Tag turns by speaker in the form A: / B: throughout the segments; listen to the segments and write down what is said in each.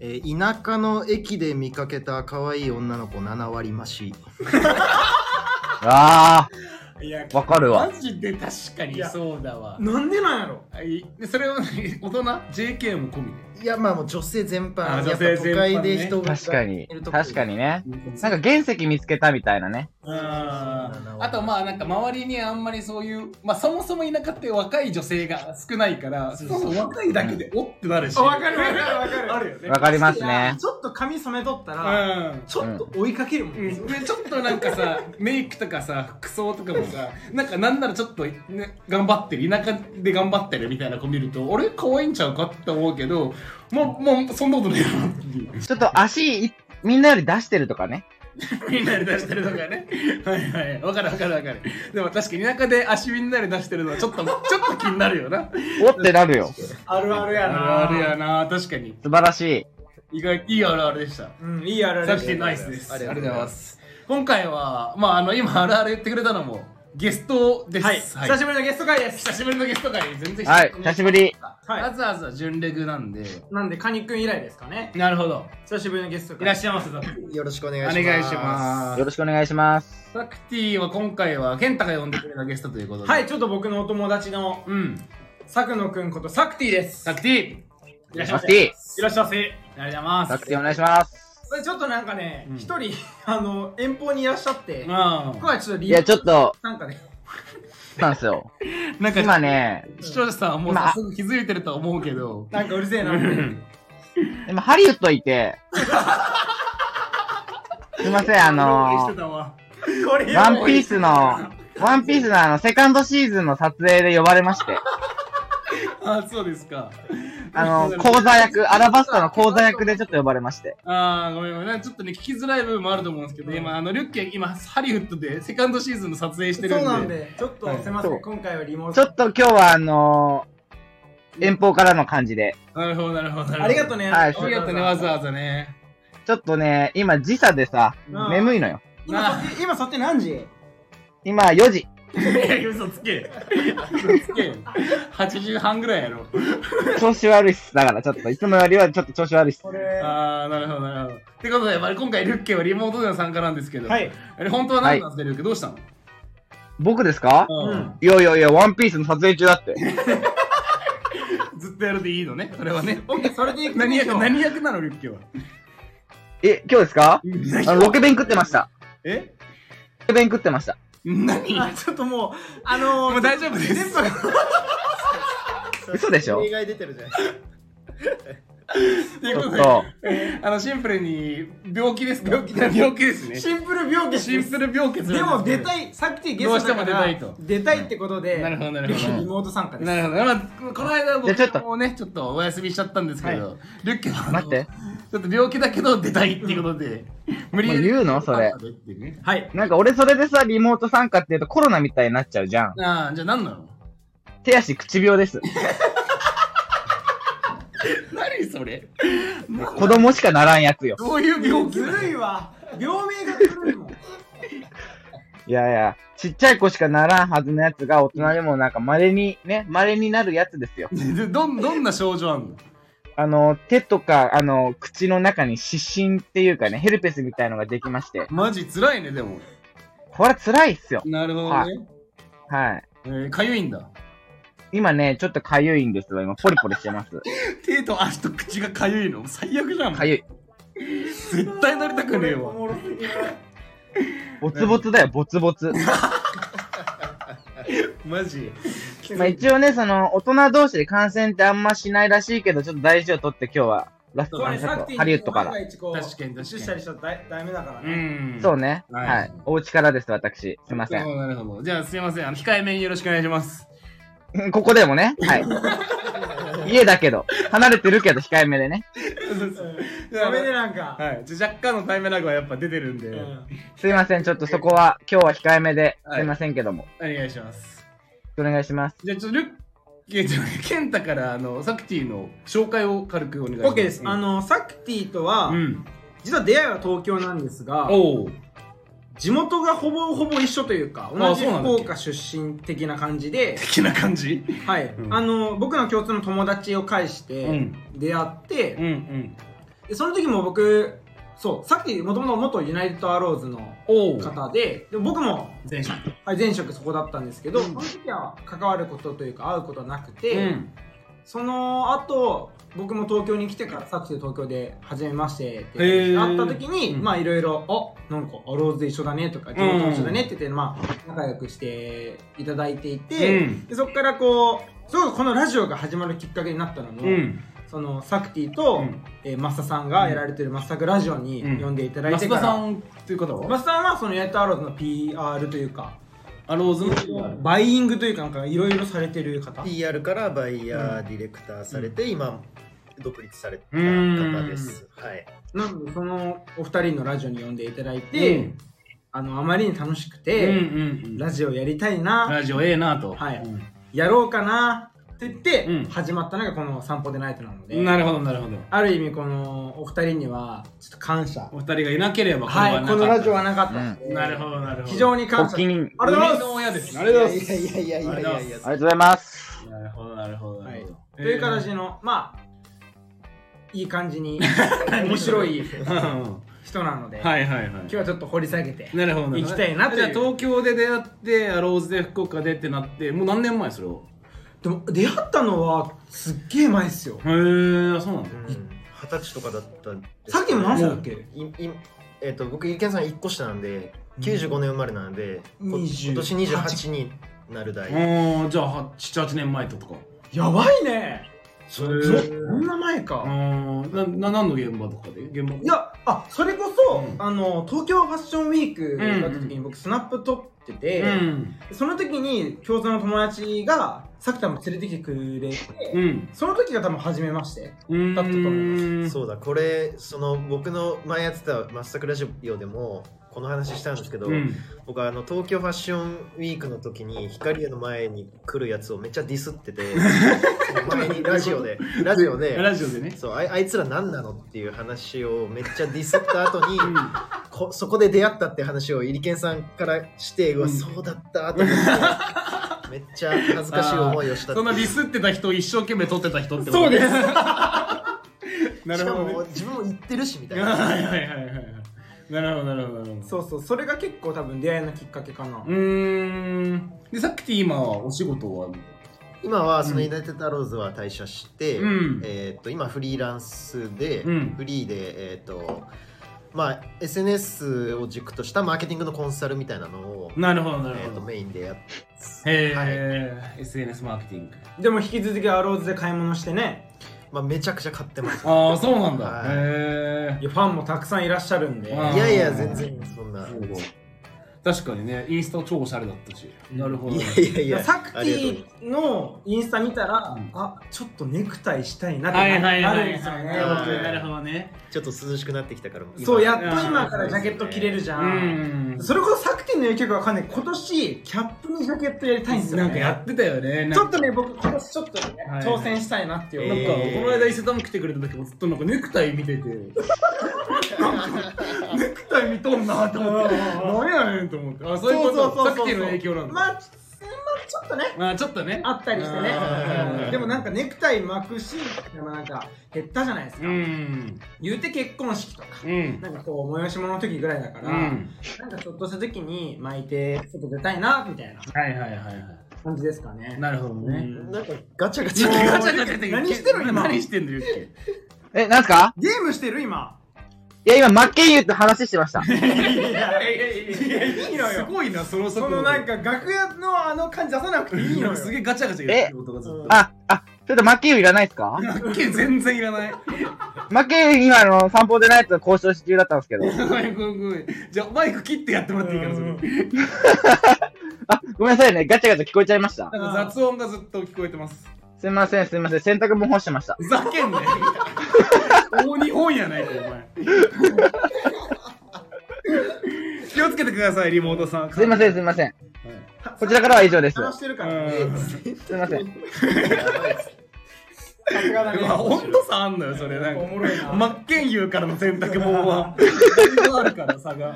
A: 田舎の駅で見かけた可愛い女の子7割増し。
B: あ
C: いや
B: あ、わかるわ。
C: マジで確かにそうだわ
D: なんでなんやろ
C: はいでそれは何大人 JK も込み
A: いや、まあもう女性全
C: あ
A: 般。
C: 女性
A: やっぱ都
C: 全
A: 会
C: 般ね
A: で人が
B: 確かに
A: いる。とこ
B: 確かにね。
C: で
B: なんか原石見つけたみたいなね。
C: ああとまあなんか周りにあんまりそういうまあそもそも田舎って若い女性が少ないからそもそも若いだけでおってなるし
D: あわかるわかるわかる
C: あるよね
B: わかりますね。
D: ちょっと髪染めとったら、
C: う
D: ちょっと追いかけるもん、
C: んうんでちょっとなんかさメイクとかさ服装とかもさなんかなんならちょっと、ね、頑張ってる田舎で頑張ってるみたいな子見ると俺可愛いんちゃうかって思うけどまあまあそんなことないなっていう
B: ちょっと足い、みんなより出してるとかね。
C: みんなで出してるとかねはいはいわかるわかるわかるでも確かに田舎で足みんなで出してるのはちょっとちょっと気になるよな
B: おってなるよ。
D: あるあるやな
C: あるあるやな確かに
B: 素晴らしい。
C: 意外いいあるあるでした
D: うんいいあるある
C: さっきナイスです
A: あ
C: あ
A: り
C: り
A: が
C: が
A: と
C: と
A: う
C: う
A: ございま
C: ございます今回はまああの今あるある言ってくれたのもゲストです
D: はい、久しぶりのゲスト会です
C: 久しぶりのゲスト会全然
B: はい、久しぶり。
D: はい
C: わざわざ準レグなんで
D: なんでカニくん以来ですかね
C: なるほど
D: 久しぶりのゲスト
C: い
D: 会
C: らっしゃいませザクティ
A: よろしくお願い
C: お
A: します。
C: 願いしま
B: よ
C: す
B: ろしくお願いします。
C: ザクティは今回は健太が呼んでくれたゲストということでは
D: はいちょっと僕のお友達の
C: うん
D: サクノくんことサクティです
C: ザクティ
D: いらっしゃいま
B: サク
D: せ
B: テ
D: いらっしゃいませ
C: ありがとうございま
B: ィ、サク
C: す
B: ティお願いします。
D: これちょっとなんかね
C: うん
D: 一、人あの遠方にいらっしゃって、ここ
C: う
D: はちょっと
B: い
D: 理
B: や、ちょっと、
D: なんかね
B: そうなんですよ。
C: んなん
B: 今
C: か
B: ね、
C: 視聴者さんはもう
B: 今
C: 早速気づいてるとは思うけ ど
D: なんかうるせえな
B: 今ハリウッドいて、すいません、あの
D: これ
B: ワンピースの、ワンピースのあの、セカンドシーズンの撮影で呼ばれまして、
C: あそうですか
B: あの、講座役、アラバスタの講座役でちょっと呼ばれまして。
C: ああ、ごめんごめん。ちょっとね、聞きづらい部分もあると思うんですけど、今、あの、リュッケ、今、ハリウッドでセカンドシーズンの撮影してるん
D: そう
C: で。
D: なんでちょっと、
C: はい
D: すいませ
B: そ
D: ん
B: う
D: 今回はリモー
B: ち
D: ト
B: ょっと今日はあの遠方からの感じで、
C: なるほど、なるほど。なるほど
D: ありがとうね、
B: はい
C: ありがとうね、わざわざね。
B: ちょっとね、今時差でさ、
D: うん
B: 眠いのよ。
D: 今そっち今そっち何時
B: 今4時。
C: 嘘つけ。嘘つけよ。8時半ぐらいやろ。
B: 調子悪いっす。だからちょっと、いつもよりはちょっと調子悪いっす。
D: これ
C: ああ、なるほど、なるほど。ってことで、まあ、今回、リュッケはリモートでの参加なんですけど、
D: は。い
C: あれ、本当は何なんですか、リュッケ、どうしたの
B: 僕ですか
C: うん
B: いやいやいや、ワンピースの撮影中だって。
C: ずっとやるでいいのね、それはね。
D: オッケーそれでいく
C: 何役、何役なの、リュッケは。
B: え、今日ですかあのロケ弁食ってました。
C: え
B: ロケ弁食ってました。
C: 何
D: あちょっともうあのー、
C: もう大丈夫です
D: 電波が
B: 嘘でしょ
A: 例外出てるじゃん。
C: ってい
B: ち
C: う
B: ょ
C: こ
B: っ
C: とで、
B: と、
C: あのシンプルに病気ですか病気 病気ですね
D: シンプル病気
C: シンプル病気です
D: でも出たいさっきゲストだから
C: どうしても出たいと
D: 出たいってことで、
C: なるほどなるほど
D: リモート参加です
C: なるほど、まあ、この間
B: じゃあちょっと
C: 僕もねちょっとお休みしちゃったんですけど、リュッケはあの
B: 待って
C: ちょっと病気だけど出たいっていうことで無理やり
B: もう言うのそれ
C: ってね
D: はい
B: なんか俺それでさ、リモート参加っていうとコロナみたいになっちゃうじゃん。
C: ああじゃあ何なの
B: 手足口病です。
C: 何それ
B: 子供しかならんやつよ。
C: どういう病気
D: ず
C: なの
D: るいわ病名がずるいもん
B: いやいや、ちっちゃい子しかならんはずのやつが大人でもなんか稀にね、稀になるやつですよ。
C: で どんどんな症状あんの
B: あの、手とか、あの、口の中に湿疹っていうかね、ヘルペスみたいのができまして、
C: マジ辛いねでも
B: これ辛いっすよ。
C: なるほどね、
B: はいはい。
C: えーかゆいんだ
B: 今ね、ちょっとかゆいんですわ。今、ポリポリしてます。
C: 手と足と口がかゆいの最悪じゃん
B: かゆい。
C: 絶対なりたくねえわ
D: おもろすぎる
B: ボツボツだよ、ボツボツ。
C: マジ
B: まあ一応ね、その、大人同士で感染ってあんましないらしいけど、ちょっと大事を取って今日は、ラスト
D: こ
B: ワ
D: れ
B: ンシ
D: さ
B: ョ
D: っき
B: ット、ハリウッドから。
D: 確
C: 確かに確かに
D: したりしたらだダメだから
C: う
D: ね、
C: ん
B: そうね。
C: はい
B: はい。お家からです、私。すいませ
C: なる
B: ん。
C: ほどなるほどじゃあすいませんあの控えめによろしくお願いします
B: ここでもね。はい。家だけど、離れてるけど控えめでね。
D: うんダメでなんか、
C: はいじゃあ若干のタイムラグはやっぱ出てるんで、
D: うん
B: すいません、ちょっとそこは、今日は控えめで、
C: はい
B: すいませんけども。
C: お願いします
B: お願いします。
C: じゃあちょっとルッケじゃないケンタからあのサクティの紹介を軽くお願いします
D: OK です、あのサクティとは、
C: うん
D: 実は出会いは東京なんですが
C: おお
D: 地元がほぼほぼ一緒というか同
C: あ
D: じ
C: そうなん
D: 福
C: だ
D: 岡出身的な感じで
C: 的な感じ
D: はい、
C: うん
D: あの僕の共通の友達を介し
C: う
D: て
C: ん
D: 出会って、
C: うんうん
D: ででその時も僕そうさっきもともと元ユナイテッドアローズの
C: おう
D: 方ででも僕も、
C: 前職
D: はい、前職そこだったんですけど、その時は関わることというか会うことはなくて、
C: うん
D: その後僕も東京に来てからさっきで東京で初めましてって
C: へー
D: 会った時に、
C: うん
D: まあいろいろ「あなんかアローズで一緒だね」とか「地元一緒だね」って言って、まあ、仲良くしていただいていて、
C: うん
D: でそこからこうすごくこのラジオが始まるきっかけになったのも、
C: うん
D: そのサクティと、
C: うん
D: えーマッサさんがやられてる「マッサクラジオ」に
C: うん
D: 呼んでいただいて
C: 増
D: か
C: 田
D: ら、
C: さんという方
D: マ
C: は
D: ッサさんはそのヤイトアローズの PR というか
C: アローズの
D: バイイングというかなんかいろいろされてる方
A: PR からバイヤー、
D: うん
A: ディレクターされて、今独立された
C: うん
A: 方です。はい。
D: なのでそのお二人のラジオに呼んでいただいて、
C: うん
D: あのあまりに楽しく
C: うん
D: て、
C: うん
D: ラジオやりたいな、
C: ラジオええなと
D: はい
C: うん
D: やろうかなって言って、
C: うん
D: 始まったのがこの「散歩でナイト」なので、
C: なるほどなるほど
D: ある意味このお二人にはちょっと感謝
C: お二人がいなければ
D: はいこのラジオは
C: な
D: なかったので、
C: なるほどなるほど
D: 非常に感
B: お
D: 謝
B: 気に入り
D: ありがとうござ
C: 生みの
D: います
C: 親ですね
D: ありがとうございます
A: いやいやいやいやいやいや
B: あ。りがとうございます。
C: なるほどなるほどなるほど
D: という形
C: え
D: の、まあいい感 じに面白い
C: ーうん
D: 人なので、
C: はいはいは
D: 今
C: い
D: 日はちょっと掘り下げて
C: なるほどるほど
D: 行きたいなという
C: じゃあ東京で出会ってアローズで福岡でってなってもう何年前それを
D: でも出会ったのはすっげえ前ですよ
C: へえそうなんだ
A: うん二十歳とかだったんですけど
D: さっきも何歳だっけ
A: いいえっと僕ゆけんさん1個下なんで95年生まれなんで、こ
D: 20
A: 今年28になる代、
C: うんじゃあ78年前とか
D: やばいね
A: そ
C: へ
A: う
D: そ
C: ー
D: そんな前か、
C: うんなな何の現場とかで現場
D: いやあそれこそ、
C: うん
D: あの東京ファッションウィークだった時に僕スナップ撮ってて、
C: うん
D: その時に共通の友達がさくたも連れてきてくれて
C: うん
D: その時が多分初めまして
C: うん
D: だったと思い
A: そうだこれその僕の前やってた「まっさくラジオ」でもこの話したんですけど、
C: うん
A: 僕はあの東京ファッションウィークの時に光栄の前に来るやつをめっちゃディスって て前にラジオで ラジオで
C: ラジオでね
A: そうあいあいつら何なのっていう話をめっちゃディスった後に、
C: うん
A: こそこで出会ったって話をイリケンさんからして、うわ
C: うん
A: そうだったと思ってめっちゃ恥ずかしい思いをしたって
C: そ
A: い
C: ん
A: う
C: なディスってた人を一生懸命撮ってた人ってこと
D: そうです
C: な
A: し
C: る
A: か
C: ほど、ね、
A: も自分も言ってるしみたい
C: は
A: ない
C: はいはいはいなるほどなるほどなるほど
D: そうそうそれが結構多分出会いのきっかけかな、
C: うーんでさっき今はお仕事は
A: 今はその
C: うん
A: ユナイテッドアローズは退社して、
C: うん
A: えーっと今フリーランスで、
C: うん
A: フリーでえーっとまあ SNS を軸としたマーケティングのコンサルみたいなのを、
C: なるほどな
A: え
C: る
A: ーっ
C: ほ
A: と
C: ど、
A: メインでやって
C: へ
A: はい
C: え、SNS マーケティング
D: でも引き続きアローズで買い物してね
A: まあめちゃくちゃ買ってます
C: ああそうなんだ、
A: はい
C: へ
D: いやファンもたくさんいらっしゃるんで
C: あー
A: いやいや全然そんな
C: え確かにねインスタ超おしゃれだったし、なるほど
A: いやいやいや
D: サクテ
A: ありがとうございます
D: ィのインスタ見たら、
C: うん
D: あちょっとネクタイしたいなって
C: はいはい
D: な
C: は
D: る
C: い
D: んですよね、
A: はい
C: はいなるほどね
A: ちょっと涼しくなってきたから
D: 僕そうやっと
C: あー
D: 今からジャケット着れるじゃ、
C: うんん
D: それこそサクティの影響がわかんない今年キャップにジャケットやりたいんですよ、ね、
C: なんかやってたよね
D: ちょっとね僕今年ちょっとね、
C: はいはい
D: 挑戦したいなっていう、
C: なんか、
A: えー
C: この間伊勢丹来てくれた時もずっとなんかネクタイ見て てなんかネクタイ見とんなと思って何やねんと思ってあそういうこと
D: そうそうそうそう
C: さっきの影響なんだ、
D: まあ、まあ、ちょっとね
C: まあ、ちょっとね
D: あったりして
C: あ
D: ね
C: ー
D: でもなんかネクタイ巻くシーンってなんか減ったじゃないです
C: う
D: か、
C: ん
D: 言うて結婚式とか
C: うん
D: なんかこう催し物の時ぐらいだか
C: う
D: ら、
C: ん
D: なんかちょっとした時に巻いて外出たいなみたいな
C: はいはいはいはい
D: 感じですかね。
C: なるほどね、
D: うん
A: なんかガチャガチャ
D: もう
C: ガチャガチャ
D: 何してるの今
C: 何してんのユッケ
B: え、なんすか
D: ゲームしてる今。
B: いや、今、マッケンユーと話してました。
D: いやいやいやいいの
C: す
D: よ。
C: ごいなその
D: そ
C: 速度
D: のなんか楽屋のあの感じ出さなくてい
C: なん
D: いのよ。
C: かすげえガチャガチャ言ってる音がずっと
B: あ、あ、ちょっとマッケンユーいらないですか
C: ユッケ全然いらない
B: マッケンユー、今、あの、散歩でないと交渉し中だったんですけど。
C: ごめんごめんごめんじゃあマイク切ってやってもらっていいからそれ
D: うん
B: あ、ごめんなさいね。ガチャガチャ聞こえちゃいました。
C: なんか雑音がずっと聞こえてます
B: すいません、すいません。洗濯物干してました。
C: ふざけん ね大日本やないかお前気をつけてくださいリモートさん
B: すいません、すいません。こちらからは以上です。
D: 話してるから。
C: うん
B: すいません。
D: さすがだ
C: う
D: ね。
C: わ温度差あんのよそれなん
D: お
C: か
D: もろいな。
C: 真っ健優からの洗濯物は全然あるから差が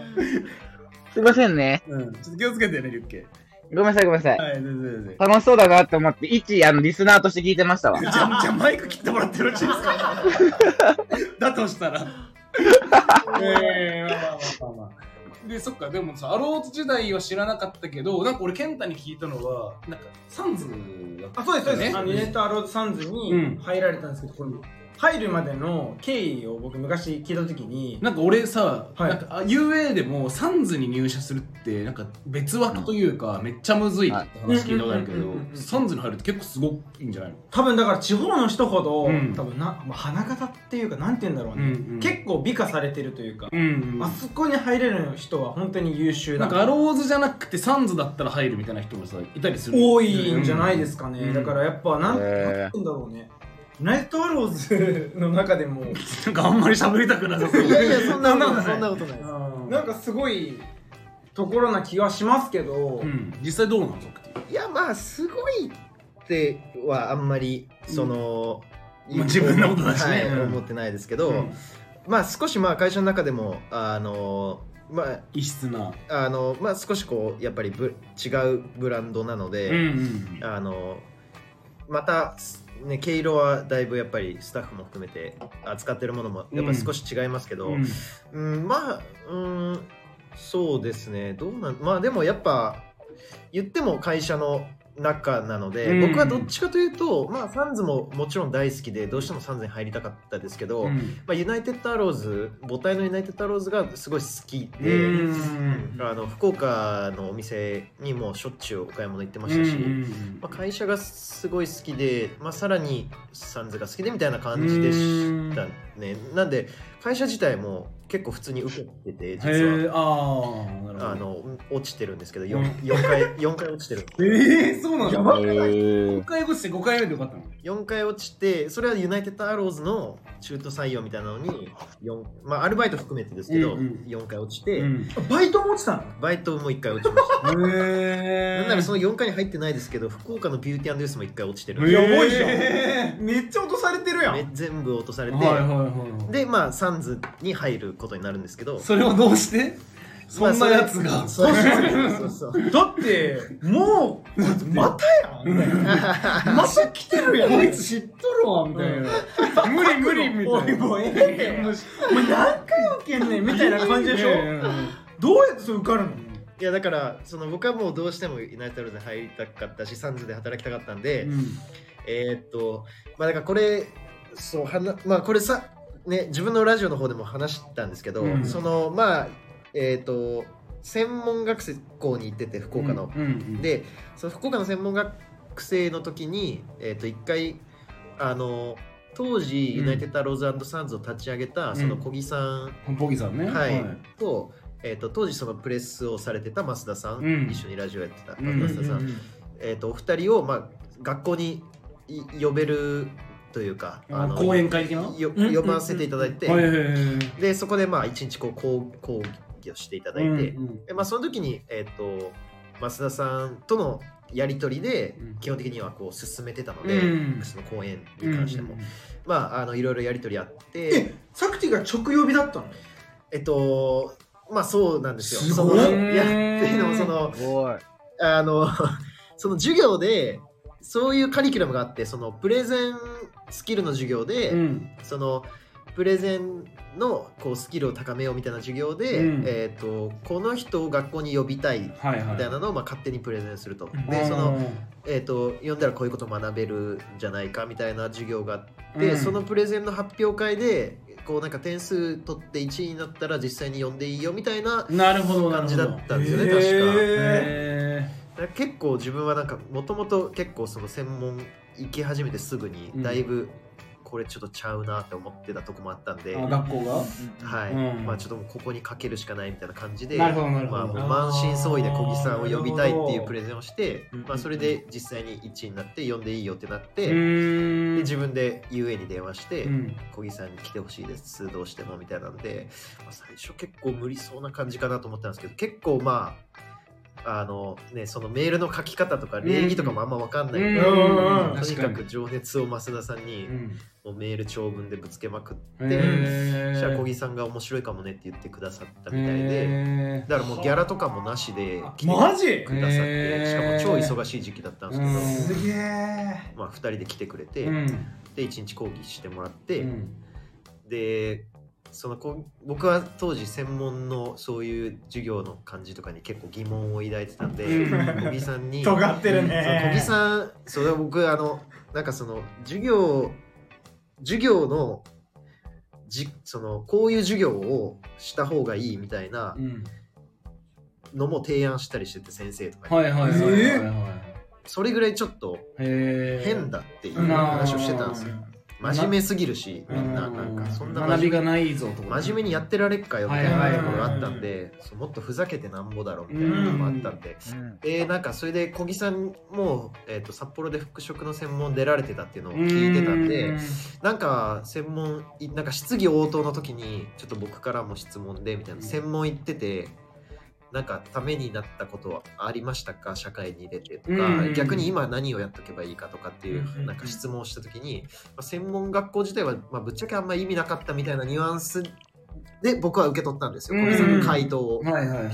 B: すいませんね。
C: うんちょっと気をつけてねリュッケ
B: ごめんなさい、ごめんなさい。
C: はい、全然全然。
B: 楽しそうだなって思って、一、あの、リスナーとして聞いてましたわ。
C: じゃじゃあマイク切ってもらってよろしいですか だとしたら。 ええまあまあまあまあ。で、そっか、でもさ、アローズ時代は知らなかったけど、なんか俺、健太に聞いたのは、なんか、サンズだった
D: あそうですそうです、
C: ね
D: あのユネットアローズサンズ
C: うん
D: に入られたんですけど、これ入るまでの経緯を僕昔聞いた時に
C: なんか俺さ、
D: はい
C: なんかあ UA でもサンズに入社するってなんか別枠というか、めっちゃむずいって話聞いたことあるけ
D: うんうんうんうんう
C: ど
D: ん
C: サンズに入るって結構すごくいいんじゃないの、
D: 多分だから地方の人ほど、
C: うん
D: 多分な、まあ、花形っていうかなんて言うんだろうね、
C: 結
D: 結構美化されてるというか、
C: 構、うん
D: あそこに入れる人は本当に優秀
C: なん
D: だ
C: かアローズじゃなくてサンズだったら入るみたいな人もさいたりする
D: 多いんじゃないですすかね、
C: うん
D: だからやっぱなん
B: へ
D: なんて
B: ー
D: 言うんだろうねユナイトアローズの中でも
C: なんかあんまり喋りたくなさそう
A: いやいや、そんなことない。
C: そ
A: そ
C: ん
A: ん
C: な
A: なことないです。
D: なんかすごいところな気はしますけど、
C: うん実際どうなのっていう
A: いや、まあ、すごいってはあんまり、その、
C: まあ自分のことだしね
A: はい
C: うん
A: 思ってないですけど、まあ、少しまあ会社の中でも、あの、まあ、
C: 異質な
A: あのまあ少しこうやっぱりぶ違うブランドなの
C: う
A: で、
C: ん
A: あのまた、ね、毛色はだいぶやっぱりスタッフも含めて扱ってるものもやっぱり少し違いますけど、
C: うん
A: うん、まあ、うん、そうですね、どうなん、まあでもやっぱ、言っても会社の中なので、
C: うん
A: 僕はどっちかというと、まあ、サンズももちろん大好きで、どうしてもサンズに入りたかったですけど、
C: う
A: ま
C: ん
A: あ、ユナイテッドアローズ、母体のユナイテッドアローズがすごい好き
C: う
A: で、
C: ん
A: あの福岡のお店にもしょっちゅうお買い物行ってま
C: う
A: したし、
C: ん
A: まあ、会社がすごい好きで、まあ、さらにサンズが好きでみたいな感じでしたね。なんで会社自体も結構普通に受けてて
C: へ
A: 実は
C: えああなるほど
A: あの落ちてるんですけど
C: うん
A: 4, 四回4回落ちてる
C: ええそうな
D: や
C: の
D: ば
B: え
D: くない
B: ー
C: 5回越して5回目でよかったの
A: 4回落ちてそれはユナイテッドアローズの中途採用みたいなのに、四まあ、アルバイト含めてですけど、
C: うんうん
A: 4回落ちて、
C: ん
D: バイトも落ちたの
A: バイトも1回落ちました。
C: へ
A: なんならそ
C: の
A: の4回に入ってないですけど福岡のビューティーユースも1回落ちてるんで
D: やばいじゃん
C: え
D: めっちゃ落とされてるやん
A: め全部落とされて、
C: はいはいはいはい
A: でまあサンズに入ることになるんですけど
C: それをどうしてそ
A: まあ
C: んなやつが
A: そうそうそうそう
D: だってもうまたやんみたいなまた来てるやん
C: こいつ知っとるわみたいな無理無理み
D: お
C: た
D: い
C: いな
D: もうええ
C: もう
D: お前何回受けんねんみたいな感じでしょ
C: いやいやいや
D: どうやってそれ受かるの
A: いやだからその僕はもうどうしてもユナイテッドアローズに入りたかったしサンズで働きたかったんで、
C: うん
A: えーっとまあだからこれそうはなまあこれさね自分のラジオの方でも話したんですけど、
C: うん
A: そのまあえーっと専門学校に行ってて福岡の、
C: うんうん
A: でその福岡の専門学生の時に、えー、と1回あの当時
C: うん
A: ユナイテッド・アローズサンズを立ち上げた
C: ん
A: その小木さん、
C: ボギーさんね
A: はいと,、えー、と当時そのプレスをされてた増田さん、
C: うん
A: 一緒にラジオやってた
C: うんうん
A: 増田さん、えー、とお二人を、まあ、学校にい呼べるというか
C: あ講演会的な
A: よ
D: うん
A: 呼ばせていただいて、
C: はいはいはいはい
A: でそこでまあ一日こう講講義をしていただいて。
C: うんうん
A: でまあ、その時に、えっと増田さんとのやり取りで
C: うん
A: 基本的にはこう進めてたので、
C: うん
A: その講演に関しても、まああのいろいろやり取りあって
D: えサクティが直曜日だったの
A: えっとまあそうなんですよ
D: す
A: そ
D: ご
A: の
D: い
A: いやっていうのもその
B: すごい。
A: あの その授業でそういうカリキュラムがあってそのプレゼンスキルの授業で、
C: うん
A: そのプレゼンのこうスキルを高めようみたいな授業で、
C: うん
A: えっとこの人を学校に呼びたい
C: はいはい
A: みたいなのをまあ勝手にプレゼンすると。
D: ん
A: でその、
C: うん
A: えー、と読んだらこういうこと学べるんじゃないかみたいな授業があって、
C: うん
A: そのプレゼンの発表会でこうなんか点数取って1位になったら実際に読んでいいよみたいな
C: なるほど
A: 感
C: なるほ
A: じだ
C: ど
A: ったんですよね、
D: へ
A: 確か。
D: ー
C: へ
A: だから結構自分はなんかもともと結構その専門行き始めてすぐに
C: うん
A: だいぶこれちょっとちゃうなって思ってたとこもあったんで、
C: ーあ学校が
A: はい
C: うん
A: まあ、ちょっともうここにかけるしかないみたいな感じで
C: なるほどなるほ
A: まあ、
C: ど
A: もう満身創痍で小木さんを呼びたいっていうプレゼンをして
D: うん、
A: まあ、それで実際に1位になって呼んでいいよってなっ
C: う
A: て、
C: ーん
A: で自分で UA に電話して、
C: うん
A: 小木さんに来てほしいですどうしてもみたいなので、まあ、最初結構無理そうな感じかなと思ったんですけど結構まああの、ね、そのメールの書き方とか礼儀とかもあんま分かんない、
C: うん
D: うん
A: とに
C: 確か
A: か
C: に
A: く情熱を増田さんに、
C: うん
A: もうメール長文でぶつけまくって、
C: へー
A: そしたら小木さんが面白いかもねって言ってくださったみたいで、
C: へー
A: だからもうギャラとかもなしで来て
D: マジ
A: くださって、しかも超
C: へー
A: 忙しい時期だったんですけど、
C: うん
D: すげえ
A: まあ、2人で来てくれて、
C: うん
A: で1日講義してもらって、
C: うん
A: でそのこう僕は当時専門のそういう授業の感じとかに結構疑問を抱いてたんで
C: うん
A: 小木さんにその
D: 尖ってるね
A: 小木さんそれは僕あのなんかその授業授業のじそのこういう授業をした方がいいみたいな
C: うん
A: のも提案したりしてて先生とかに、
C: はいはいはいはい
D: え
C: はい
A: それぐらいちょっと
C: へー
A: 変だっていうん話をしてたんですよ真面目すぎるしみ
C: うん
A: ななんかそんな真面目
C: 学びがないぞとか
A: 真面目にやってられっかよみたいなところがあったんで、そうもっとふざけてなんぼだろみたいなのもあったんで、
B: うん
A: でなんかそれで小木さんも、えー、と札幌で服飾の専門出られてたっていうのを聞いてたんで、なんか専門いなんか質疑応答の時にちょっと僕からも質問でみたいな専門行ってて。なんかためになったことはありましたか社会に出てとか、
C: うん
A: 逆に今何をやっとけばいいかとかっていううんなんか質問をした時に、まあ、専門学校自体は、まあ、ぶっちゃけあんまり意味なかったみたいなニュアンスで僕は受け取ったんですよ
C: うん
A: 小木さんの回答を
C: うん。はいはいはい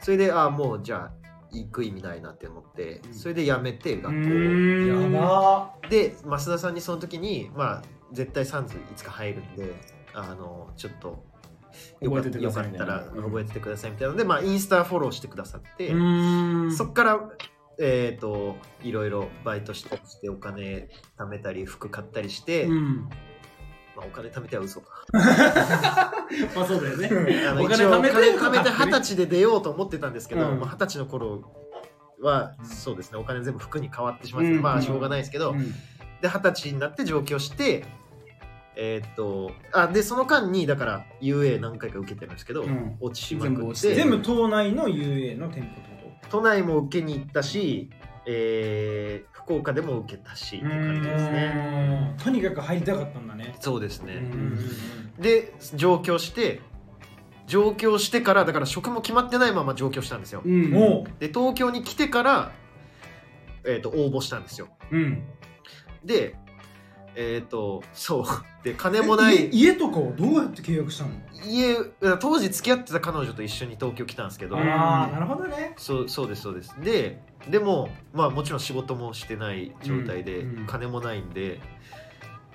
A: それでああもうじゃあ行く意味ないなって思って
C: うん
A: それで辞めて学校を
C: うん
D: やば
A: で増田さんにその時にまあ絶対サンズいつか入るんであのちょっとよか
C: 覚えててください
A: よ
C: ね
A: かったら覚えててくださいみたいなので、まあ、インスタフォローしてくださって、
D: ー
A: そっからえっ、といろいろバイトしたりしてお金貯めたり服買ったりして、
D: うん
A: まあ、お金貯めては嘘 か
C: まあそうだよね
A: あの
C: お金
A: 一応
C: 貯め
A: お
C: て
A: 金貯めて二十歳で出ようと思ってたんですけど、
C: うん
A: まあ二十歳の頃はそうですねお金全部服に変わってしまって、
C: うん
A: まあしょうがないですけど、
C: うん
A: で二十歳になって上京してえーっとあでその間にだから UA 何回か受けてるんですけど、
C: うん
A: 落ちしまく
C: 全部
A: っ
C: 落ち
A: て
C: て
D: 全部島内の UA の店舗ってこ
A: 都内も受けに行ったし、えー福岡でも受けたしっていう感じですね
D: ととにかく入りたかったんだね
A: そうですね、
C: うん
A: で上京して上京してからだから職も決まってないまま上京したんですよ、
C: うん
D: も
A: で東京に来てから、えー、と応募したんですよ
C: うん
A: でえっ、とそうで
D: う
A: 金もない
D: 家家とかをどうやって契約したの
A: 家当時付き合ってた彼女と一緒に東京来たんですけど、
C: うん
D: ああなるほどね
A: そうそうですそうですででもまあもちろん仕事もしてない状態で、
C: うんうん
A: 金もないんで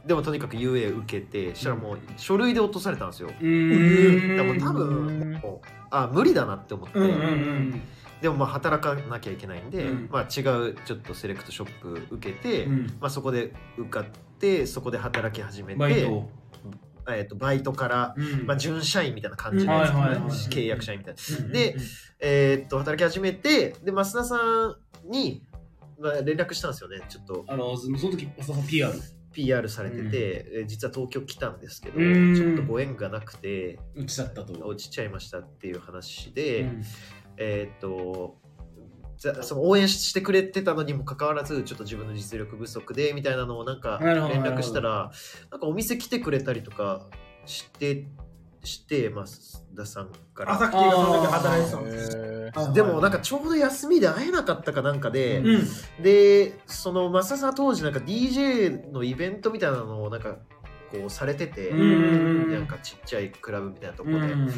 A: でもとにかく UA 受けてしたらもう書類で落とされたんですよ、
C: うん
A: でも多分もうあ無理だなって思って、
D: うん
C: うんうん
A: でもまあ働かなきゃいけないんで、
C: うん
A: まあ違うちょっとセレクトショップ受けて、
C: うん
A: まあ、そこで受かってそこで働き始めて
C: バイト
A: えー、とバイトから、
C: うん
A: まあ、準社員みたいな感じのやつ、
C: うんはいはいはい
A: 契約社員みたいな、
C: うん
A: でえー、と働き始めてで増田さんに、まあ、連絡したんですよねちょっと
C: あのその時浅田 PR
A: PR されてて、えー実は東京来たんですけど、
C: うん
A: ちょっとご縁がなくて
C: 打ちちゃったと
A: 落ちちゃいましたっていう話で、
C: うん
A: えーっとざその応援してくれてたのにもかかわらずちょっと自分の実力不足でみたいなのをなんか
C: なるほど
A: 連絡したらなんかお店来てくれたりとかしてして増田さんから
D: 朝霧がそんだけ働いてたん
B: へ
D: です
B: ー
A: でもなんかちょうど休みで会えなかったかなんかで、
D: うん
A: でその増田さんは当時なんか DJ のイベントみたいなのをなんかこうされてて、
C: うん
A: なんかちっちゃいクラブみたいなとこ
C: う
A: で、
C: ん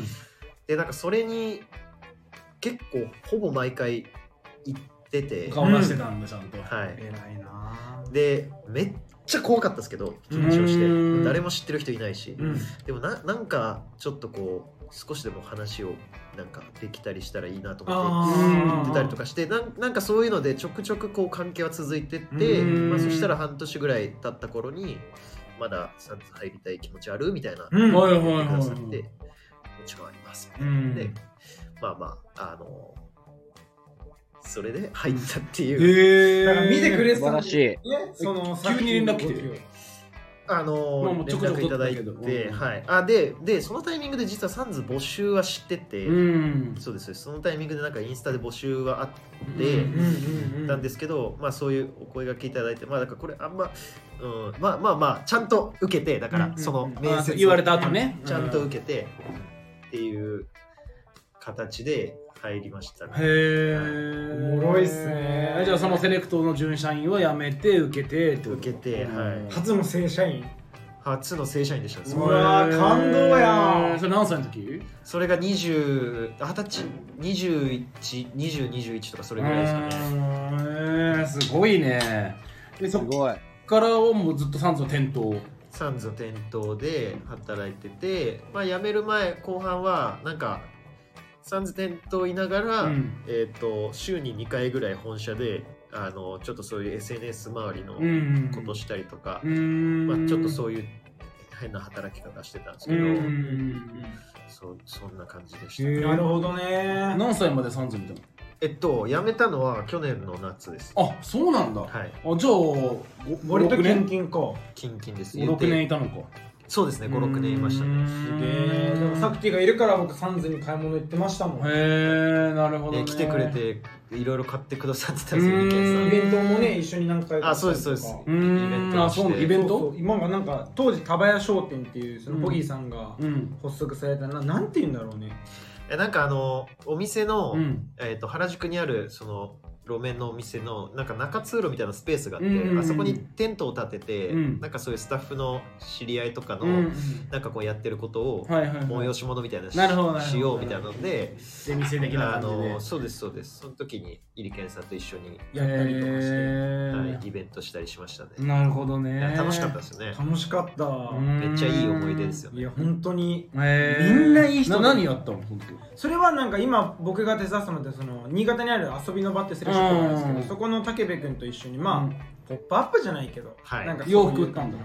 A: でなんかそれに結構ほぼ毎回行ってて、は
C: 顔出してたんだちゃんと
A: い、
D: 偉いな
A: でめっちゃ怖かったですけど緊張し
C: うん
A: て誰も知ってる人いないし、
D: うん
A: でもななんかちょっとこう少しでも話をなんかできたりしたらいいなと思って。
D: あ
A: 行っ
D: あ
A: てたりとかしてなんなんかそういうのでちょくちょくこう関係は続いてって、
C: うん
A: まあ、そしたら半年ぐらい経った頃にまだサンズ入りたい気持ちあるみたいな
D: うん
C: はいはい
A: 言ってく
C: はい
A: ださって、
C: は
A: もちろんあります
C: い
A: で、まあまあ、あのそれで入ったっていう、
C: え
D: だから見てくれて
B: 素晴
D: たの
B: ら
D: に
B: しい。
D: ねその
C: 急に連絡来てる
A: あの
C: まあもうちょ
A: 連
C: くち
A: 絡
C: ょく
A: いただいて、
C: 取ったけどうん
A: はい。あ、で、で、そのタイミングで実はサンズ募集は知ってて、
C: うん
A: そうです、そのタイミングでなんかインスタで募集はあっ
C: う
A: て
D: うんうん
A: たんですけど、まあそういうお声がけいただいて、まあだからこれあんま、うん、まあまあまあ、ちゃんと受けて、だか
D: うん
A: ら
D: うん
A: その面
C: あ
A: 接を
C: 言われた後ね
A: ちゃんと
C: う
A: 受けてっていう形で入りましたね。
C: へ
D: お
C: え
D: もろいっすね
C: じゃあそのセレクトの準社員を辞めて受けてってこと
A: 受けて、はい、
D: 初の正社員
A: 初の正社員でした。そう
D: わー感動やん
C: それ何歳の時
A: それが20、二十歳、21、20、21とかそれぐらいですかね。
C: へーすごいねでそ
B: す
C: っ
B: ごい。
C: からはもうずっとサンズの店頭
A: サンズの店頭で働いてて、まあ、辞める前、後半は、なんか、サンズ店頭いながら、
C: うん
A: えっ、と、週に2回ぐらい本社で、あの、ちょっとそういう SNS 周りの
C: ん
A: ことしたりとか、
C: うん
A: まあ、ちょっと
C: う
A: そういう変な働き方してたんです
C: う
A: けど、
C: ん
A: そうそんな感じでした、
C: へえ
D: なるほどね
C: 何歳までサンズ見たの
A: えっと辞めたのは去年の夏です
C: あそうなんだあ
A: はい
C: じゃあご
D: 俺と
C: 6
D: キン
C: 年
D: キンか
A: キンキンです
C: 56
A: で
C: 年いたのか
A: そうですね56年いましたね
D: すげえでもサクティがいるから僕サンズに買い物行ってましたもんイ
C: へえなるほど、
A: ね
C: ね、
A: 来てくれていろいろ買ってくださってたんですよ
C: うーん
A: みけんさん
D: ベントもね一緒に何回か
A: あそうですそうです
D: イ
C: う
A: イ
C: ー
A: ベン
C: ん
A: ト
C: あ
A: をして
C: そうなのイ
D: ベ
C: ベ
D: ン
C: ン
D: トそう
C: ト
D: そう今がなんか当時タバヤ商店っていうそのポギーさんが
C: うん
D: 発足されたななんて言うんだろうね
A: えなんかあのお店の、
C: うん
A: えっと原宿にあるその路面のお店のなんか中通路みたいなスペースがあって、
C: うん
A: あそこにテントを立てて、
C: うん
A: なんかそういうスタッフの知り合いとかの、
C: うん
A: なんかこうやってることを
C: はいはいはい
A: 催し物みたいなし
C: なるほどなるほど
A: しようみたいなので
C: 出店的な
A: あ
C: 感じで
A: のそうですそうですその時にイリケンさんと一緒に
C: やったりとかして、
A: はい、イベントしたりしましたね、
C: なるほどね
A: 楽しかったですよね
D: 楽しかった
A: めっちゃいい思い出ですよ
D: い
A: ね
D: や本当に
C: へー
D: みんないい人だ
C: な何やったの本
D: それはなんか今僕が手伝ってもらってその新潟にある遊びの場ってセレクションがあるんですけ
C: う
D: ど
C: ん
D: そこの武部君と一緒に
C: 当
D: まあポップアップじゃないけど
A: はい
D: なんか
C: 洋服売ったんだ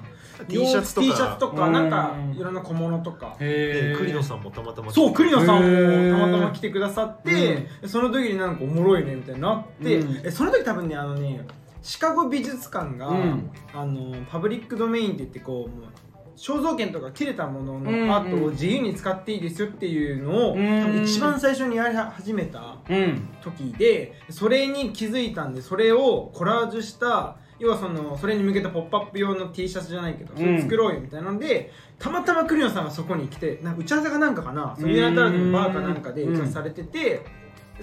A: T シャツと
D: T シャツ
A: か
D: とかなんか
C: うん
D: いろんな小物とか
A: で
C: へえ
A: 栗野さんもたまたま
D: そう栗野さん
C: へー
D: もたまたま来てくださって、その時になんかおもろいねみたいになって、
C: うん
D: えその時多分ねあのねシカゴ美術館が、
C: うん
D: あのパブリックドメインって言ってこうもう肖像権とか切れたものの
C: うん
D: アートを自由に使っていいですよっていうのを、
C: うん
D: 多分一番最初にやり始めた
C: うん
D: 時でそれに気づいたんでそれをコラージュした要はそのそれに向けた「ポップアップ用の T シャツじゃないけどそれ作ろうよみたいなので、たまたま栗野さんがそこに来てなんか打ち合わせかなんかかなそのユナタラズのバーかなんかで
C: うん
D: 打ち合わせされてて、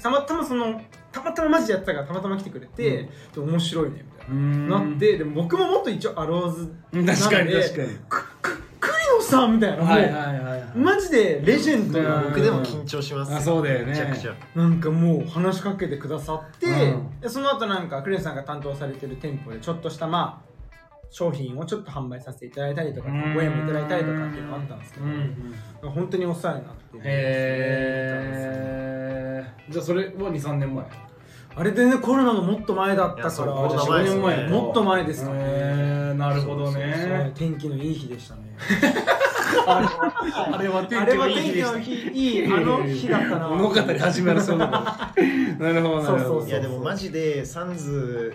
D: たまたまそのたまたまマジでやってたからたまたま来てくれて、で面白いねみたいな、なってでも僕ももっと一応アローズ
C: うん確かに
D: なんで
C: 確かに
D: くく栗野さんみたいな、
C: はいはいはいはい、
D: もうマジでレジェンドな
C: うん
A: 僕でも緊張します
C: あそうだよね
A: めちゃくちゃ
D: なんかもう話しかけてくださって、
C: うん
D: でその後なんかクレンさんが担当されてる店舗でちょっとしたまあ商品をちょっと販売させていただいたりとか
C: うん
D: ご縁もいただいたりとかっていうのがあったんですけど、本当にお世話になってる
C: へえじゃあそれは23年前
D: あれでねコロナのもっと前だった
A: いや
D: か
A: そう
D: ら
A: コロ
C: ナ前です
D: 4年
C: ね
D: 前もっと前ですからね
C: へーなるほど
D: そう
C: ね
D: 天気のいい日でしたね
C: あれは
D: あれは天気の
C: 日
D: 日いいあの日だったな
C: 物語始まるそうだなるほどなるほど
D: そうそうそう
A: いやでもマジでサンズ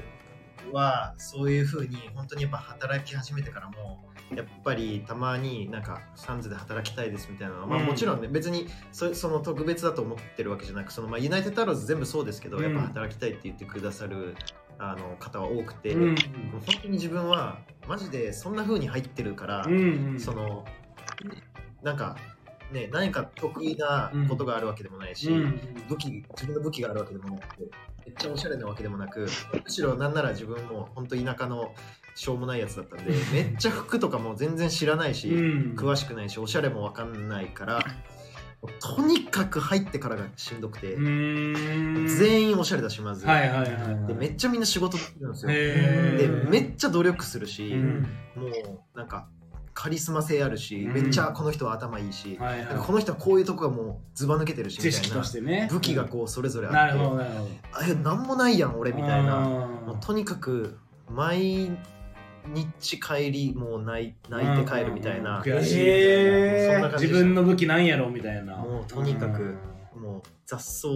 A: はそういうふうに本当にやっぱ働き始めてからもやっぱりたまになんかサンズで働きたいですみたいなのは、まあ、
C: うん
A: もちろんね別にそその特別だと思ってるわけじゃなくその、まあ、ユナイテッドアローズ全部そうですけど、
C: うん
A: やっぱ働きたいって言ってくださるあの方は多くて、
C: う
A: もうん本当に自分はマジでそんなふうに入ってるから、
C: うんうん
A: そのなんかね何か得意なことがあるわけでもないし、
C: うん
A: 武器自分の武器があるわけでもなくめっちゃおしゃれなわけでもなくむしろなんなら自分も本当田舎のしょうもないやつだったんでめっちゃ服とかも全然知らないし、
C: うん
A: 詳しくないしおしゃれもわかんないからとにかく入ってからがしんどくて、
C: うーん
A: 全員おしゃれだしまず、
C: はいはいはい
A: でめっちゃみんな仕事できるんですよ、
C: へ
A: で
C: ー
A: めっちゃ努力するし、
C: うん
A: もうなんかカリスマ性あるし、
C: うん
A: めっちゃこの人は頭いいし、
C: はい
A: なんか
C: は
A: この人はこういうとこがもうずば抜けてるし
C: い
A: み
C: 知
A: た
C: 識
A: い
C: と
A: な
C: してね
A: 武器がこうそれぞれあって。
C: なるほどなるほど
A: あいやなんもないやん俺みたいなもう
C: な
A: とにかく毎日帰りもう泣い泣いて帰るみたいな
C: うんうんうん悔しい
D: へ
A: そんな
D: ー
A: 感
C: 自
A: じでした
C: 分の武器なんやろみたいな
A: もうとにかく
C: うん
A: もう雑草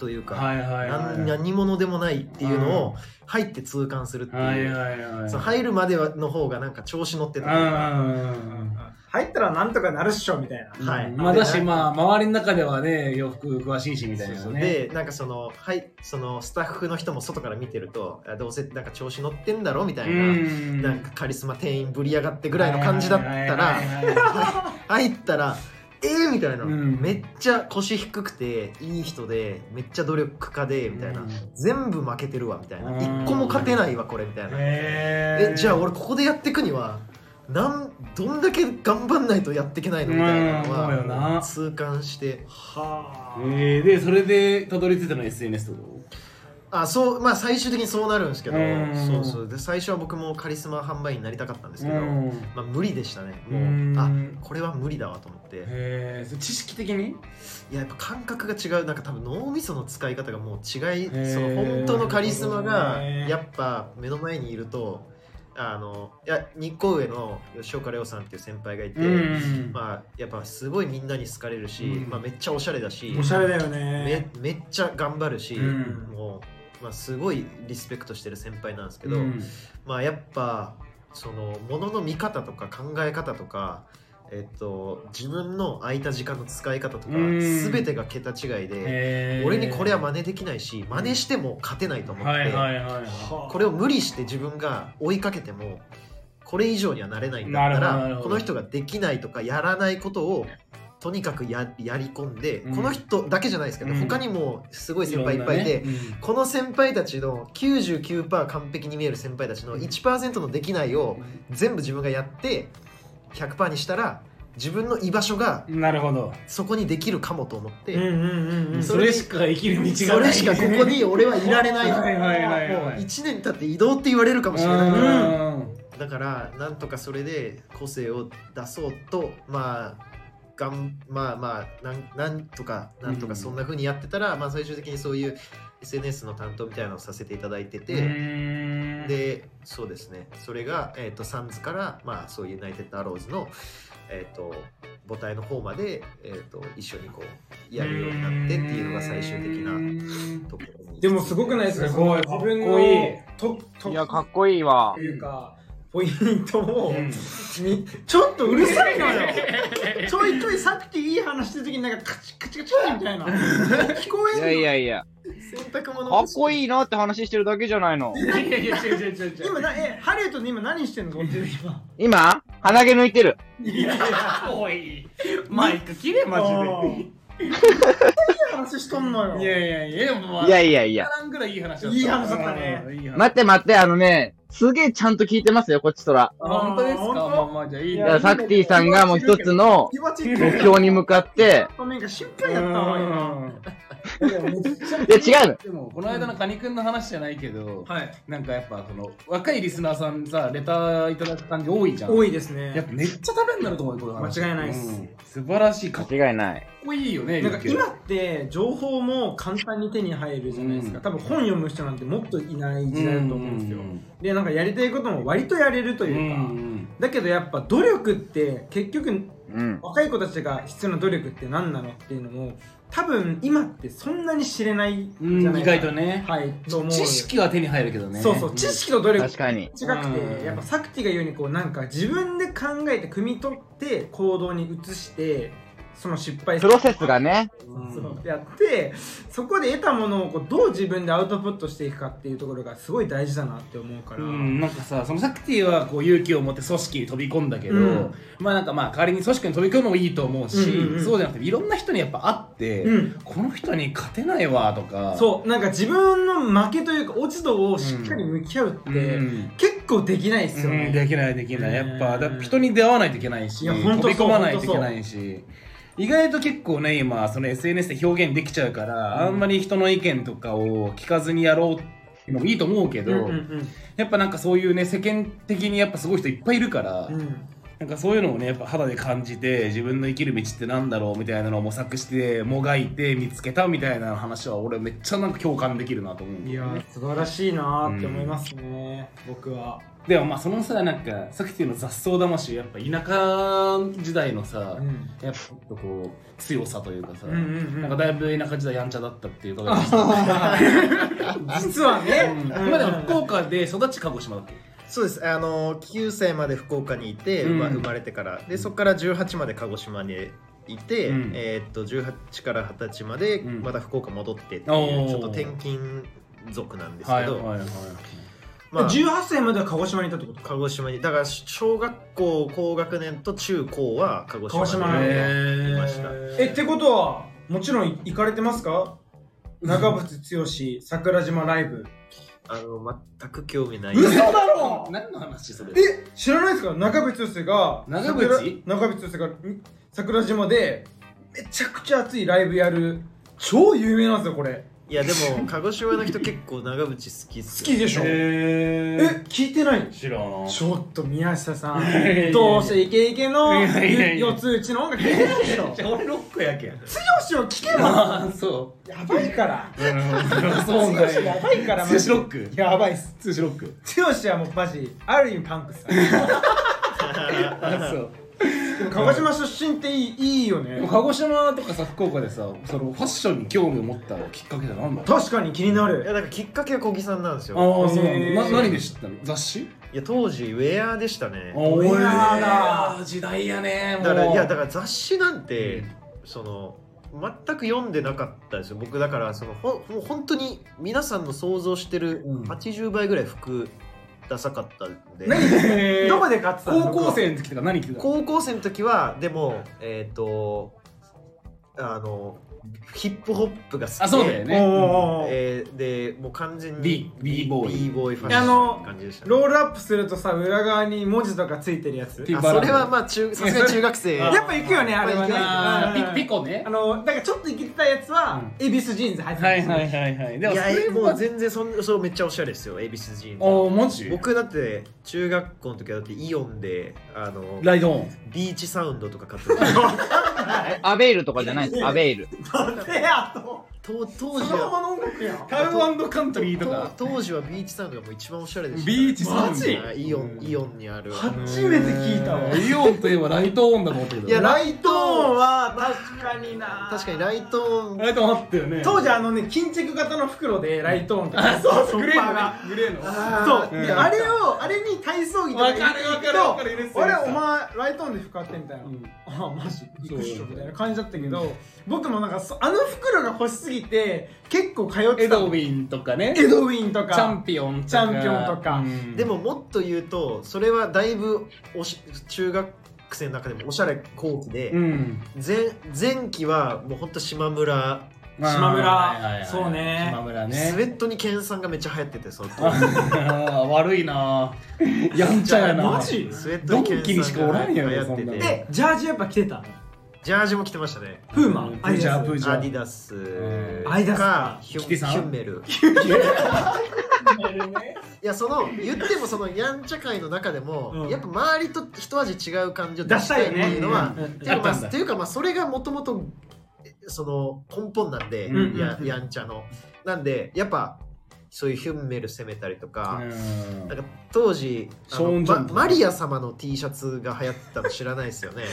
A: というか、
C: はいはいは
A: なん
C: い
A: 何者でもないっていうのを入って痛感するって
C: はい
A: いう、
C: はいはい
A: その入るまではの方がなんか調子乗ってたというか
C: うん
D: 入ったらなんとかなるっしょみたいな
A: はい
C: まあだし
A: で
C: まあ周りの中ではね洋服詳しいしみたいな
A: そうそう
C: ね
A: でなんかその,、はい、そのスタッフの人も外から見てるとあどうせなんか調子乗ってんだろみたいな、
C: うん
A: なんかカリスマ店員ぶり上がってぐらいの感じだったら
C: はいはいはいはい
A: 入ったらえー、みたいな、
C: うん
A: めっちゃ腰低くていい人でめっちゃ努力家でみたいな、
C: うん
A: 全部負けてるわみたいな、
C: うん
A: 一個も勝てないわこれみたいな、
C: え
A: えじゃあ俺ここでやってくにはなんどんだけ頑張んないとやっていけないのみたいなの
C: うんそうよな
A: は痛感して
D: はあ、
C: えー、でそれでたどり着いたの SNS ってこ
A: あそうまあ最終的にそうなるんですけど
C: うん
A: そうそうで最初は僕もカリスマ販売員になりたかったんです
C: と
A: けど、
C: うん
A: まあ、無理でしたねもう
C: うん
A: あこれは無理だわと思って
C: へえ知識的に
A: いややっぱ感覚が違うなんか多分脳みその使い方がもう違いそ
C: ー
A: の本当のカリスマが
D: なるほどね
A: やっぱ目の前にいるとあのいや日光上の吉岡亮さんっていう先輩がいて、
C: まあ
A: まあやっぱすごいみんなに好かれるし、
C: うん
A: まあ、めっちゃおしゃれだし
D: おしゃれだよ
A: め
D: ね
A: めっちゃ頑張るし、
C: うん
A: もう、まあ、すごいリスペクトしてる先輩なんですけ
C: け
A: ど、
C: ど、
A: まあやっぱそのものの見方とか考え方とかえっと自分の空いた時間の使い方とか
C: うん
A: 全てが桁違いで俺
C: 俺
A: に
C: に
A: こ
C: こ
A: れ
C: れ
A: は
C: は
A: 真似できないし真似しても勝てないと思って、
C: いは
D: はあ
A: これを無理して自分が追いかけてもこれ以上にはなれないんだった
C: なるほどなる
A: ら
C: ほ
A: こ
C: ど
A: の人ができないとかやらないことをとにかくややり込んで、
C: うん
A: この人だけじゃないですけど、
C: うん
A: 他にもすごい
C: い
A: 先輩
C: 先輩
A: い
C: い
A: っ
C: っ
A: ぱ
C: ぱ
A: いい
C: い
A: て、
C: で、
A: この先輩たちの99%完璧に見える先輩たちの1%のできないを全部自分がやって100%にしたら自分の居場所が
C: なるほど、
A: そこにできるかもと思って、
D: うんうんうんうん
A: そ
C: そ
A: れ
C: れしか生きる道がない
A: それしかここに俺はいられない
C: はいはいはいはい
A: もう1年経って移動って言われるかもしれない、
C: うん
A: だからなんとかそれで個性を出そうとまあがんまあまあなんなんとかなんとかそんな風にやってたら、まあ最終的にそういう SNS の担当みたいなのをさせていただいてて、
C: うん
A: でそうですねそれが、えー、とサンズから、まあ、そういうユナイテッドアローズの、えー、と母体の方まで、えー、と一緒にこうやるようになってっていうのが最終的なところに
D: でもすごくないですか
C: すごい
D: その自分
C: かっこいい
D: のとと
B: いや、かっこいいわ
D: と。いうかポイントを、
C: うん
D: にちょっとうるさいのよ ちょいちょいさっきいい話してる時になんかカチカチカチみたいな聞こ
B: い
D: えん
B: や
D: の
B: いやいや、
A: 洗濯物
B: かっこ
A: い
B: いいなって話してるだけじゃないの。
C: いやいやいや違う違う違う違う
D: 今なえハリウッドで今何してんのって今
B: 今、鼻毛抜いてる。
C: いやおいマイク切れマジ
D: いい話しとんのよ
C: でいやいやいやでもまあ
B: いやいやいや
C: わ。からんぐらいいい話だった
D: いい話だったね
C: うんいい話
B: 待って待って、あのね、すげえちゃんと聞いてますよ、こっちとら。
C: あ本当ですか
D: 本当
C: まあまあじゃあいい
D: い
B: だ
C: ね
D: や
B: からサクティさんがもう一つの
D: 気持ちいい
B: 目標に向かって、
D: なんか心配やったわ今
B: いや違うの。
C: でもこの間のカニ君の話じゃないけど、
D: はい
C: なんかやっぱその若いリスナーさんさレターいただく感じ多いじゃん
D: 多いです
C: やっ
D: ね
C: ぱめっちゃためになると思うよこの話
D: 間違いないっす
C: ん素晴らしいかっ
B: 間違いない。
C: こいいよね
D: なんか
C: リュウ
D: 今って情報も簡単に手に入るじゃないですか、
C: うん
D: 多分本読む人なんてもっといない
C: キュ
D: 時代だと思うんですよ、でなんかやりたいことも割とやれると
C: う
D: いうか、
C: ん
D: だけどやっぱ努力って結局
B: うん。
D: 若い子たちが必要な努力って何なのっていうのも多分今ってそんなに知れない
C: うん
D: じゃない
C: 意外
D: か
C: とね
D: はいと思う
C: 知識は手に入るけどね
D: そうそう知識と努力
B: 確かに。
D: 違くて、
C: うん
D: やっぱさくてが言うようにこうなんか自分で考えて汲み取って行動に移してその失敗
B: プロセスがね、
C: うん
D: そうやってそこで得たものをこうどう自分でアウトプットしていくかっていうところがすごい大事だなって思うから、
C: うん、なんかさそのサクティはこう勇気を持って組織に飛び込んだけど、
D: うん
C: まあなんかまあ代わりに組織に飛び込むのもいいと思うし、
D: うんうんうん
C: そうじゃなくていろんな人にやっぱ会って、
D: うん
C: この人に勝てないわとか
D: そうなんか自分の負けというか落ち度をしっかり向き合うって、
C: うん
D: 結構できないですよ
C: うん
D: ね、
C: できないできないやっ
D: う
C: ぱ
D: ん
C: だから人に出会わないといけないし
D: いやほんと
C: 飛
D: そう
C: び込まないといけないし意外と結構ね今その SNS で表現できちゃうから、あんまり人の意見とかを聞かずにやろうっていうのもいいと思うけど、
D: うんうん
C: やっぱなんかそういうね世間的にやっぱすごい人いっぱいいるから、
D: うんうん
C: なんかそういうのをねやっぱ肌で感じて自分の生きる道ってなんだろうみたいなのを模索してもがいて見つけたみたいな話は俺めっちゃなんか共感できるなと思うん
D: い
C: だよ
D: や
C: ね
D: ー素晴らしいなーって思いますね、僕は、
C: でもまあそのさなんかさっきの雑草魂やっぱ田舎時代のさ、
D: うん
C: やっぱこう強さというかさ、
D: うんうんうん
C: なんかだいぶ田舎時代やんちゃだったっていうか、うん、
D: 実はね、
C: 今でも福岡で育ち鹿児島だっけ
A: そうですあの9歳まで福岡にいて、
C: うん
A: まあ生まれてからでそこから18まで鹿児島にいて、
C: うん
A: えーっと18から20歳まで
C: うん
A: また福岡戻ってっていう、
C: おー
A: ちょっと転勤族なんですけど、
C: はいはいはい
A: まあ、
D: 18歳までは鹿児島にいたってことか
A: 鹿児島にだから小学校高学年と中高は鹿児
D: 鹿児島
A: 島
D: な
A: に
D: んだ
A: いました
D: えってことはもちろん行かれてますか長渕剛桜島ライブ
A: あの全く興味ない
D: 嘘だろ
C: 何の話それ
D: え知らないですか中渕剛が
C: 長
D: 桜
C: 渕
D: 長渕剛がん桜島でめちゃくちゃ熱いライブやる超有名なんですよこれ
A: いやで も鹿児島の人結構長渕好きっす
D: 好
A: よ
D: きでしょえ
C: え
D: 聞いてない
C: 知らん
D: ちょっと宮下さ
C: いやいやい
D: ん
C: や
D: どうせイケイケの
C: いやいやいや
D: 四つ打ちの音楽聞いてない でしょ
C: 俺ロックやけん
D: 剛を聞けば
C: ああそ
D: やばいから
C: ううんそう
D: 剛
C: なんや
D: やばいから
C: 寿司ロック
D: やばいっす
C: 寿司ロック
D: 剛はもうマジある意味パンクさ
C: あそう
D: でも鹿児島出身っていいいいよ
C: で
D: ね
C: も鹿児島とかさ福岡でさそのファッションに興味を持ったきっかけって何だろう
D: 確かに気にない
A: や
D: る
A: なんかきっかけは小木さんなんですよ
C: ああそうな
D: へ
C: ん
D: ー
C: だな何で知ったの雑誌
A: いや当時ウェアでしたね
D: おやー
C: お
D: だ
C: やー時代やねも
A: だ
C: う
A: からいやだから雑誌なんて、
C: うん
A: その全く読んでなかったですよ僕だからそのほもう本当に皆さんの想像してる
C: うん
A: 80倍ぐらい服ダサかったんで、
C: えー
D: どこで勝ってたの
C: 高校生の時とか何着てたの
A: 高校生の時はでもえっ、とあのヒップホップが好きで
C: あそうだよね
D: おー
A: えーでもう完全に
C: B- B ボーイ
A: B ボーイファッションって感じでしたね、
D: ロールアップするとさ裏側に文字とかついてるやつ
C: ピ
D: や
A: あ
C: ンバラ
A: それはまあ中さすが中学生
C: あ
D: っぱ行くよねあれはね
C: あ
D: うん
C: ーピピコね
D: あのだからちょっといけてたやつは恵比寿ジーンズ入ってた
C: はいはいはいはいでも
A: い
C: そ
A: や
C: れ
A: えもう
C: も
A: 全然そんそれめっちゃおしゃれですよ恵比寿ジーンズ
C: おおマジ
A: 僕だって中学校の時はだってイオンであの
C: ライドオン
A: ビーチサウンドとか買って た
B: アベイルとかじゃないです。アベイル。
D: なん でやと
A: と当
D: そ
A: 時
D: のまま
A: は
D: の音楽やん
C: タウンカントリーと
A: と
C: か
A: 当時はビーチサウンドがもう一番おしゃれでした
C: ビーチサウンド
A: マジイオン
C: うん
A: イオンにある
D: 初めて聞いたわ
C: イオンといえばライトオンだと思ったけど
A: いや
D: ライトーンは確かにな
A: 確かにライト
C: ライトオンあったよね
D: 当時あのね巾着型の袋でライトーンとか
C: グレーのねグレーの
D: そう、
C: うん
D: であれをあれに体操着とか入れていく
C: わかるわかるわかる入れて
D: と
C: た
D: あれお前ライトオンで服買ってみたいな、
C: うん
D: ああマジ行くっしょ
C: そう
D: みたいな感じだったけど、僕もなんかそあの袋が欲しすぎて結構通ってた
C: エドウィンとかね
D: エドウィンとか
C: チャンピオンとか
D: チャンピオンとか
C: うん
A: でももっと言うとそれはだいぶおし中学生の中でもおしゃれ後期で、
C: うん
A: 前前期はもうほんと島村
D: 島村
C: はいはいはい
D: そうね
C: 島村
A: スウェ
C: ね
A: ットに研さんがめっちゃ流行っててその当時
C: あー悪いなやんちゃやな
D: マジ
A: スウェットに
C: ドンキにしかおらんやろ
A: やって
C: そん
A: て
C: なの
D: でジャージやっぱ着てた
A: ジャージも着てましたね
D: プーマ
C: うん
D: アイ
C: プージャ
D: ダ
C: ープ
D: ス
C: ージャー
A: アディダス
C: うん
D: アディダス
A: か
D: か
A: ヒュン
C: キティさん
A: ヒュンメルいやその言ってもそのやんちゃ界の中でも、
D: うん
A: やっぱ周りと一味違う感じを出したいっていうのは、
D: 出
A: っ
D: した
A: て
D: い
A: い
C: よね
A: うかま
C: あったん
A: あ
C: だ
A: っていうかまあそれがもともとその根本なんで、
C: うん
A: ややんちゃのなんでやっぱそういうヒュンメル攻めたりとか、
C: うん
A: なんか当時あ
C: ショー
A: の
C: ンジョ
A: マ
C: ンとか
A: マリア様の T シャツが流行ったの知らないですよね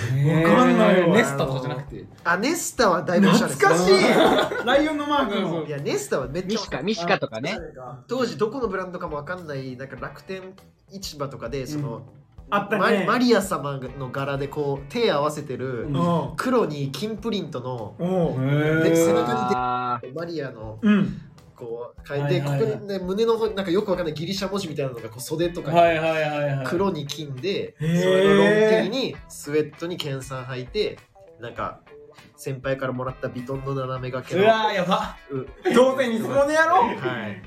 D: わかんない わ
C: ネスタとかじゃなくて
A: あネスタはだいぶおしゃれ
D: 懐
A: ですね
D: かしいライオンのマーク
C: そう
D: の
A: いやネスタはめっち
B: ミ
A: ゃ
B: シカ、ミシカとかね。
A: 当時どこのブランドかもわかんないなんか楽天市場とかでその、
D: あった
A: マリ
D: ね
A: マリア様の柄でこう手合わせてる
C: うん
D: お
A: 黒に金プリントの
D: うおう
A: で背中に
B: あ
A: マリアの
D: うん
A: こう書いて、
C: はいはいはい
A: ここにね胸の方になんかよくわかんないギリシャ文字みたいなのがこう袖とかに、
C: はいはいはいはい
A: 黒に金でそ
D: へー
A: れのロン T にスウェットに研鑽履いてなんか先輩からもらったビトンの斜め掛け
C: う
A: の
C: わーやば
A: う
D: 当然にそのねやろ
A: はい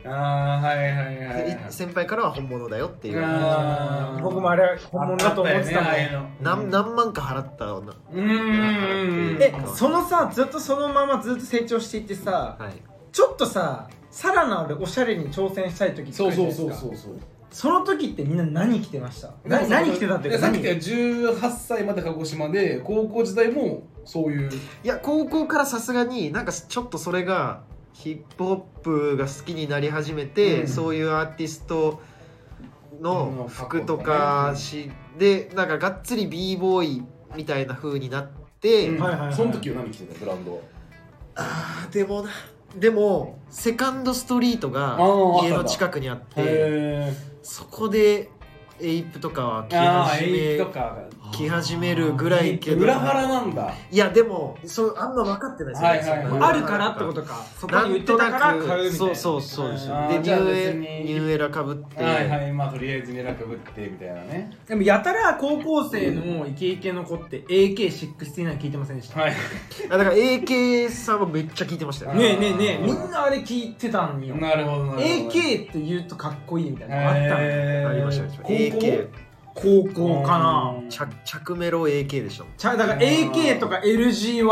C: あーはいはいはいはい
A: でい先輩からは本物だよっていう
C: あー
D: 僕もあれ本物だと思ってたもん
C: あよねああいう
A: 何
C: の
A: 何万か払ったな
C: うーん
D: えそのさずっとそのままずっと成長していってさ
A: はい
D: ちょっとささらなるおしゃれに挑戦したい時って
C: そうそうそう
D: 来るじゃないです
C: そうそ
D: か
C: う
D: その時ってみんな何着てましたな何着てたってい
C: いうや
D: か
C: さっきから18歳まで鹿児島で高校時代もそういう
A: いや高校からさすがになんかちょっとそれがヒップホップが好きになり始めて、
C: うん
A: そういうアーティスト
C: う
A: の
C: ん
A: 服とかしでなんかがっつり b ボーイみたいな風になって、
D: はいはいはい
C: その時は何着てたブランドは
A: あーでもなでもセカンドストリートが
C: あー
A: 家の近くにあって
C: へ
A: そこでエイプとかは来
C: ああ
A: 始
C: エイ
A: め
C: プとか
A: 来始めるぐらいけど
C: 裏腹なんだ
A: いやでもそうあんま分かってないですよ
C: はいはいはい
A: そんな
D: あるからってことかそこ
A: な
D: に言っ
A: ん
D: て
A: と
D: た
A: な
D: か
A: く
D: ら買うみたいな
A: そうそうそうです
C: あ
A: よ
C: ー
A: でニ
C: じゃあ
A: ューエ
C: 別に
A: ニューエラかぶって、
C: はいはいまあとりあえず狙くぶってみたいなね
D: でもやたら高校生のイケイケの子って AK69 聞いてませんでした、
C: はい
A: あだから AK さんはめっちゃ聞いてましたよ、
D: ねえねえねえみんなあれ聞いてたんよ
C: なるほどなるほど
D: AK って言うとかっこいいみたいなのあったの
C: えー
A: ありましたね
D: 高校
A: AK
D: 高校かな
C: うん
A: 着着メロ AK でしょ
D: ちゃうだから AK とか LGY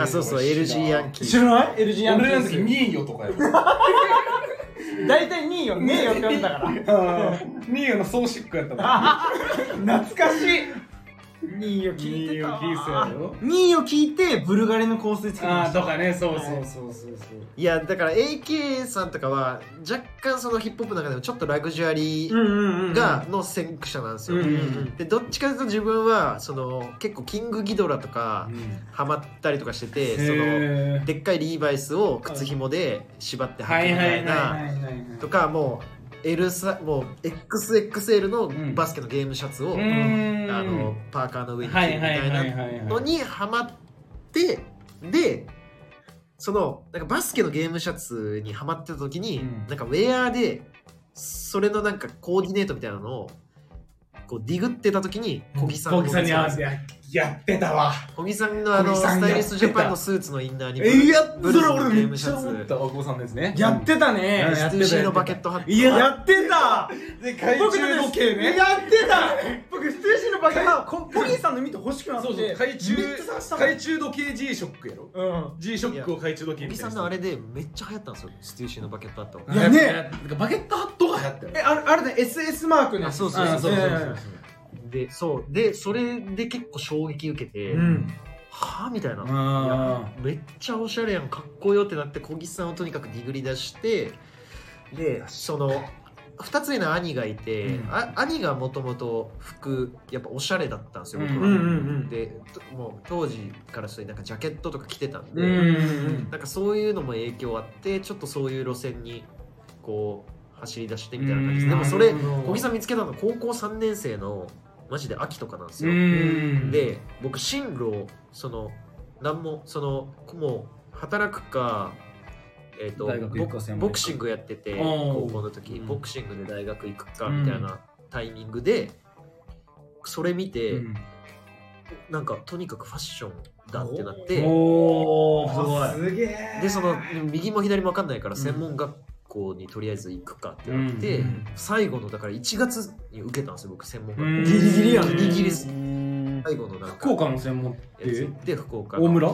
A: あそうそう LG ヤンキ
D: 知
A: ー
D: らない ?LG ヤンキ
C: 俺らの時
D: ー
C: 2位よとかよ
D: ス大体2位よねえよって言われたから
C: 2位よのソーシックやったもん
D: 懐かしい2位を聞いてたわ
C: 二位を聞いてたよ
D: 2位を聞いてブルガリの香水つけてま
C: あ
D: し
C: と
D: た
C: かねそうそうそうそうそう
A: いやだから AK さんとかは若干そのヒップホップの中でもちょっとラグジュアリ
D: うん
A: ー
D: うんうん
A: がの先駆者なんです
D: うん
A: よ、
D: うんうん
A: でどっちかというと自分はその結構キングギドラとかハマったりとかしててその
C: へー
A: でっかいリーバイスを靴紐で縛って
C: は
A: 履くみ
C: いは
A: た
C: いは
A: い
C: いは
A: ない
C: はい
A: とかもう L サもう XXL
C: ん
A: のバスケのゲームシャツを、
C: うーん
A: あのパーカーの上に着
C: は
A: る
C: い
A: み
C: は
A: た
C: い
A: い
C: はい
A: な
C: はい
A: のにハマってでそのなんかバスケのゲームシャツにハマってた時に、
C: うん
A: なんかウェアでそれのなんかコーディネートみたいなのをこうディグってた時に小木さんの
C: 小木さんに合わせてややってたわ
A: 小木さんのあの
C: 小木さん
A: ス
C: やってた
A: タイリストジャパンのスーツのインナーに
C: えいや
A: ブ
C: そ
A: ル
C: れ
A: ー
C: 俺
A: のゲー
C: めっ
A: ムシ
C: ち
A: ャ
C: ゃ思っ
A: ツ
C: たお子さんですね
D: やってたね
C: うん
D: やっ
A: STC のバケットハット
C: いや
D: やってた
C: で怪
D: 僕
C: 獣
D: の
C: 時計ね
D: やってた僕ステージのバカなこポギーさんの見て欲しくなって
C: そうそう怪獣
D: めっちゃ探したもん
C: 懐中時計 G ショックやろ
D: うん、
C: G ショックを懐中時計
A: 小木
C: みたい
A: さ
C: に
A: んのあれでめっちゃ流行ったんですよ STC のバケットハット
D: いや
C: な
D: ね
C: んかバケットハットが流行ったよ
D: えあれあれね SS マークね
A: あそうそう
C: あ
A: そ
C: ー
A: う
C: そうそうそう
A: でそうでそれで結構衝撃受けて、
D: うん
A: はあみたいな、
C: あ
A: めっちゃおしゃれやんかっこよってなって小木さんをとにかくディグり出してでその2つ目の兄がいて、
C: うん
A: あ兄がもともと服やっぱおしゃれだったんですよ、僕
D: う
A: は
D: んうんうん
A: でともう当時からそういうなんかジャケットとか着てたんで、
D: うんうん
A: なんかそういうのも影響あってちょっとそういう路線にこう走り出してみたいな感じです、
C: うん
A: でもそれ
C: なるほど
A: 小木さん見つけたの高校3年生のマジで秋とかなんです
C: う
A: よ、
C: ん
A: で僕進路をその何もそのもう働くかえっ、と
C: 大学行くか専門行くか
A: ボボクシングやってて
C: おー
A: 高校の時
C: うん
A: ボクシングで大学行くかみたいなタイミングでそれ見て、
C: うん
A: なんかとにかくファッションだってなって
C: おーす
D: あ
C: ごい
D: すげえ
A: でその右も左も分かんないから
C: うん
A: 専門学校にとりあえず行くかってなって、
C: うん
A: 最後のだから1月に受けたんですよ僕専門学校、
C: うん
D: ギリギリや
A: ギ
D: ん
A: リギリです
C: うん
A: 最後のなんか
C: 福岡の専門っ
A: やつ
C: て
A: で福岡の
C: 大村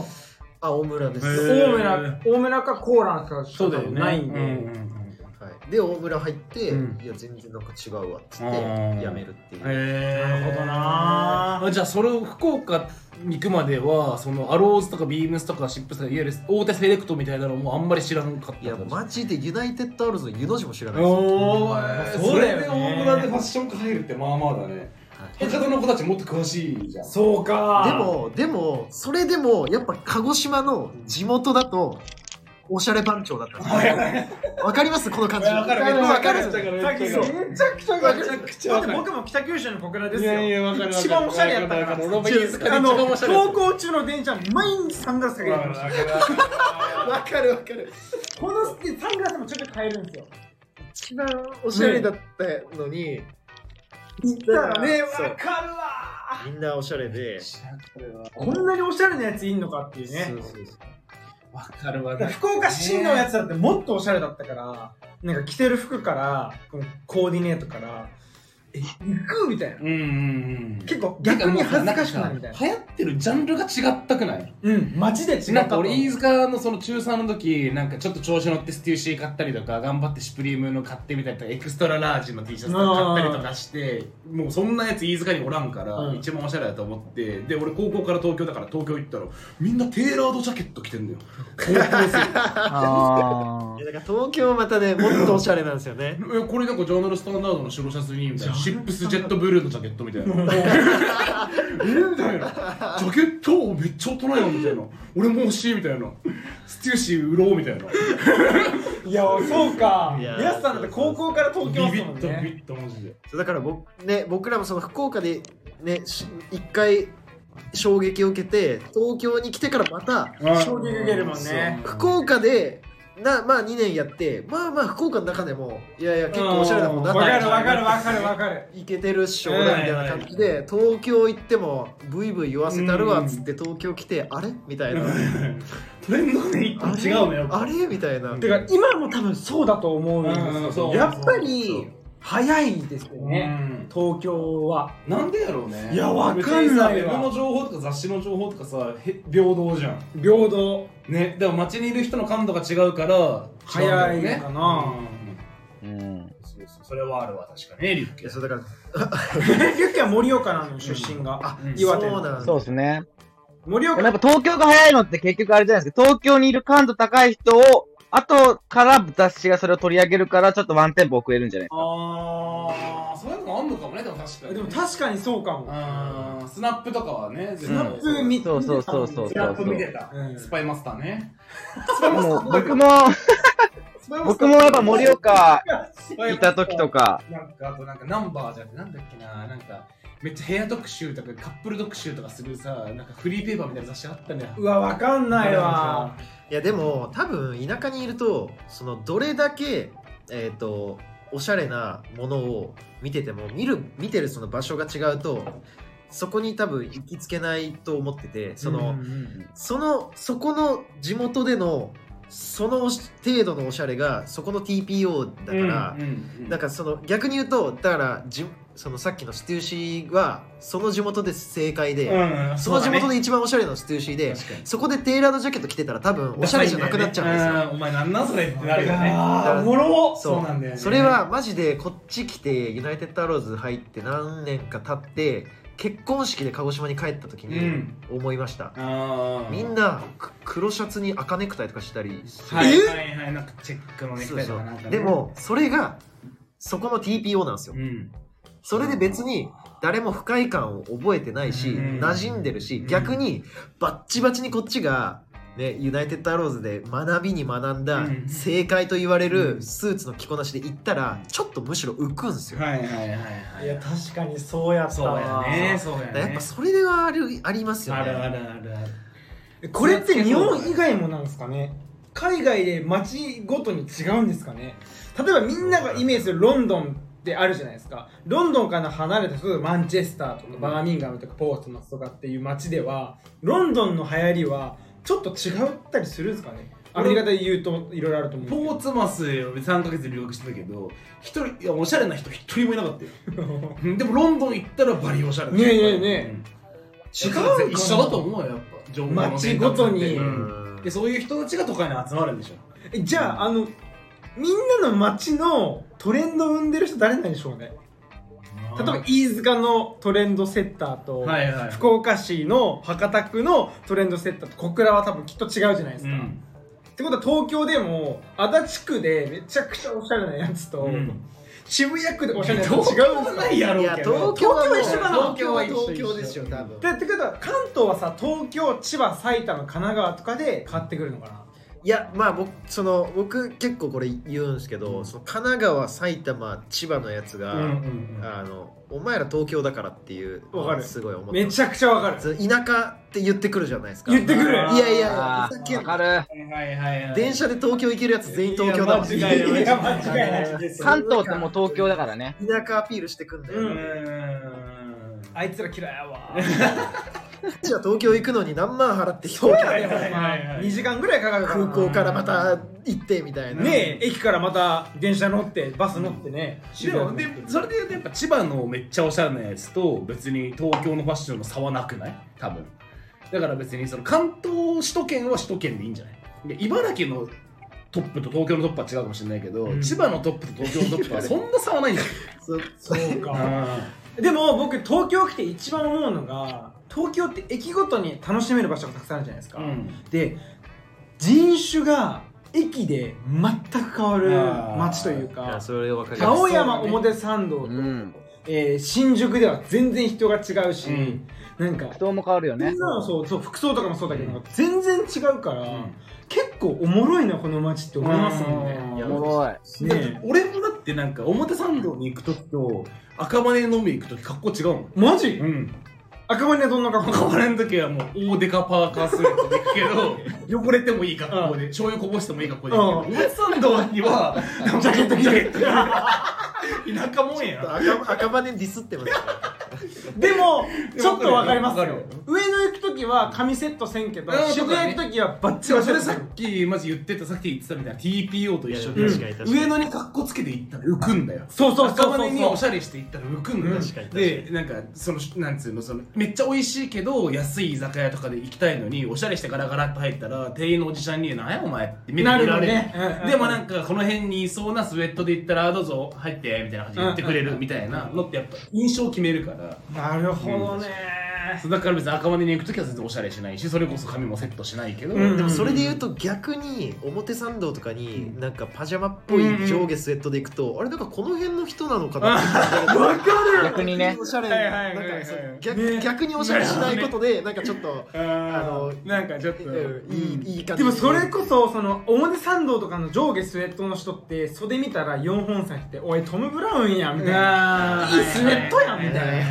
A: あ大村です、
C: へー
D: 大村大村かコーランかしか
C: そう
D: 多
C: だよ
D: 分
C: ね
D: ないんで、
C: うんうん
A: はい、で大村入って、
C: うん
A: いや全然なんか違うわっつ
C: あ
A: っ
C: ー
A: て辞めるっていう、
C: へー
D: なるほどな
C: あじゃあそれを福岡に行くまではそのアローズとかビームスとかシップスとかいわゆる大手セレクトみたいなのもあんまり知らなかった
A: いやマジでユナイテッドアローズの湯の字も知らないですよ
C: お
D: ー
C: ー
D: そうだよね
C: それで大村でファッション科入るってまあまあだ
A: は
C: ね
A: い
C: え方の子たちもっと詳しいじゃん
D: そうか
A: でもでもそれでもやっぱ鹿児島の地元だとおしゃれ番長だったんですよわかりますこの感じ
C: わかる
A: わか
C: わかる
A: る
D: さっき
C: そう
D: めちゃくちゃわかる
C: めちゃくちゃわかる
D: だって僕も北九州の小倉ですよ
C: やわか
D: 一番おしゃれやったから
C: 俺も飯塚で
D: あ
C: 一
D: の
C: 番おしゃれやった
D: 登校中の電車毎日サングラスかけてました
A: わかるわかる
D: このスキサングラスもちょっと変えるんですよ
A: 一番おしゃれだったのに、
D: 行ったらねわ
A: そう
D: かるわ
A: みんなおしゃれで
D: こんなにおしゃれなやついんのかっていう
A: そ
D: ね
A: うそうそう
C: わかるわかる
D: 福岡市のやつだってもっとおしゃれだったからなんか着てる服からこのコーディネートからえ行くみたいな
C: うんうんうん
D: 結構逆に恥ずかしくなるみたいな
C: 流行ってるジャンルが違ったくない
D: うん街で違った
C: なんか俺飯塚のその中3の時なんかちょっと調子乗ってステューシー買ったりとか頑張ってシュプリームの買ってみたりとかエクストララージの T シャツとか買ったりとかしてもうそんなやつ飯塚におらんから、
D: うん
C: 一番おしゃれだと思ってで俺高校から東京だから東京行ったらみんなテーラードジャケット着てんだよ高校
B: あ
A: いやだから東京またねもっとおしゃれなんですよね
C: 生えこれなんかジャーナルスタンダードの白シャツにみたいなチップスジェットブルーのジャケットみたいな。えみたいな。ジャケットめっちゃ大人やんみたいな。俺も欲しいみたいな。ステューシー売ろうみたいな。
D: いやそうか
A: いや
D: 皆さんだって高校から東京
C: ビ
D: っ
C: ビ
D: すもん
C: ッとビ
D: ね
C: ビッとマジで。
A: そうだから僕,、ね、僕らもその福岡でねし一回衝撃を受けて東京に来てからまた
D: 衝撃受けるもんね
A: 福岡でなまあ2年やってまあまあ福岡の中でもいやいや結構おしゃれなもんな
D: わ
A: って
D: かるわかるわかるわかる
A: いけてるっしょ俺らみたいな感じで東京行ってもブイブイ言わせたるわっつって東京来てあれみたいな
C: トレンドが一個違うのよ。
A: あれみたいな
D: てか今も多分そうだと思うん
C: うんうん
D: です
C: そ
D: よ
C: う
D: やっぱ
A: そう
D: り早いですよね
C: ね
D: 東京は
C: なんでやろうね
D: いやわかんないわ
C: 別にさウェブの情報とか雑誌の情報とかさへ平等じゃん
D: 平等
C: ねでも街にいる人の感度が違うから
D: 早い
C: ね
D: のかな
B: うん。
C: そうそうそれはあるわ確かにねリュッ
A: い
C: ケ
A: やそうだから
D: ゆっきは盛岡なの出身が
A: あ
C: うん
A: そ
D: 岩
A: う
D: 手
A: なん
B: そうですね。
D: 盛
B: でもや
D: 岡
B: っぱ東京が早いのって結局あれじゃないですか。東京にいる感度高い人を、後から雑誌がそれを取り上げるから、ちょっとワンテンポ遅れるんじゃない
C: ああそういうのもあんのかもねでも確かに
D: でも確かにそうかも
C: あースナップとかはねス
D: スナップ見
B: そうそうそうそう
D: 見
C: ス
D: て
C: ナ
D: たもん
C: ップ見てた、
D: うん
C: スパイマスターね
B: もう僕も、
C: スパイマスタ
B: 僕
C: ー
B: もやっぱ盛岡
C: スパイマ
B: い
C: スタ
B: た
C: ー
B: 時とか、
C: なんかあとなんかナンバーじゃなくてなんだっけななんかめっちゃ部屋特集とかカップル特集とかするさなんかフリーペーパーみたいな雑誌あったね
D: うわわかんないわ
A: いやでも多分田舎にいるとそのどれだけえっ、とおしゃれなものを見てても見る見てるその場所が違うとそこに多分行きつけないと思っててその、
D: うんうん
A: そのそこの地元でのそのおし程度のおしゃれがそこの TPO だから、なんかその逆に言うとだからじそのさっきのステューシーはその地元で正解で、
C: うん
A: その地元
C: で
A: で一番おしゃれなステューシーで
C: 確かに
A: そこでテーラードジャケット着てたら多分おしゃれじゃなくなっちゃうんですよ。
C: お前なんなんそれってなる
D: い
C: よ
D: や
C: ね
D: ーおもろ
A: そう
C: そうなんだよね
A: それはマジでこっち来てユナイテッドアローズ入って何年か経って結婚式で鹿児島に帰った時
C: う
A: に
C: ん
A: 思いました、
C: あー
A: みんなく黒シャツに赤ネクタイとかしたりして
C: はいはいはいなんかチェックのネク
A: そ
C: タ
A: う
C: イ
A: そ
C: とか
A: う
C: なんかね
A: でもそれがそこの TPO なんですよ
C: うん
A: それで別に誰も不快感を覚えてないし
C: うん
A: 馴染んでるし
C: うん
A: 逆にバッチバチにこっちがね、ユナイテッドアローズで学びに学んだ
C: うん
A: 正解と言われ
C: う
A: る
C: ん
A: スーツの着こなしで行ったらちょっとむしろ浮くんですよ
C: はいはいはいはい
D: いや確かにそうやった
C: そうや
D: わ
C: ねそうやね
A: やっぱそれではあるありますよね
C: あるあるあるある
D: これって日本以外もなんですかね海外で街ごとに違うんですかね例えばみんながイメージするロンドンってあるじゃないですかロンドンから離れた例えばマンチェスターとかバーミンガムとかポーツマスとかっていう街ではロンドンの流行りはちょっと違ったりするんですかねアメリカで言うといろいろあると思
C: ポ
D: うん
C: ーツマス3ヶ月留学してたけど一人いやおしゃれな人一人もいなかったよ
D: ですけ ど
C: うんでもロンドン行ったらバリおしゃれだ
D: ねえねえねえ
C: うん
D: 違うかな
C: 一緒だと思うよやっぱ情報の伝達
D: 街ごとに
C: う
A: うんん
C: でそういう人たちが都会に集まるんでしょ
D: えじゃああのみんなの街のトレンドを生んでる人誰なんでしょうね例えば飯塚のトレンドセッターと、
C: はいはい
D: 福岡市の博多区のトレンドセッターと小倉は多分きっと違うじゃないですか。
C: うん
D: ってことは東京でも足立区でめちゃくちゃおしゃれなやつと、
C: うん
D: 渋谷区でおしゃれなやつ違う
C: 東京は
D: んですか
C: ないやろ
A: いうや
C: け
A: 東
C: ど
A: 京はもう
D: 東京は一緒かな
A: 東京は東京ですよ多分
D: でってことは関東はさ東京千葉埼玉神奈川とかで変わってくるのかない
A: やまあ僕その僕結構これ言うんですけど、その神奈川埼玉千葉のやつが、
C: うんうんうん
A: あのお前ら東京だからっていうの
D: わか
A: が
D: る
A: すごい思って
D: め
A: ます
D: ちゃくちゃわかる
A: その田舎って言ってくるじゃないですか
D: 言ってくる
A: いやいやいや
B: あ
A: ふざ
B: ー
A: けん
B: わ
A: な
B: かる。
C: はいはいはい
A: 電車で東京行けるやつ全員東京だもん
C: いや間違いない
D: いや間違いない
B: 関東ってもう東京だからね。
A: 田舎アピールしてくんだよ、
D: う
C: うん
A: こ
D: あいつら嫌いやわ
A: っちは東京行くのに何万払って飛行機
D: や
A: 代
D: でも
C: はいはいはい
D: 2時間ぐらいかかるか
A: 空
D: らな
A: 港からまた行ってみたいな
D: ねえ駅からまた電車乗ってバス乗ってね、
C: でもでそれで言うとやっぱ千葉のめっちゃおしゃれなやつと別に東京のファッションの差はなくない多分だから別にその関東首都圏は首都圏でいいんじゃないで茨城のトップと東京のトップは違うかもしれないけど、
D: うん
C: 千葉のトップと東京のト ップはそんな差はないんじ
A: そ
D: そう
C: ゃ
D: か
C: ない
D: でも僕東京来て一番思うのが東京って駅ごとに楽しめる場所がたくさんあるじゃないですか、
C: うん
D: で人種が駅で全く変わる街という
A: いや
D: か
A: それわかります
D: 青山表参道と、
B: うん。
D: えー新宿では全然人が違うし、
C: うん
D: なんか
B: 服装も変わるよね
D: みん。なのそうそう服装とかもそうだけど、
C: うん
D: 全然違うから、
C: ん
D: 結構おもろいなこの街って思いますもんね。
B: お
C: や
B: もろい。
D: ね
C: だって俺もだってなんか表参道に行く時と赤羽飲み行く時格好違うもん
D: マジ、
C: うん
D: 赤羽はどんな格
C: 赤
D: 好
C: 羽の時はもう大デカパーカースウェットで行くけど 汚れてもいい格好で醤油こぼしてもいい格好で行くけど表参道にはジャケット着て田舎もんや
A: 赤赤羽ディスってますね
D: で
C: で
D: も
C: も
D: ちょっとわかります
C: わか
D: よ
C: るよ
D: 上野行く時は紙セットせんけど
C: うん
D: 渋谷行く時はバッチ
C: でも
D: リ
C: それさっきマジ言ってたさっき言ってたみたいな TPO と一緒
A: いや
C: で
A: 確かに確かに
C: 上野に格好つけて行ったら浮くんだよ
D: そうそうそう
C: 赤
D: そう
C: 羽におしゃれして行ったら浮くんだよ
A: 確かに確かに
C: でなんかそのなんつうのそのめっちゃ美味しいけど安い居酒屋とかで行きたいのにおしゃれしてガラガラって入ったら店員のおじちゃんに「何やお前」って目で
D: な
C: 見
D: る
C: ら
D: よ
C: れる
D: ねうんうんうん
C: でもなんかこの辺にいそうなスウェットで行ったら「どうぞ入って」みたいな感じで言ってくれるみたいなのってやっぱ印象を決めるから
D: なるほどね、
C: そうだから別に赤羽に行く時は全然おしゃれしないしそれこそ髪もセットしないけど、
D: うん
A: でもそれで言うと逆に表参道とかになんかパジャマっぽい上下スウェットで行くとあれなんかこの辺の人なのかなって分かる
B: 逆にね
A: おしゃれ
C: はいはい
A: な
C: はいはい
A: んかそう逆
D: ね
A: 逆におしゃれしないことでなんかちょっと
C: あ
A: の
C: なんかちょっと、
A: うんいいいい感じ
D: でもそれこそその表参道とかの上下スウェットの人って袖見たら4本線って「おいトム・ブラウンや」みたいな
C: あ
D: いいスウェットやんみたいな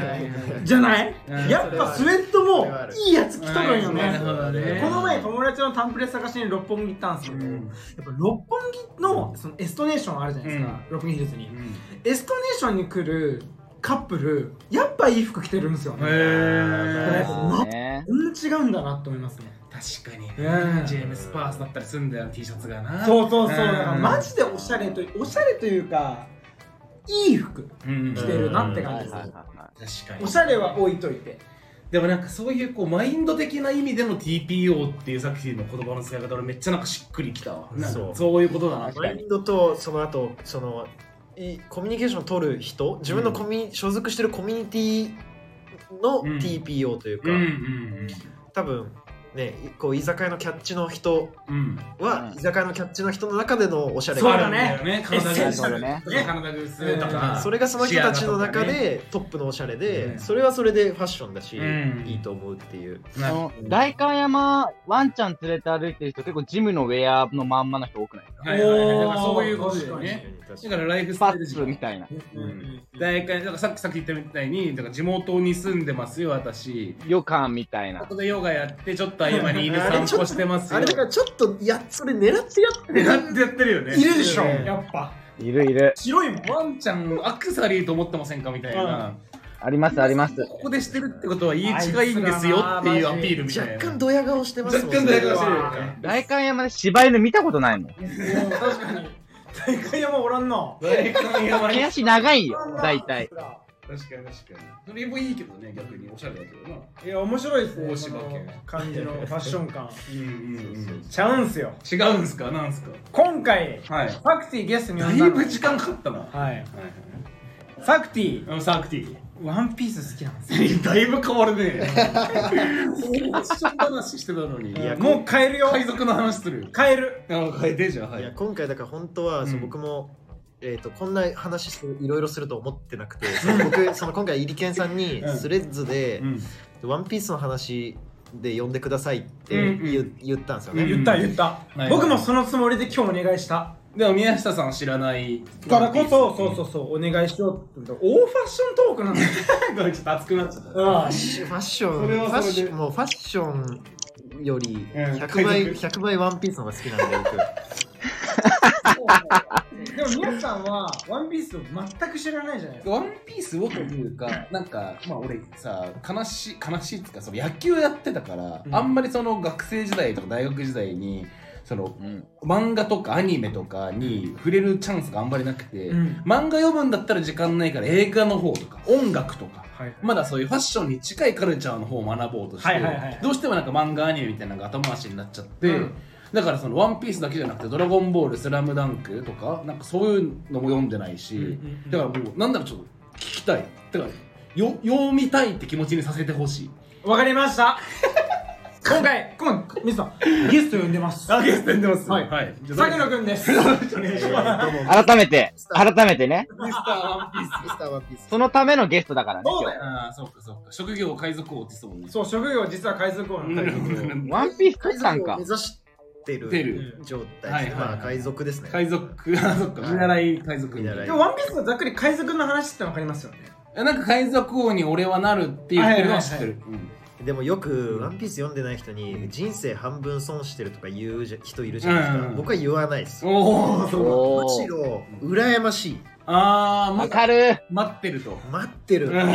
D: じゃない
C: うん
D: やっぱスウェットも
A: それはある
D: いいやつ着とるんよ
C: なる
D: ね
C: ほどね
D: この前友達のタンプレ探しに六本木行ったんですけど、やっぱ六本木のそのエストネーションあるじゃないですか、
C: うん
D: 六本木ヒルズにエストネーションに来るカップルやっぱいい服着てるんですよね、
B: そ
C: へ
D: ー
B: うね。
D: こんな違うんだなって思いますね
C: 確かに
D: うん
C: ジェームス・パースだったりすんだよ T シャツがな
D: そうそ
C: うん
D: うそう、だからマジでおしゃれというおしゃれというかいい服
C: うん
D: 着てるなって
B: はいは
D: 感
B: い
D: じです、
B: はいは
C: 確かに
D: おしゃれは置いといて
C: でもなんかそういうこうマインド的な意味での TPO っていうさっきの言葉の使い方俺めっちゃなんかしっくりきたわなんか
A: そう
C: そういうことだな
B: 確
A: マ
B: か
A: イ
B: に
A: ンドとその後そのいコミュニケーションを取る人自分のコミュニ、所属してるコミュニティの
C: うん
A: TPO というか、
C: うんうん
A: 多分ねいこう居酒屋のキャッチの人
C: うんうん
A: は、
B: うん
A: 居酒屋のキャッチの人の中でのおしゃれ
D: そう
A: がある
D: だね
C: あるんだよね体
D: エッ
C: が
D: センシャル
B: ね
C: ね体が薄いと
D: う
C: か
D: ん
A: それがその人たちの中
C: シア
A: でトップのおしゃれで、
C: うん
A: それはそれでファッションだし、
C: うん
A: いいと思うっていう
C: ナとかね
B: いあの代官山、ワンちゃん連れて歩いてる人、結構ジムのウェアのまんまの人多くないですか
C: はいはいはいだから
D: おー
C: そういうことだよね
A: 確か
C: だ
A: に
C: からライフス
B: パ
C: タイル
B: ッツみたいな。
C: うん大会だからさっきさっき言ったみたいにだから地元に住んでますよ私
B: 予感みたいな
C: こ。こでヨガやってちょっと今に犬散歩してますよ
A: あれだからちょっといやそれ狙ってやって
C: やってやってるよね
D: いるでしょ、
A: うん
D: やっぱ
B: いるいる。
D: 白いもん
C: ワンちゃんアクセサリーと思ってませんかみたいな、
B: ありますあります。
C: ここでしてるってことは家近いんですよっていうアピールみたい
A: 若
C: な
A: 干ドヤ顔してますもんね
C: 若干ドヤ顔してる
B: 代官山で柴犬見たことないもん。
D: もう確かに 大会山おらんな
C: 大観山
B: 毛
C: に
B: 足長いよ、 大体。
C: 確かに確かにそれもいいけどね逆におしゃれだけどない
D: や面白いですね
C: 大島
D: この
C: 県
D: 感じのファッション感
C: うんうんうん
D: ちゃうんすよ
C: 違うんすかなんすか
D: 今回
C: はい
D: パクティゲストに呼
C: だ
D: んだ
C: い
D: の
C: ぶ時間かかったな、は
D: はい
C: い
D: サクティ
C: はい、サークティー
D: ワンピース好きなんですよ
C: だいぶ変わるね。 一緒に話してたのに。
A: いや
D: もう買えるよ
C: 海賊の話する。
D: 買える
C: あ、変えてじゃん。はいい。
A: や今回だから本当は、そう
C: うん
A: 僕も、えー、とこんな話していろいろすると思ってなくてその僕その今回イリケンさんに
C: うん
A: スレッズで
C: う
A: 「
C: ん
A: ワンピースの話で呼んでくださいって
C: うんうん
A: 言,、言ったんですよ
C: うん
A: ね。
D: 言った言った、
C: はい
D: 僕もそのつもりで今日お願いした
C: でも宮下さん知らない。
D: だからこそそうそうそうお願いしようって思った大ファッショントークなんだよ
C: うん。これちょっと熱くなっちゃった。
D: あ
A: ファッション
C: それは
A: フ
C: そ
A: ァッ
C: れで
A: ションもうファッションより
C: うん
A: 100倍、
C: 海賊
A: 100倍ワンピースの方が好きなんで僕
D: でも皆さんは「ワンピースを全く知らないじゃないですか
C: ワンピースをというか、なんか、まあ俺さ、悲しい、悲しいっていうか、その野球やってたから、
D: うん
C: あんまりその学生時代とか大学時代に、その
B: うん。
C: 漫画とかアニメとかに触れるチャンスがあんまりなくて、
D: うん
C: 漫画読むんだったら時間ないから映画の方とか、音楽とか、
D: はい
C: まだそういうファッションに近いカルチャーの方を学ぼうとして、
D: はいはいはい
C: どうしてもなんか漫画アニメみたいなのが後回しになっちゃって、
D: うん
C: だからその「ワンピースだけじゃなくて「ドラゴンボール」「スラムダンクとかなんかそういうのも読んでないし、だからもうなんだろうちょっと聞きたいだからよ読みたいって気持ちにさせてほしい
D: わかりました今回、今回、ミスさん、ゲスト呼んでます。
E: あ、ゲスト呼んでます。
D: はい
E: はい。じゃあ
D: さくのくん です。お願いします。
A: どうも
B: 改めて、改めてね。
E: ミスターワンピース。
A: ミスターワンピース。
B: そのためのゲストだからね、
D: そう
B: 今
D: だよ。
E: ああ、そうかそうか。職業海賊王ってそうね。
D: そう、職業実は海賊王なんだけど。
B: 日。ワンピー
A: 海
B: ス取った
A: 賊
B: ん
A: を
B: か
A: 目。指して
E: 出
A: る
E: る。
A: 状
E: はい
A: 態
E: は
A: で
E: い
A: す。
E: はい
A: まあ海賊ですね。
E: 海賊、あ、そっか。見習い海賊
A: 見習い
D: でも、ワンピースはざっくり海賊の話ってわかりますよね。
E: えなんか海賊王に俺はなるって言ってるのは知ってる。
A: でもよく
E: ん
A: ワンピース読んでない人に人生半分損してるとか言うじゃ人いるじゃ
E: う
A: ない
E: ん
A: で
E: うん
A: す
E: う
A: か。
E: ん
A: 僕は言わないです。む
E: おお、そう。
B: お
A: し
B: ー。
A: ろ羨ましい。
E: ああ、ま
B: わかる。
E: 待ってると。
A: 待ってる。あ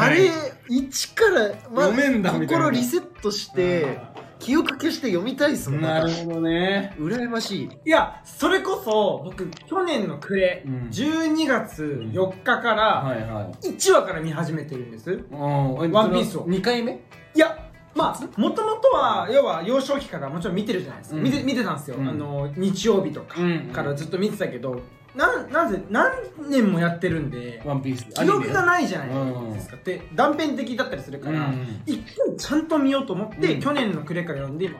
E: あ
A: れ一からま
E: 読めんだみたいな
A: 心リセットして記憶消して読みたいですもん。
E: なるほどね。
A: 羨ましい。
D: いや、それこそ、僕、去年の暮れ、
E: うん
D: 12月4日から、
E: はいはい。
D: 1話から見始めてるんです。
E: うん
D: ワンピースを
E: 2回目
D: いや、まあ、もともとは、要は幼少期からもちろん見てるじゃないですか。
E: うん
D: 見て見てたんですよ。
E: うん
D: あの、日曜日とか
E: うん
D: からずっと見てたけど、なん、なぜ、何年もやってるんで、
E: ワンピース。
D: 記憶が
E: い
D: ないじゃないですか。で、断片的だったりするか、
E: からら。
D: 一回ちゃんと見ようと思って、
E: うん
D: 去年の暮れから読んで今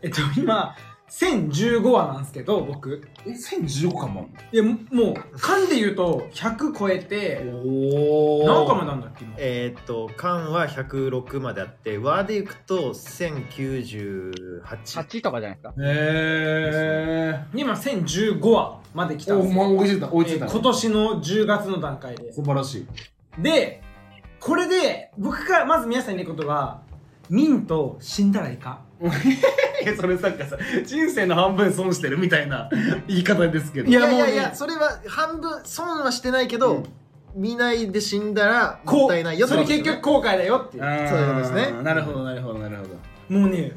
D: えっと今1015話なんですけど僕
E: え、1015巻も
D: いやももう巻で言うと100超えて
A: お
D: 何巻までなんだっけ今
A: えーっと缶は106まであって和でいくと1098
B: 8とかじゃないですか。
E: あるへ
D: 今1015話まで来
E: え。
D: たん
E: お
D: です
E: 前
D: よ
E: 追いついた、追いつ
D: え
E: いた。
D: ー今年の10月の段階で
E: 素晴らしい。
D: でこれで僕がまず皆さんに言うことはミント死んだらいかん
E: えそれなんかさ人生の半分損してるみたいな言い方ですけど
A: いや
D: もうね
A: いやいやそれは半分損はしてないけど、
E: うん
A: 見ないで死んだらも
D: こ
A: ったいないよ
D: う
A: って
D: そ
A: こ
D: れ
A: とです
D: 結
A: よ
D: 局後悔だよっていう
A: そういうことですね
E: なるほどなるほどなるほど
D: もうね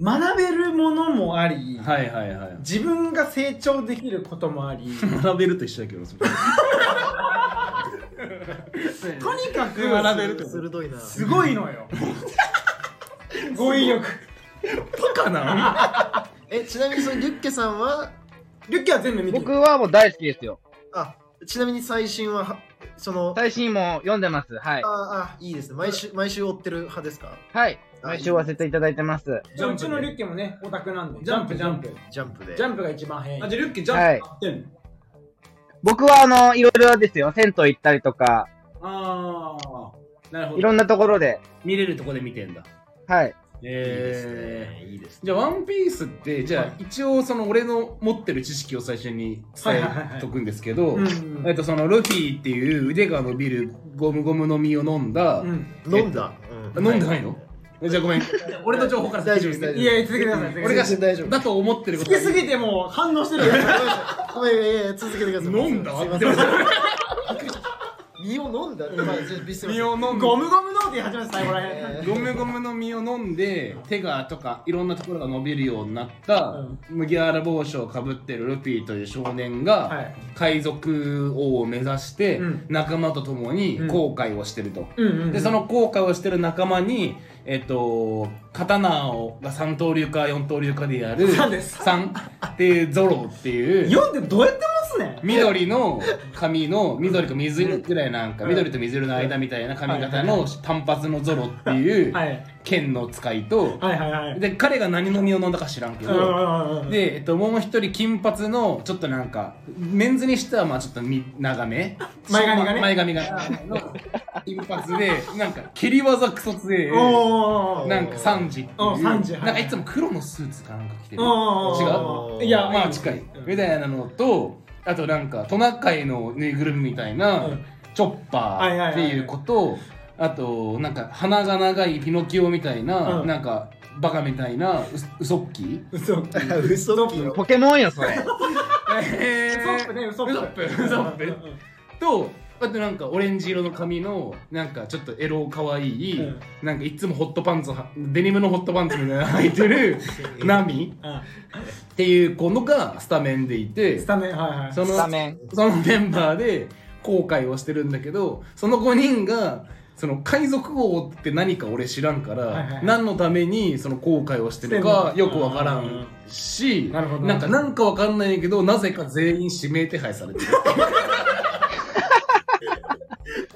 D: 学べるものもあり、
E: はいはいはい
D: 自分が成長できることもあ り
E: 学べると一緒だけどそれ
D: とにかく
E: 学べるってこと
A: 鋭いな
D: すごいの よ語彙力
E: バカな
A: えちなみにそのリュッケさんは
D: リュッキーは全部見てる
B: 僕はもう大好きですよ。
A: あちなみに最新ははそのあ
B: 最新も読んでます。はい。
A: あいいですね毎週毎週追ってる派ですか
B: はい。毎週追わせていただいてます。
D: じゃあうちのリュッキーもねオタクなんで
E: ジャンプ
D: ジャンプ
A: ジャンプで
D: ジャンプが一番早い
E: あじゃあリュッキージ
B: は
E: ャン
B: い
E: プ買ってんの
B: 僕は、あの、いろいろですよ。銭湯行ったりとか、
E: ああなるほ
B: い
E: ど
B: ろんなところで、
E: 見れるとこで見てんだ
B: はい。
A: いいです
E: ええ
A: ねいいですね
E: じゃあ、ワンピースって、じゃあ、一応、その、俺の持ってる知識を最初に伝えとくんですけど
D: う、ん
E: えっと、その、ルフィっていう腕が伸びるゴムゴムの実を飲んだ、
A: 飲んだ、う
E: 飲んでないのじゃあごめん。俺の情報から
A: 大丈夫です大
D: いや続けてください
E: 俺が
A: 全然大丈夫
E: だと思ってるこ
D: 好
E: と
D: きすぎてもう反応してるよ
A: ごめんごめんいやいや続けてください
E: 飲んだ
A: すいません身を飲んだまあちょっとびっくりし
E: 身
A: ま
E: を飲んで
D: ゴムゴムノーティー始めた最後らへん
A: え
E: ゴムゴムの実を飲んで手がとかいろんなところが伸びるようになった、
D: うん
E: 麦わら帽子をかぶってるルフィという少年が、
D: はい
E: 海賊王を目指して、
D: うん
E: 仲間と共に航海をしてると。
D: うんうんうん
E: でその航海をしてる仲間に、えっと、刀をが3刀流か4刀流かでやる
D: 三です
E: 三でゾロっていう
D: 読んでどうやってますね
E: 緑の髪の緑か水色ぐらいなんか
D: うん
E: 緑と水色の間みたいな髪型
D: はい
E: の単発のゾロっていう
D: はい
E: 剣の使いと
D: はいはいはい
E: で彼が何の実を飲んだか知らんけど
D: で
E: で、えっと、もう一人金髪のちょっとなんかメンズにしてはまあちょっとみ長め
D: 前髪がね
E: 前髪がの金髪でなんか蹴り技クソ強え
D: おー
E: なんかサンジっていう
D: うんサンジはい
E: なんかいつも黒のスーツかなんか着てる
D: おー
E: 違う
A: う
D: いや
E: まあ近いみたいなのとあとなんかトナカイのぬいぐるみみたいな
D: うん
E: チョッパ
D: はいはいは
E: ー
D: い
E: っていうことあとなんか鼻が長いピノキオみたいな
D: うん
E: なんかバカみたいなウウソッキ ー
D: 嘘
A: した嘘っぽい
B: ポケモンよ、それ。
E: え
D: ウソップねウソップ
E: ウソップウソップとあとなんかオレンジ色の髪のなんかちょっとエロ可愛い
D: うん
E: なんかいつもホットパンツをはデニムのホットパンツみたいなの履い てるナミっていう子のがスタメンでいて
D: スタメンはいはい
E: その
B: スタメン。
E: そのメンバーで後悔をしてるんだけどその5人がその海賊王って何か俺知らんから、
D: はいはい
E: 何のためにその後悔をしてるか
D: してん
E: よ
D: の
E: くわからんし
D: なるほど
E: んかなんかわかんないけ どなぜか全員指名手配されてる。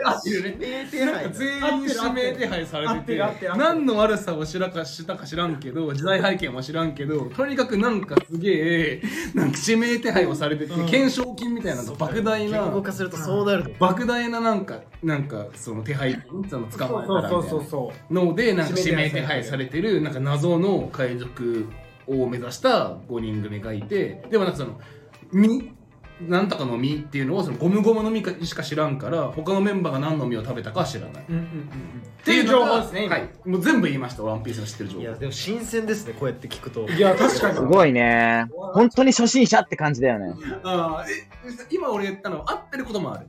E: あ
C: ってるね
A: 名手
C: なんか
A: 配
C: 全員指名手配され
D: 合って
C: てて
D: る合ってる合ってる
C: 何の悪さを知らかしたか知らんけど時代背景も知らんけどとにかくなんかすげえなんか指名手配をされてて
D: うん
C: 懸賞金みたいなのが莫大
A: 言語
C: な
A: 化するとそうなるの
C: 莫大ななんかなんかその手配金その捕まえたらみたいな
D: そうそうそうそう
C: のでなんか指名手配されてるなんか謎の海賊を目指した5人組がいてでもなんかその「み」なんとかの「み」っていうのをそのゴムゴムの実かしか知らんから他のメンバーが何の実を食べたかは知らない。
D: うんうんうんうん
C: っ
D: っていう
C: の
D: 情
C: が
D: 報ですね今
C: はい、もう全部言いましたワンピースの知ってる情
A: い
C: 報
A: やでも新鮮ですねこうやって聞くと
D: いや確かに
B: すごいね。本当に初心者って感じだよね。
C: ああえ今俺言ったの合ってることもある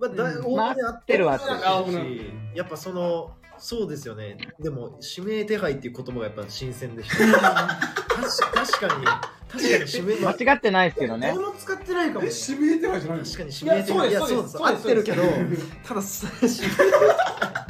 A: まあ、だい
D: うん
A: 大
B: まあ
A: 手あ
B: 合ってるは合
C: 合ってる
A: しやっぱそのそうですよねでも指名手配っていう言葉がやっぱ新鮮 でした確か確かに確かに指名
B: 間違ってないですけどね
D: 俺。も使ってないかも
C: 名手配じゃ
A: 確かに指名手配
D: いやそうですそう
A: 合
D: で
A: っ
D: す
A: てるけど
D: そうで
A: ただす指名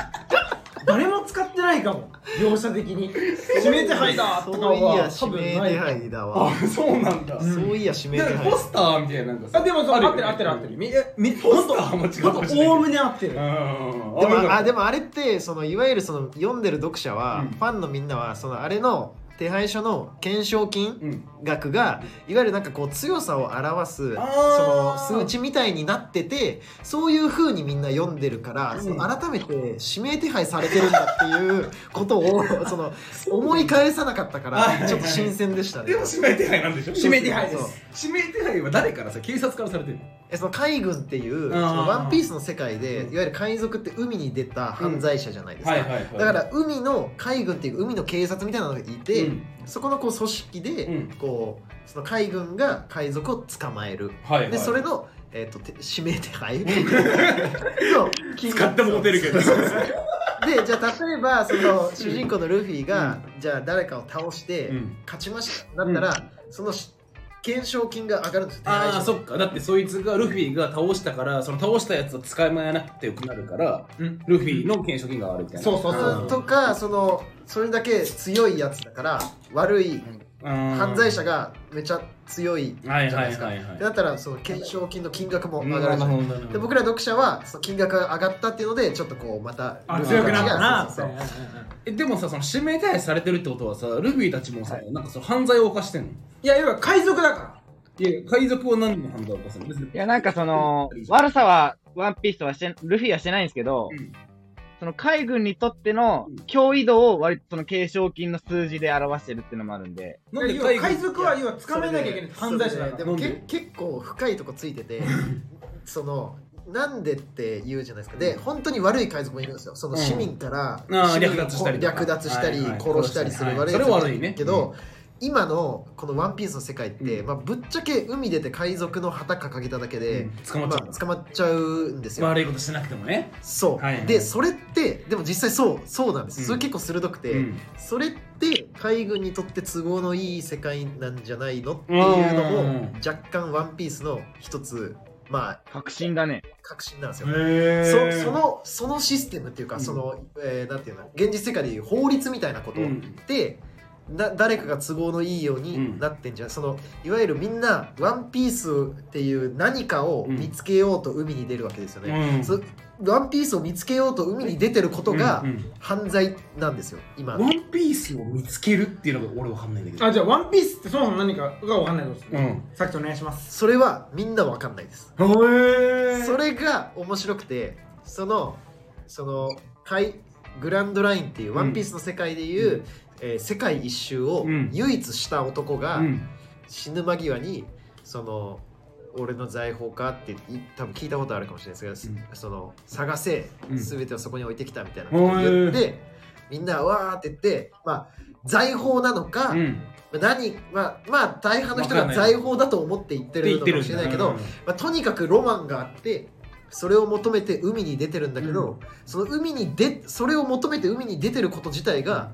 D: 誰も使ってないかも描写的に 指名手配だとか
A: そういや
D: は多
A: 指
D: 分
A: 名
D: ない
A: 手配だわ
C: あそうなんだ、
D: ん
A: そういや指名手
C: なんか
A: 配
C: ポスターみたいななんかさ
D: あでもそう
C: る
D: 合
C: よ
D: って
C: ね
D: る合ってる合ってるみえみ
C: ポ
D: ほん
C: スタ
D: と
C: ーも違うかもしれない
D: おおむね合ってる
A: でもあ
C: あ
A: でもあれってそのいわゆるその読んでる読者は、
C: うん
A: ファンのみんなはそのあれの手配書の懸賞金
C: うん、
A: 額がいわゆるなんかこう強さを表す
C: あー
A: その数値みたいになっててそういう風にみんな読んでるから、
C: うん
A: その改めて指名手配されてるんだって いうことをその思い返さなかったか
C: はいはいは
A: ら
C: い
A: ちょっと新鮮でしたね
C: で。も指名手配なんでしょ
D: 指名手配で
A: そう
D: す
C: 指名手配は誰からさ警察からされてるの
A: えその海軍っていうそ
C: あー
A: のワンピースの世界で
C: うん
A: いわゆる海賊って海に出た犯罪者じゃないですか。
C: はい
A: だから海の海軍っていう海の警察みたいなのがいて、
C: うん
A: そこのこう組織で、
C: うん
A: こうその海軍が海賊を捕まえる、
C: はいはい
A: でそれの、えー、とて指名手配の 金額
C: 使ってもうてるけど
A: でじゃあ例えばその主人公のルフィが、じゃあ誰かを倒して、
C: うん
A: 勝ちましたってなったら、そのし懸賞金が上がるんですよ手配
C: あ
A: 書
C: あそっかだってそいつがルフィが倒したからその倒したやつを使いまえなくてよくなるから
D: うん
C: ルフィの懸賞金が上がるみたいな
D: そうそうそう
A: うんとかそのそれだけ強いやつだから悪い犯
C: 犯
A: 罪者がめちゃ強いじゃ
C: は
A: ないい
C: はい
A: ですか。
C: はい
A: で
C: はい
A: だったらその懸賞金の金額も上
C: な
A: がる
C: る
A: じゃ
C: ほ
A: ん。
C: ど
A: で僕ら読者はその金額が上がったっていうのでちょっとこうまた
D: あ
A: ルール
D: 強くなっ
A: が
D: たな
A: そうそうそう
C: えでもさその指名手配されてるってことはさルフィたちもさ、なんかその犯罪を犯してんの
D: いや要は海賊だから
C: いや海賊を何の犯罪を犯すの別に
B: いや、なんかその、悪さは、ワンピースはして、ルフィはしてないんですけど、
C: うん
B: その海軍にとっての脅威度を割とその継承金の数字で表してるっていうのもあるんで、
C: なんで
D: 要は
C: 海
D: 海
C: 賊
D: 賊は要は捕まえなきゃいけない犯罪者だ
A: それで
D: から
A: でも
C: なん
A: け
C: で
A: 結構深いとこついててそのなんでって言うじゃないですかで本当に悪い海賊もいるんですよその市民から
C: うんあー
A: 市民を
C: 略奪したりとか
A: 略奪したり
C: はいはい
A: 殺したりする悪い
C: はいそれは悪いね
A: けど今のこの「ワンピースの世界って、
C: うん
A: まあ、ぶっちゃけ海出て海賊の旗掲げただけで、
C: うん捕まっち
A: ま
C: ゃ
A: あ
C: う、
A: 捕まっちゃうんですよ。
C: 悪いことしなくてもね、
A: そう、
C: はいはい
A: でそれってでも実際そうそうなんです、
C: うん
A: それ結構鋭くて、
C: うん
A: それって海軍にとって都合のいい世界なんじゃないのっていうのも
C: うん
A: 若干「ワンピースの一つまあ
B: 確信だね。
A: 確信なんですよ。
C: へ
A: そそのそのシステムっていうか、
C: うん
A: その、えーなんていうの現実世界でいう法律みたいなこと
C: う
A: っ
C: ん
A: て、な誰かが都合のいいようになってんじゃん、そのいわゆるみんな「ワンピースっていう何かを見つけようと海に出るわけですよね。
C: うん
A: そワンピースを見つけようと海に出てることが
C: うんうん
A: 犯罪なんですよ、今。
C: ワンピースを見つけるっていうのが俺わかんないんだけど
D: あじゃあワンピースってそもそも何かが分かんないことです
C: う
D: ね
C: ん
D: さっきとお願いします
A: それはみんなわかんないです。
C: へ
A: それが面白くて、その、その、海グランドラインっていう、
C: うん
A: ワンピースの世界でいう、えー世界一周を
C: うん
A: 唯一した男が、
C: うん
A: 死ぬ間際に、その、俺の財宝かってい多分聞いたことあるかもしれないですけど、その探せ
C: うん
A: 全てをそこに置いてきたみたいなことを言って、みんなわーって言って、まあ、財宝なのか、
C: うん
A: 何まあ、まあ大半の人が財宝だと思って言ってるのかもしれないけど、
C: うん
A: まあ、とにかくロマンがあってそれを求めて海に出てるんだけど、その海に出それを求めて海に出てること自体が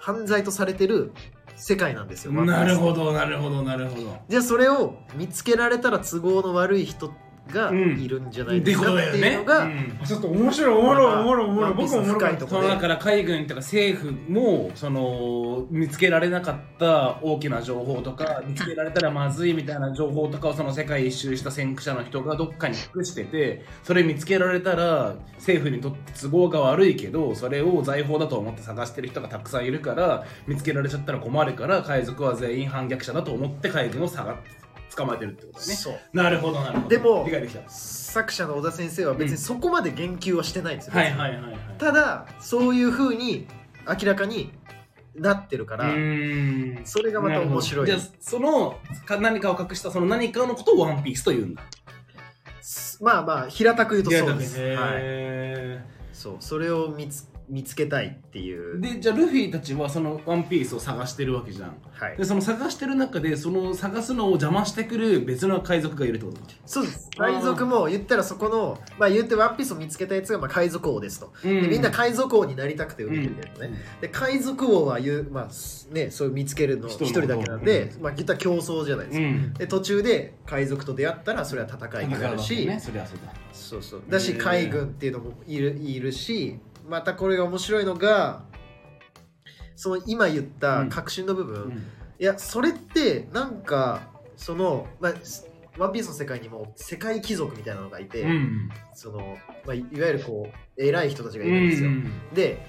A: 犯罪とされてる世界なんですよ。
C: なるほ
A: ど
C: どなるほどなるほど
A: じゃあそれを見つけられたら都合の悪い人が
E: うん
A: いるんじゃないですかっていうのが、
D: ちょっと面白い、おもろい、おもろい、おもろい。
A: また
D: 僕もおもろかっ
A: ワンピースの深いと
D: た
A: こ。
E: そのだから海軍とか政府もその見つけられなかった大きな情報とか見つけられたらまずいみたいな情報とかをその世界一周した先駆者の人がどっかに隠しててそれ見つけられたら政府にとって都合が悪いけどそれを財宝だと思って探してる人がたくさんいるから見つけられちゃったら困るから海賊は全員反逆者だと思って海軍を探捕まえてるってことだね。
A: そう
E: なるほどなるほど。
A: でも
E: 理解できた。
A: 作者の小田先生は別
E: うん
A: にそこまで言及はしてないんですよ、
E: はいはいはいはい。
A: ただそういうふうに明らかになってるから、
E: うーん
A: それがまた面白い
E: なるほどじゃあそのか何かを隠したその何かのことをワンピースというんだ
A: まあまあ平たく言うとそうですはい、
E: へ
A: そうそれを見つ見つけたいっていう
E: ーでじゃあルフィたちはそのワンピースを探してるわけじゃん
A: はい
E: で、その探してる中でその探すのを邪魔してくる別の海賊がいるってこと
A: そうです海賊も言ったらそこのまあ言ってワンピースを見つけたやつがまあ海賊王ですと、でみんな海賊王になりたくて海に出てるのね、で海賊王は言うまあねそういう見つけるの
E: 一人
A: 一
E: の
A: 人だけなんで、
E: う
A: まあ言ったら競争じゃないです
E: う
A: か、
E: ん
A: で途中で海賊と出会ったらそれは戦いになるし、
E: ね、それはそうだ
A: そうそう
E: へー
A: だし海軍っていうのもいるいるしまたこれが面白いのがその今言った核心の部分、
E: うん
A: いやそれってなんかその、まあ、すワンピースの世界にも世界貴族みたいなのがいて、
E: うん
A: そのまあ、いいわゆるこう偉い人たちが
E: う
A: いるんですよ、
E: ん
A: で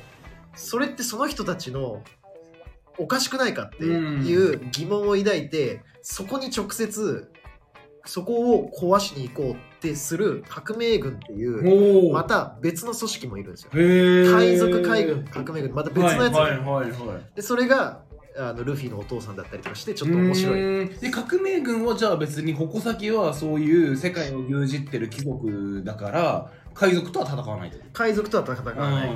A: それってその人たちのおかしくないかっていう疑問を抱いて、そこに直接そこを壊しに行こうってする革命軍っていう
E: おお
A: また別の組織もいるんですよ海
E: 海
A: 賊海軍革命軍また別のやつがいる、
E: はいはいはいはい
A: でそれがあのルフィのお父さんだったりとかしてちょっと面白い。
E: いで革命軍はじゃあ別に矛先はそういう世界を牛耳ってる貴族だから海賊とは戦わないと
A: 海賊とは戦わない、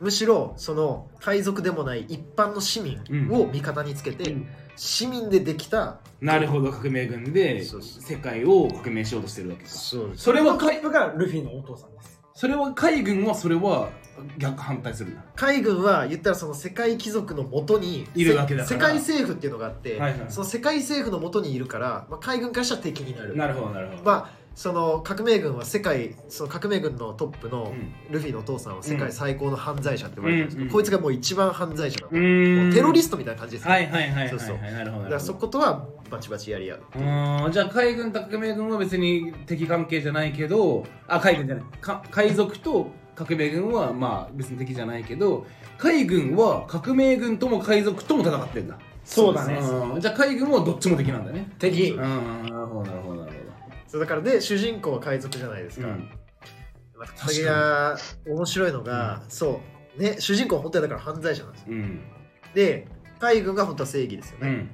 A: むしろその海賊でもない一般の市民を味方につけて、
E: うん
A: 市民でできた
E: なるほど革命軍で
A: そうそう
E: 世界を革命しようとしてるわけか
A: そう
E: それは
D: カイ
E: 海
D: プがルフィのお父さんです。
E: それは海軍はそれは逆反対するんだ
A: 海軍は言ったらその世界貴族のもとに
E: いるわけだから
A: 世界政府っていうのがあって、
E: はいはい
A: その世界政府のもとにいるから、まあ、海軍からしたら敵になる
E: なるほどなるほど、
A: まあその革命軍は世界その革命軍のトップの
E: うん
A: ルフィのお父さんは世界最高の犯罪者って言われてるんですけど、
E: うん
A: こいつがもう一番犯罪者なの、もう
E: ー
A: テロリストみたいな感じですね、
E: はいはいはいはいはい
A: そうそう
E: なるほどな
A: だか
E: る
A: ら
E: ほ
A: そ
E: ど
A: ことはバチバチやり合う
E: うーんじゃあ海軍と革命軍は別に敵関係じゃないけどあ海軍じゃないか海賊と革命軍はまあ別に敵じゃないけど海軍は革命軍とも海賊とも戦ってんだ
D: そうだね
E: うんじゃあ海軍はどっちも敵なんだね
A: 敵
E: うんなるほどなるほどなる
A: そうだからで主人公は海賊じゃないです
E: ほど、
A: か、
E: うん
A: またこれが面白いのが、そうね主人公は本当はだから犯罪者なんですよ
E: うん
A: で海軍が本当は正義ですよ
E: う
A: ね、
E: ん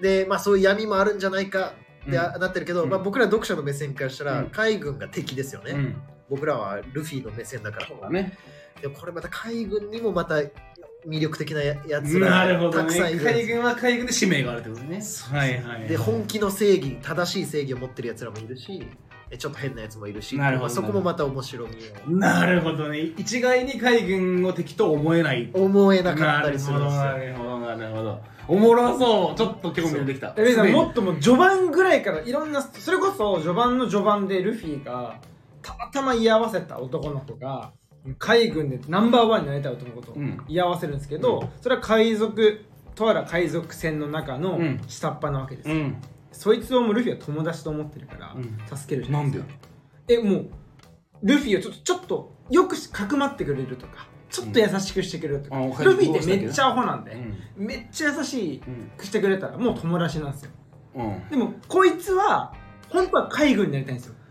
A: でまあそういう闇もあるんじゃないか
E: う
A: っ
E: ん
A: てあなってるけど、
E: うん
A: まあ、僕ら読者の目線からしたら、
E: うん
A: 海軍が敵ですよね、
E: うん
A: 僕らはルフィの目線だから
E: そうだね
A: でもこれまた海軍にもまた魅力的なややつ
E: なる
A: が
E: ほど
A: たくさんい
E: ね
A: るん
E: 海
A: ですよ
E: 軍は海軍で使命があるってことねはいはいはい
A: で本気の正義正しい正義を持ってるやつらもいるしえちょっと変なやつもいるし
E: なるほど
A: まあそこもまた面白み
E: なるほどね一概に海軍を敵と思えない
A: を思えなかったりするんですよ
E: なるほど、なるほど、なるほど。おもろそう。ちょっと興味出てきた。
D: えレイさんもっともう序盤ぐらいからいろんなそれこそ序盤の序盤でルフィがたまたま居合わせた男の子が海軍でナンバーワンになりたい男の子と
E: うん
D: 居合わせるんですけ
E: う
D: ど、それは海賊とあら海賊船の中の
E: うん
D: 下っ端なわけです、
E: うん。
D: そいつをもうルフィは友達と思ってるから
E: うん
D: 助けるじゃ
E: な
D: ない
E: ん
D: で
E: です
D: か、えもうルフィをちょっとちょっとよくしかくまってくれるとかちょっと優しくしてくれるとか、
E: うんあ
D: ルフィってめっちゃアホなんで、
E: うん。
D: めっちゃ優し
E: うん。
D: くしてくれたらもう友達なんですよ
E: うん
D: でもこいつは本当は海軍になりたいんですよ、
E: うん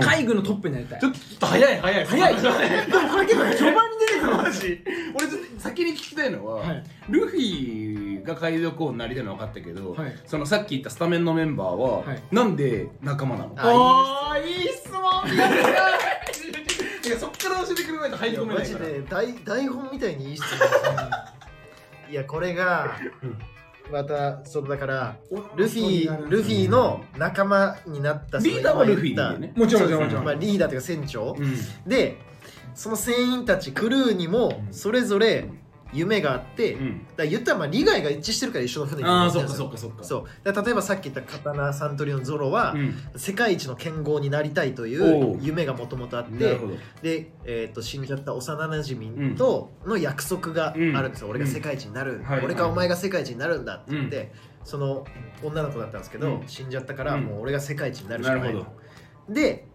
D: 海軍のトップになりたい
E: ちょっと早い早い
D: 早いでも
E: 早い
D: これ結構序盤に出てくる
E: マジ俺ちょっと先に聞きたいのは、
D: はい
E: ルフィが海賊王になりたいのは分かったけど、
D: はい
E: そのさっき言ったスタメンのメンバーは、
D: はい
E: なんで仲間なの
A: あ
D: あーいい質問
E: いやそっから教えてくれないと入
A: い
E: り
A: や
E: 込め
A: マ
E: ない
A: ジ
E: から
A: で台台本みたいにいい質問 ですねいやこれが
E: うん
A: またそのだからルフィルフィの仲間になった
E: リーダーはルフィ
A: その今
E: だよ
A: 言っ
E: ね
D: もちろんもち
A: た
D: ろんもちろん
A: まあ、リーダーというか船長
E: うん
A: でその船員たちクルーにもそれぞれ夢があって、だから言ったらまあ利害が一致してるから一緒の船に
C: あ
A: 乗
C: あ
A: って
C: そ
A: る
C: っ
A: ん
C: か
A: です
C: そっ
A: よ
C: かそっか
A: そうだから例えばさっき言った刀サントリーのゾロは、
C: うん
A: 世界一の剣豪になりたいとい
C: おう
A: う夢がもともとあっ
C: なる
A: て
C: ほど
A: で、えー、と死んじゃった幼なじみとの約束があるんですよ、
C: うん
A: 俺が世界一になる、
C: んはい
A: 俺かお前が世界一になるんだって言って、その女の子だったんですけど、
C: うん
A: 死んじゃったから
C: うん
A: もう俺が世界一になるし
C: な
A: か
C: る
A: ない
C: ほ
A: と
C: ど
A: で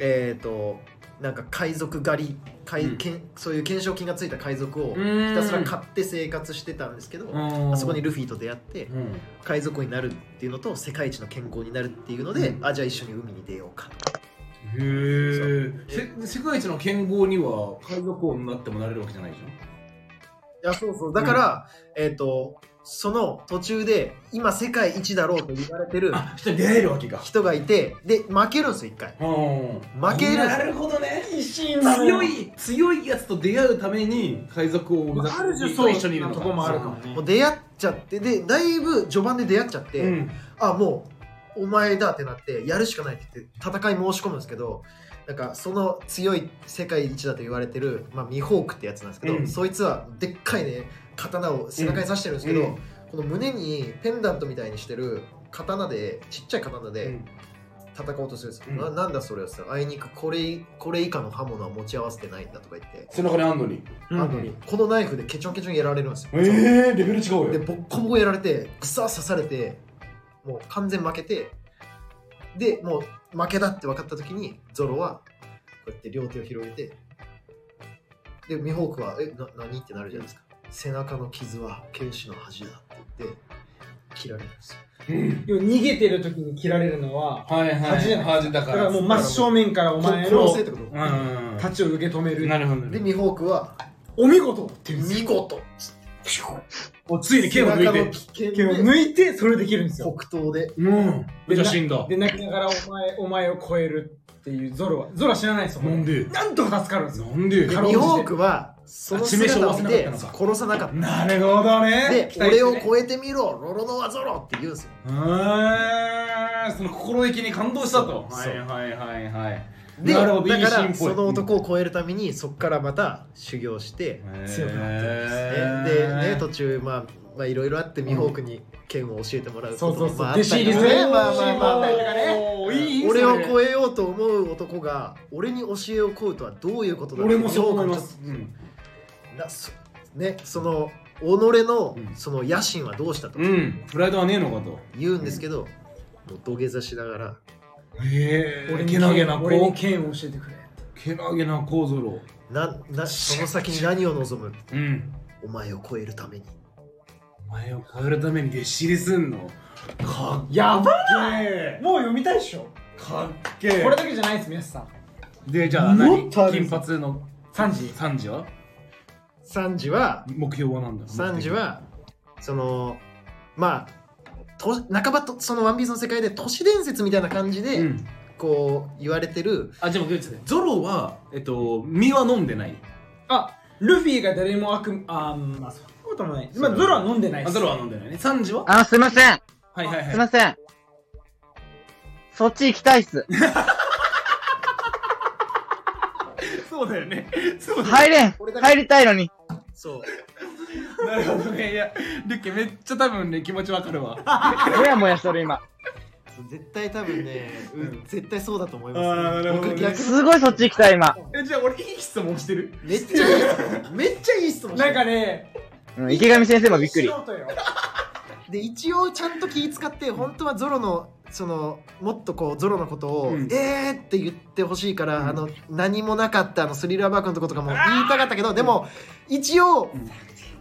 A: えっ、となんか海賊狩り海、
C: うん
A: けんそういう懸賞金がついた海賊をひ
C: ひ
A: たすら買って生活してたんですけど、あそこにルフィと出会って
C: うん
A: 海賊になるっていうのと世界一の健康になるっていうので、
C: うん
A: あじゃあ一緒に海に出ようか
C: へえ世界一の剣豪には海賊王になってもなれるわけじゃないじ
A: いやそうそうだから、えっ、とその途中で今世界一だろうと言われてる
C: ゃんあ人に出会えるわけか
A: 人がいてで負けるんですよ一回
C: うん
A: 負ける
C: なるほどね
D: なのよ
C: 強い強いやつと出会うために海賊王を目指す
D: ある種そう
C: 一緒にいるの
D: なとこもあるかもね
A: もう出会っちゃってでだいぶ序盤で出会っちゃって、
C: うん
A: あもうお前だってなってやるしかないって言って戦い申し込むんですけどなんかその強い世界一だと言われてる、まあ、ミホークってやつなんですけど、
C: うん
A: そいつはでっかいね刀を背中に刺してるんですけど、
C: うん
A: この胸にペンダントみたいにしてる刀でちっちゃい刀で、
C: うん
A: 戦おうとするんですよ、
C: うん
A: ななんだそれはさあいにくこれこれ以下の刃物は持ち合わせてないんだとか言って、
C: 背中にあんのに
D: うん
A: あのこのナイフでケチョンケチョンやられるんですよ、
C: えー、レベル違うよ
A: でボッコボコやられてくさ刺されてもう完全負けてでもう負けだって分かった時にゾロはこうやって両手を広げてでミホークは「えな何?」ってなるじゃないですか背中の傷は剣士の恥だって言って切られるんですよ
C: うん
D: 要は逃げてる時に切られるのは
C: はいはい
D: 恥じゃない
C: 恥だ
D: だ
C: か
D: から
C: ら
D: もう真正面からお前
A: こ
D: の
A: 殺せってこと
C: うん
D: 太刀を受け止める
C: なるほどね
A: でミホークは
D: お見事っ
A: 「
D: て言うんですよ
A: 見事!」
C: おついに剣を抜いて
A: て
D: 毛を抜いてそれできるんですよ
A: 黒刀で
C: うんじゃあ死んだ
D: で泣きながらお前お前を超えるっていうゾロはゾロは知らないですよ
C: なんで
D: なんとか助かるんですよ
C: なんで
A: で
D: かろう
A: ミ
D: じて
A: ホークはその姿を見て
C: あ致命傷を負わせなか
A: 殺さな
C: ったのか
A: かった
C: なるほどね
A: で
D: 期待して
A: 俺
D: ね
A: を超えてみろロロノアゾロって言うんですよ
C: うーんその心意気に感動したと
A: そうそう
C: はいはいはい
A: で
C: な
A: だ
C: るほどいいシ
A: か
C: ーンっぽ
A: ら
C: い
A: その男を超えるためにそこからまた修行して
C: へー
A: 強くなってるんですねでね途中まあまあいろいろあってミホークに剣を教えてもらうこと
D: そう
A: も
D: そうそう
A: まああったりとかね
D: 弟子入りする
A: まあまあまあまあ
D: 弟子入りする
C: おーいい
A: 俺を
C: え
A: 超えようと思う男が俺に教えを請うとはどういうことだって
D: 俺もそう思います
C: うんうん
A: なそねその己の
C: うん
A: その野心はどうしたと
C: うんプライドはねえのかと
A: 言うんですけど、もう土下座しながら
C: へ
D: 俺に
C: けなげな
D: 俺に
C: 子
D: 剣を教えてく
C: け
D: れ
C: なげな子ぞろ
A: ななその先に何を望む
C: うん
A: お前を超えるために
C: お前を超えるために弟子入りすんのかっ
D: やば
C: けえ
D: もう読みたいっしょ
C: かっけえ
D: これだけじゃないです皆さん
C: でじゃあ
D: も
C: 何
D: っとある
C: 金髪の
D: 3時
C: 三時は
A: サンジは
C: 目標は何だ
A: サンジはそのまあと半ばとその「ワンピースの世界で都市伝説みたいな感じで、
C: うん
A: こう言われてる
C: あでもゾロはえっと身は飲んでない
D: あルフィが誰も悪夢あーまあそんなこともないまあゾロは飲んでない
C: あゾロは飲んでないね三時は
B: あ、すいません。
C: はいはいは
B: すいません。そっち行きたいっす。
C: そうだよね。そうだよ
B: 入れん
A: 俺だけ
B: 入りたいのに。
A: そう
C: なるほどね。いや、ルッケめっちゃ多分ね、気持ちわかるわ。
B: もやもやしとる今。
A: 絶対多分ね、うん絶対そうだと思い
C: あー
A: ます、
C: なるほどね
A: 僕逆に
B: すごいそっち行きたい今。
C: え、じゃあ俺いい質問してる。
A: めっちゃいい質問めっちゃいい質問して
D: な
A: る
D: んかね
B: うん、池上先生もびっくり。
D: 素人よ
A: で一応ちゃんと気使って本当はゾロのそのもっとこうゾロのことを「
C: うん
A: えー」って言ってほしいから、
C: うん
A: あの何もなかったあのスリルアバークのとことかも言いたかったけどでも一応
C: ん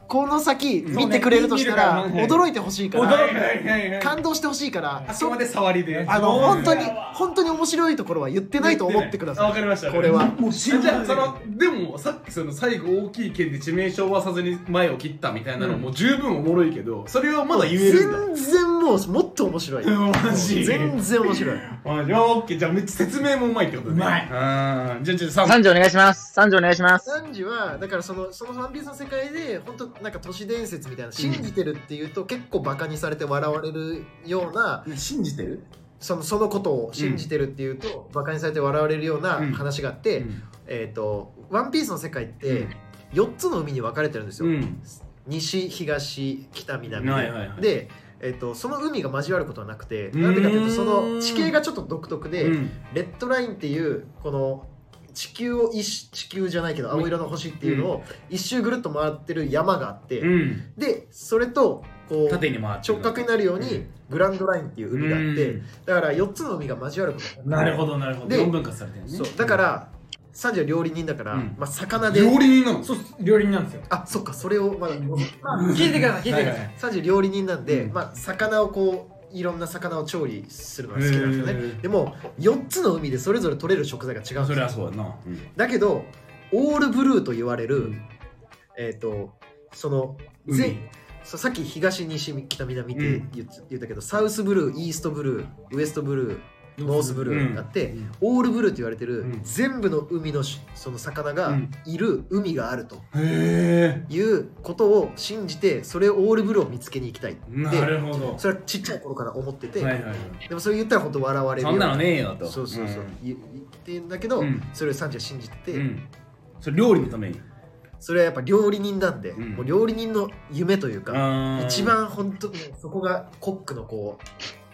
A: この先
C: うん
A: 見てくれるとしたら
C: そうね見るから
A: 驚いてほしいか
D: 驚
A: ら
D: いはい
C: はいは
A: 感動してほしいから
C: あ
A: そ
C: そこまで触りで。
A: あの
D: そう
A: 本当
D: だよ
A: に本当に面白いところは言ってないと思ってくだ
C: あ
A: さ
C: わかりました。
A: これは
C: もうじゃあそのでもさっきその最後大きい剣で致命傷はさずに前を切ったみたいなのも十分おもろいけど、それをまだ
A: い
C: 言えるんだ。
A: 全然もうもっと面白い
C: マジ
A: 全然面白い
C: あじゃあオッケーじゃあめっちゃ説明もうまいってことね。
D: うまい
C: あーじゃあじゃあ三
B: 三条お願いします。三条お願いします。
A: サンジはだからそのそのワンピースの世界で本当なんか都市伝説みたいな信じてるっていうと結構バカにされて笑われるような
C: 信じてる？
A: そのそのことを信じてるっていうとバカにされて笑われるような
C: うん
A: 話があって、
C: うん
A: えっ、とワンピースの世界って、
C: うん
A: 4つの海に分かれてるんですよ、
C: うん
A: 西東北南で、
C: はいはいはい
A: で、えっとその海が交わることはなくて
C: ーん
A: なんでかというとその地形がちょっと独特で、
C: うん
A: レッドラインっていうこの地球を一周地球じゃないけど青色の星っていうのを一周ぐるっと回ってる山があって、
C: うん
A: でそれとこう
C: 縦に回ってる
A: 直角になるようにグランドラインっていう海があって、
C: うん
A: だから4つの海が交わること
C: なるほどなるほど
A: で
C: 四分割されてるね
A: そうだから三条料理人だから、
C: うん
A: まあ、魚で
C: 料理人なの
D: そうっす料理人なんですよ
A: あそっかそれをまだ
D: まあ聞いてください聞いてください
A: 三条料理人なんで、
C: うん
A: まあ、魚をこういろんな魚を調理するのが好きなんですよ
C: へ
A: ね
C: ー
A: でも4つの海でそれぞれ取れる食材が違うんで
C: そ
A: す
C: れ
A: よ
C: はそうだな
A: だけどオールブルーと言われる、えっ、とその
C: 海
A: 全そうさっき東西北南って
C: うん
A: 言っ言ったけど、サウスブルーイーストブルーウエストブルーノースブルーがあって、
C: うん
A: オールブルーと言われてる、
C: うん
A: 全部の海のしその魚
C: う
A: が
C: ん
A: いる海があると
C: へえ
A: いうことを信じてそれをオールブルーを見つけに行きたい
C: な
A: で
C: るほど
A: それはちっちゃい頃から思ってて、
C: はいはいはい
A: でもそれ言ったら本当笑われる
C: そ
A: よ
C: んなのねえよと
A: そうそうそう、
C: ん
A: 言言ってんだけど、
C: うん
A: それをサンチは信じて、
C: うんそれ料理のために
A: それはやっぱ料理人なんで、
C: うん
A: もう料理人の夢というか、
C: あー
A: 一番本当にそこがコックのこう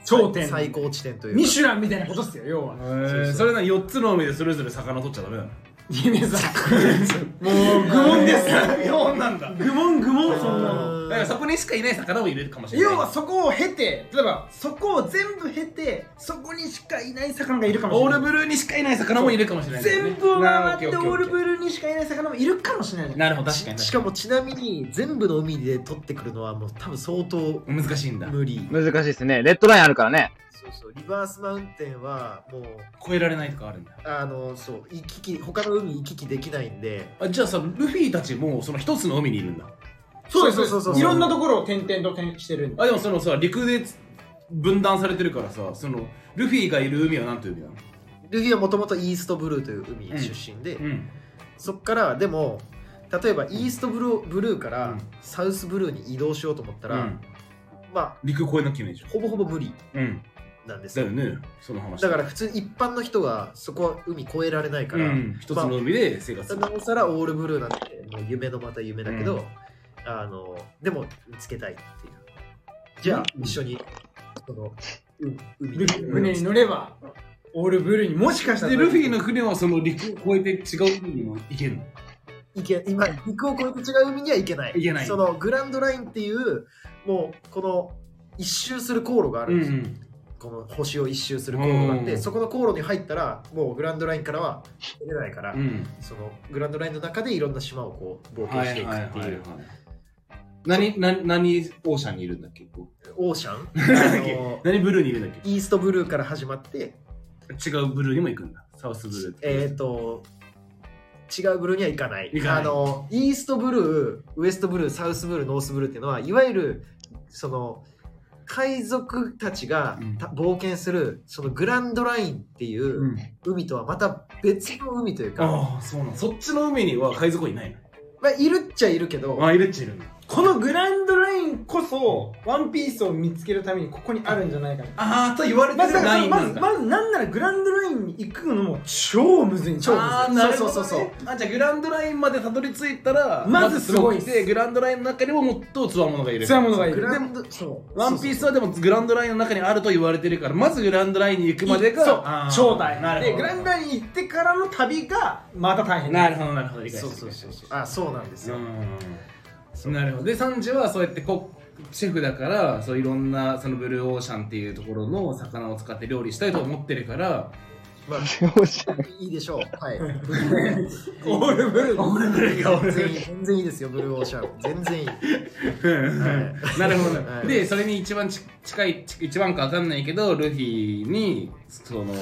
D: 頂点
A: 最高地点というか
D: ミシュランみたいなことっすよ要は
C: へーそれな4つの海でそれぞれ魚取っちゃダメなの
D: 姫さんもう愚問です
C: そうなんだ。だ
D: 愚問愚問そんなの
A: う
C: からそこにしかいない魚もいるかもしれない。
D: 要はそこを経て例えばそこを全部経てそこにしかいない魚がいるかもし
C: オ
D: れ
C: ー
D: な
C: ル
D: い
C: ブルーにしかいない魚もいるかもしれない、
D: 全部を回ってオール
C: ー。
D: ブルーにしかいない魚もいるかもしれない
C: なるほど、確かに。
A: ししかもちなみに全部の海で取ってくるのはもう多分相当
C: 難しいんだ。
A: 無理
B: 難しいですね。レッドラインあるからね。
A: そうそうリバースマウンテンはもう
C: 超えられないとかあるんだ。
A: あのそう行き来他の海行き来できないんで
C: あじゃあさ、ルフィたちもその一つの海にいるんだ。
D: そうです
A: そう
D: そ
A: そうう
D: そ
A: そうう
D: いろんなところを点々と点してるんで
C: あ、でもそのさ、陸で分断されてるからさ、そのルフィがいる海はなんていう海なの
A: ルフィはもともとイーストブルーという海出身で、
C: ん。
A: そっからでも例えばイーストブルーブルーか
C: う
A: ら
C: ん
A: サウスブルーに移動しようと思ったら、
C: うん
A: ま
C: 陸越えなきゃいけないでしょ
A: あ。ほぼほぼ無理
C: うん。
A: なんです
C: だ
A: よ
C: よね、その話。
A: だから普通一般の人はそこは海越えられないから、
C: うん、一つの海で生活する。
A: なおさらオールブルーなんてもう夢のまた夢だけど、
C: うん
A: あのでも見つけたいっていうじゃあ一緒にこのう海
D: ルフィ船に乗ればオールブルーにもしかしたら
C: で、ルフィの船はその陸を越えて違う海にも行けるの。
A: いけ今陸を越えて違う海には行けない
C: 行けない
A: そのグランドラインっていうもうこの一周する航路があるんですよ、
C: ん。
A: この星を一周する航路があっ
C: う
A: て
C: ん
A: そこの航路に入ったらもうグランドラインからは出れないから、
C: うん。
A: そのグランドラインの中でいろんな島をこう冒険していくっていう
C: 何何何オーシャンにいるんだっけ
A: オーシャン
C: だっけ
A: あの
C: 何ブルーにいるんだっ
A: イーストブルーから始まって、
C: け違うブルーにも行くんだサウスブルーって
A: えっ、と、違うブルーには行かない。
C: 行かない
A: あの、イーストブルー、ウエストブルー、サウスブルー、ノースブルーっていうのは、いわゆる、その、海賊たちが
C: うん、
A: た冒険する、そのグランドラインっていううん海とはまた別の海というか、
C: ああそうなのそっちの海には海賊はいない
A: まあ、いるっちゃいるけど
C: の、あいるっちゃいるんだ
D: このグランドラインこそワンピースを見つけるためにここにあるんじゃないかな
C: ああと言われ
D: まずだか
C: な
D: ら
C: いん
D: ま
C: だ
D: ずまずなんならグランドラインに行くのも超むずいんですよ
C: ああ
A: な
C: な
A: る
C: る
A: ほど
C: ほ
A: ね
C: ど、ね、あじゃあグランドラインまでたどり着いたら
D: まずすごいっす
C: でグランドラインの中にももっとつわものがいる
D: つわものがい
A: グ
D: る
A: ラ
D: で
A: ン
D: も
A: ド、そう。
C: ワンピースはでもグランドラインの中にあると言われてるからまずグランドラインに行くまでが
D: そう
C: あー
D: 正体
C: なるほ
D: で
C: ど
D: グランドラインに行ってからの旅がまた大変
C: なるほどなるほど理解
A: そ
C: した
A: うそうそうそう。あ、そうなんですよ。
C: うんなるほどでサンジはそうやってこうシェフだからそういろんなそのブルーオーシャンっていうところの魚を使って料理したいと思ってるから
A: まあ、
B: よし
A: いいでしょう。 はい。
D: オールブルー
C: 俺 ブルが
A: 全然いい全然いいですよ、ブルーオーシャン。全然いい。
C: なるほど、
A: はい
C: でそれに一番ち近いち一番か分かんないけどルフィにその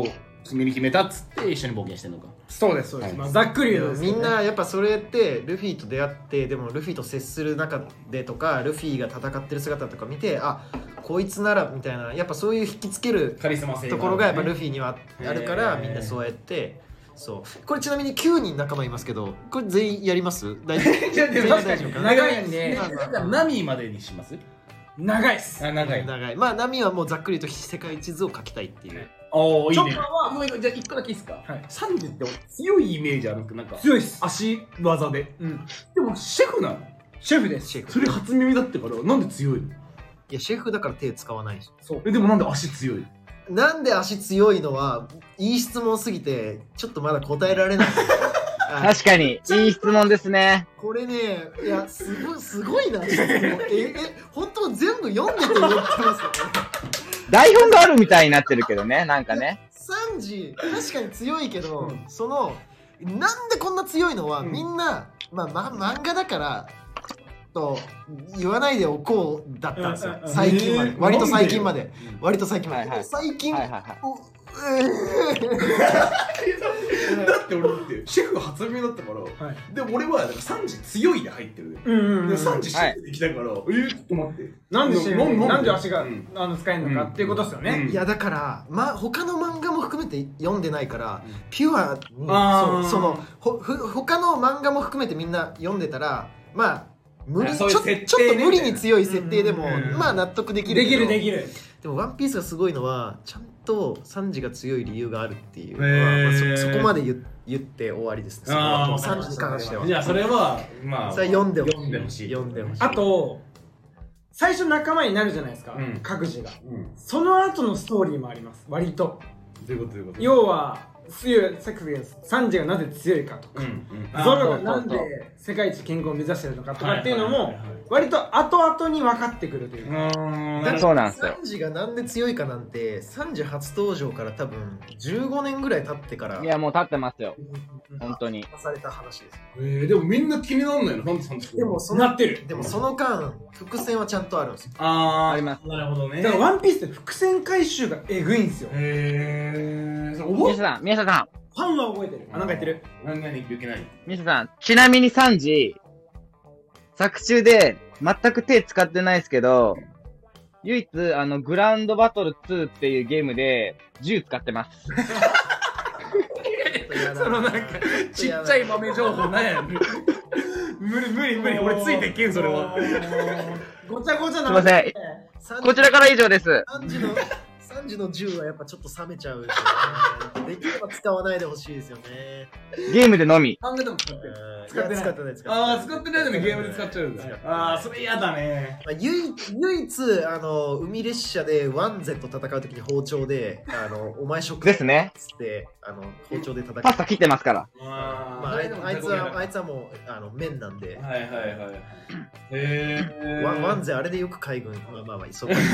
C: を決めに決めたっつって一緒に冒険してんのか
D: そうですそうで
C: は
D: す、
C: い
D: まあ、ざっくり言うとですけ
A: み
D: ど
A: ん
D: ね
A: なやっぱそれってルフィと出会ってでもルフィと接する中でとかルフィが戦ってる姿とか見てあこいつならみたいなやっぱそういう引きつける
C: カリスマ性
A: ところがやっぱルフィには
C: へー
A: あるからみんなそうやってそうこれちなみに9人仲間いますけどこれ全員やります大丈夫
C: いやでも
A: 全員大丈夫かな
D: 長いんで
C: ナミまでにします
D: 長いっす
C: あ長い
A: 長いまあ波はもうざっくりと世界地図を描きたいっていう
C: あおおいいね
D: チョッパーは
C: ごめんごめんじゃあ一個だけいいっすか、
D: はい
C: サンジって強いイメージあるんですけどなんか
D: 強いっす。
C: 足技で
D: うん。
C: でもシェフなの
D: シェフです。
A: シェフ
C: それ初耳だったからなんで強いの
A: いやシェフだから手使わないし
D: そう。
C: えでもなんで足強いの
A: なんで足強いのはいい質問すぎてちょっとまだ答えられないあ
B: 確かに、いい質問ですね。
A: これねいやすごいすごいな質問ええ本当全部読んでて言ってますよ
B: 台本があるみたいになってるけどね、なんかね。
A: サンジ確かに強いけど、そのなんでこんな強いのは、
D: うん
A: みんな、まあ、ま漫画だからちょっと言わないでおこうだったんですよ
D: うんうんうん
A: 最近まで、
C: えー
A: 割と最近まで
C: うん
A: 割と最近まで、
B: はいはい
A: 最
B: はい
A: 近、
B: はいはい。
A: おえー
C: だ って俺だってシェフ初耳だったから、
D: はい
C: で俺はなんかサンジ強いで入ってるで、
D: うんうん、う
C: で
D: ん。
C: サンジシェフで来たから、えーちょっと待って
D: なんでシェフ
C: なん
D: なんで足が、
C: うん
D: あの使えるのかっていうことですよね。
C: うん
A: いやだから、ま、他の漫画も含めて読んでないから、
C: うん
A: ピュアに
C: あー
A: そうそのほふ他の漫画も含めてみんな読んでたらまあ無理
C: あ
A: ち
C: そ
A: ょ
C: ういう
A: ちょっ
C: 設定ね
A: と無理に強い設定でも、
C: うんうんうん
A: まあ納得できる
D: で
A: け
D: き
A: ど
D: るできる。
A: でも「ワンピースがすごいのはちゃんとサンジが強い理由があるっていうの
C: へ
A: は、
C: ー
A: まあそそこまで言言って終わりですねそこはもうサンジに関しては
C: じゃあそれはまあ
A: それ読んでほしい
C: 読んでほしい
A: 読んでほしい
D: あと、最初仲間になるじゃないですか、
C: うん
D: 各自が。
C: うん
D: その後のストーリーもあります、割と。
C: どういうことどういうこと
D: 要は、強い、さっき言ったサンジがなぜ強いかとか、
C: うんうん
B: あー
D: ゾロ
B: そうそう
D: が
B: そう
D: なんで世界一健康を目指してるのかと
C: とか
D: かっ
C: って
D: て
C: い
D: いうう
C: の
D: の
C: も
D: も、割と後々に分かってくるというか。
C: ん
A: だ
B: そうなんです
A: サ
B: よ。
A: ンジがなんで強いかなんてサンジ初登場から多分15年ぐらい経ってから
B: いや、もう立ってますよ。
D: うん
B: 本当に。
A: 出された話です
C: えー、でもみんな気になんないのなんでサンジ
A: でもその
D: なってる。
A: でもその間伏線はちゃんとあるん ですよ
C: あー
B: あります
C: なるほどね
D: だから、ワンピースって伏線回収がえぐいんですよ。フ
C: へえー、それ覚
B: 宮
C: え
B: 下さん、宮下さん、
D: ァンは覚えてる。あ、なんか言ってる。
C: 何何言ってない
B: 宮下さん。ちなみにサンジ、作中で全く手使ってないですけど、唯一、あの、グランドバトル2っていうゲームで、銃使ってます。
C: そのなんかちっちゃい豆情報なんやねん無理無理無理俺ついていけんそれは
D: ごちゃごちゃ
B: す
D: ない
B: ません。
A: サンジ
B: こちらから以上です。
A: サンジのサンジの銃はやっぱちょっと冷めちゃうんですよねできれば使わないでほしいですよね
B: ゲームでのみ。
D: 漫画でも使ってる。
A: 使
D: 使ってない
A: 使ってない使ってない
C: ああ使ってないのにゲームで使っちゃうんだ
A: 使ってない
C: ああそれ嫌だね
A: まあ唯一唯一あの海列車でワンゼと戦うときに包丁であのお前食
B: ですね。
A: っつってあの包丁で戦う。
B: パスタ切ってますから。
A: まあ、あいあいつはあいつはもうあの麺なんで、
C: はいはいはいへえ
A: ワンワンゼあれでよく海軍まあまあまあ そうか。はい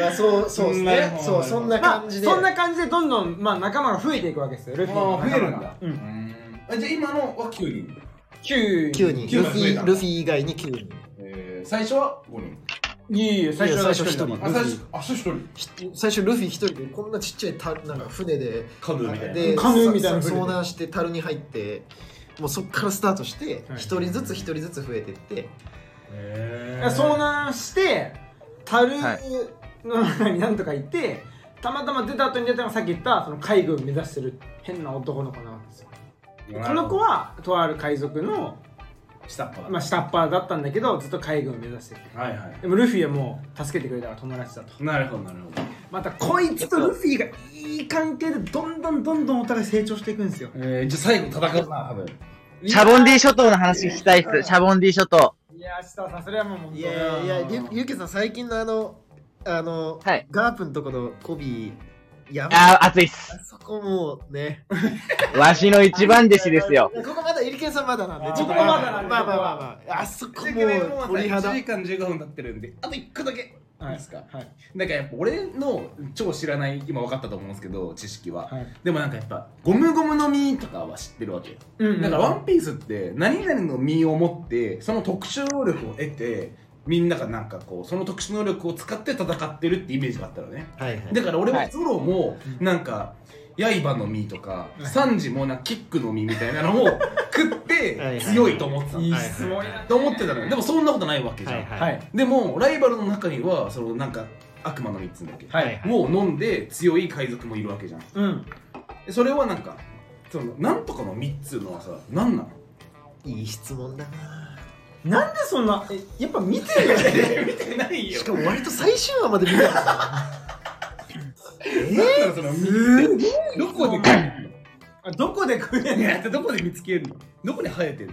A: まあそうそうです
C: なる
A: ね
C: ほ。ど
A: そうそんな
D: ま
A: 感
D: あ、
A: じで。
D: そんな感じでどんどん、まあ、仲間が増えていくわけですよ、ルフィの仲間が。
C: あ
D: 増えるん
C: う
D: だ。
C: んあじゃあ今のは9人
D: 9
A: 9人
C: 九
A: ル
C: 人
A: フ
C: 増えた
A: ィルフィ以外に9人
C: えー最初は5人
D: いいいい最初は
A: 最初一人
D: だ
C: あ最初あ最初1人
A: ひ最初ルフィ1人でこんなちっちゃいたなんか船で
C: カブみたいな
A: で
D: カヌーみたいな
A: さ
D: 船で
A: 遭難して樽に入ってもうそっからスタートして
D: はい
A: 1人ずつ1人ずつ増えてって
C: へ
D: から
C: ー
D: 遭難して樽
B: はい
D: の中に何とか行ってたまたま出た後に出たのがさっき言ったその海軍目指してる変な男の子なわけですよこの子はとある海賊の、
C: 下っ端
D: まあ、下っ端だったんだけどずっと海軍を目指してて
C: はいはい
D: でもルフィはもう助けてくれたから友達だと
C: なるほどなるほど
D: またこいつとルフィがいい関係でどんどんどんどんお互い成長していくんですよ
C: えーじゃあ最後戦うな多分
B: シャボンディ諸島の話聞きたいっす。シャボンディ諸島。
D: いや設楽さんそれはもう本当
A: いやいやゆゆけさん最近のあのあの、
B: はい
A: ガープのとこのコビーやばい
B: あー、熱いっす。
A: あそこもうね
B: わしの一番弟子ですよ。
A: ここまだイリケンさんまだなんで
C: あー
A: ちょっと
C: まだ
A: ま
C: まだ
A: だ
C: なんで
A: まあまあまあまああそこも
C: も
A: う
C: う
A: 鳥肌
C: 1時間15分経ってるんであと1個だけいいですか
D: はい
C: なんかやっぱ俺の超知らない今分かったと思うんですけど知識は
D: はい
C: でもなんかやっぱゴムゴムの実とかは知ってるわけよ
D: うん
C: だからワンピースって何々の実を持ってその特殊能力を得てみんながなんかこうその特殊能力を使って戦ってるってイメージがあったのね
A: はいはい
C: だから俺
B: は
C: はいゾロも
D: うん
C: なんか刃の実とか
D: い
C: サンジもなんかキックの実みたいなのを 食っ
A: はいは
C: て
A: い
C: 強いと思ってたの
D: いい
A: はい
D: 質問や
C: と思ってたのよでもそんなことないわけじゃん
A: はい
D: はい
C: でもライバルの中にはそのなんか悪魔の3つんだっけ、
A: はいはい
C: もう飲んで強い海賊もいるわけじゃん
D: うん
C: でそれはなんかそのなんとかの3つうのはさ何なの
A: いい質問だな
D: なんでそんなえやっぱ見てるよね
C: 見てない
A: しかも割と最終話まで見てた
C: だからそのどこで買うの
D: あどこで食えんの
C: いやどこで見つけるのどこで生えてんの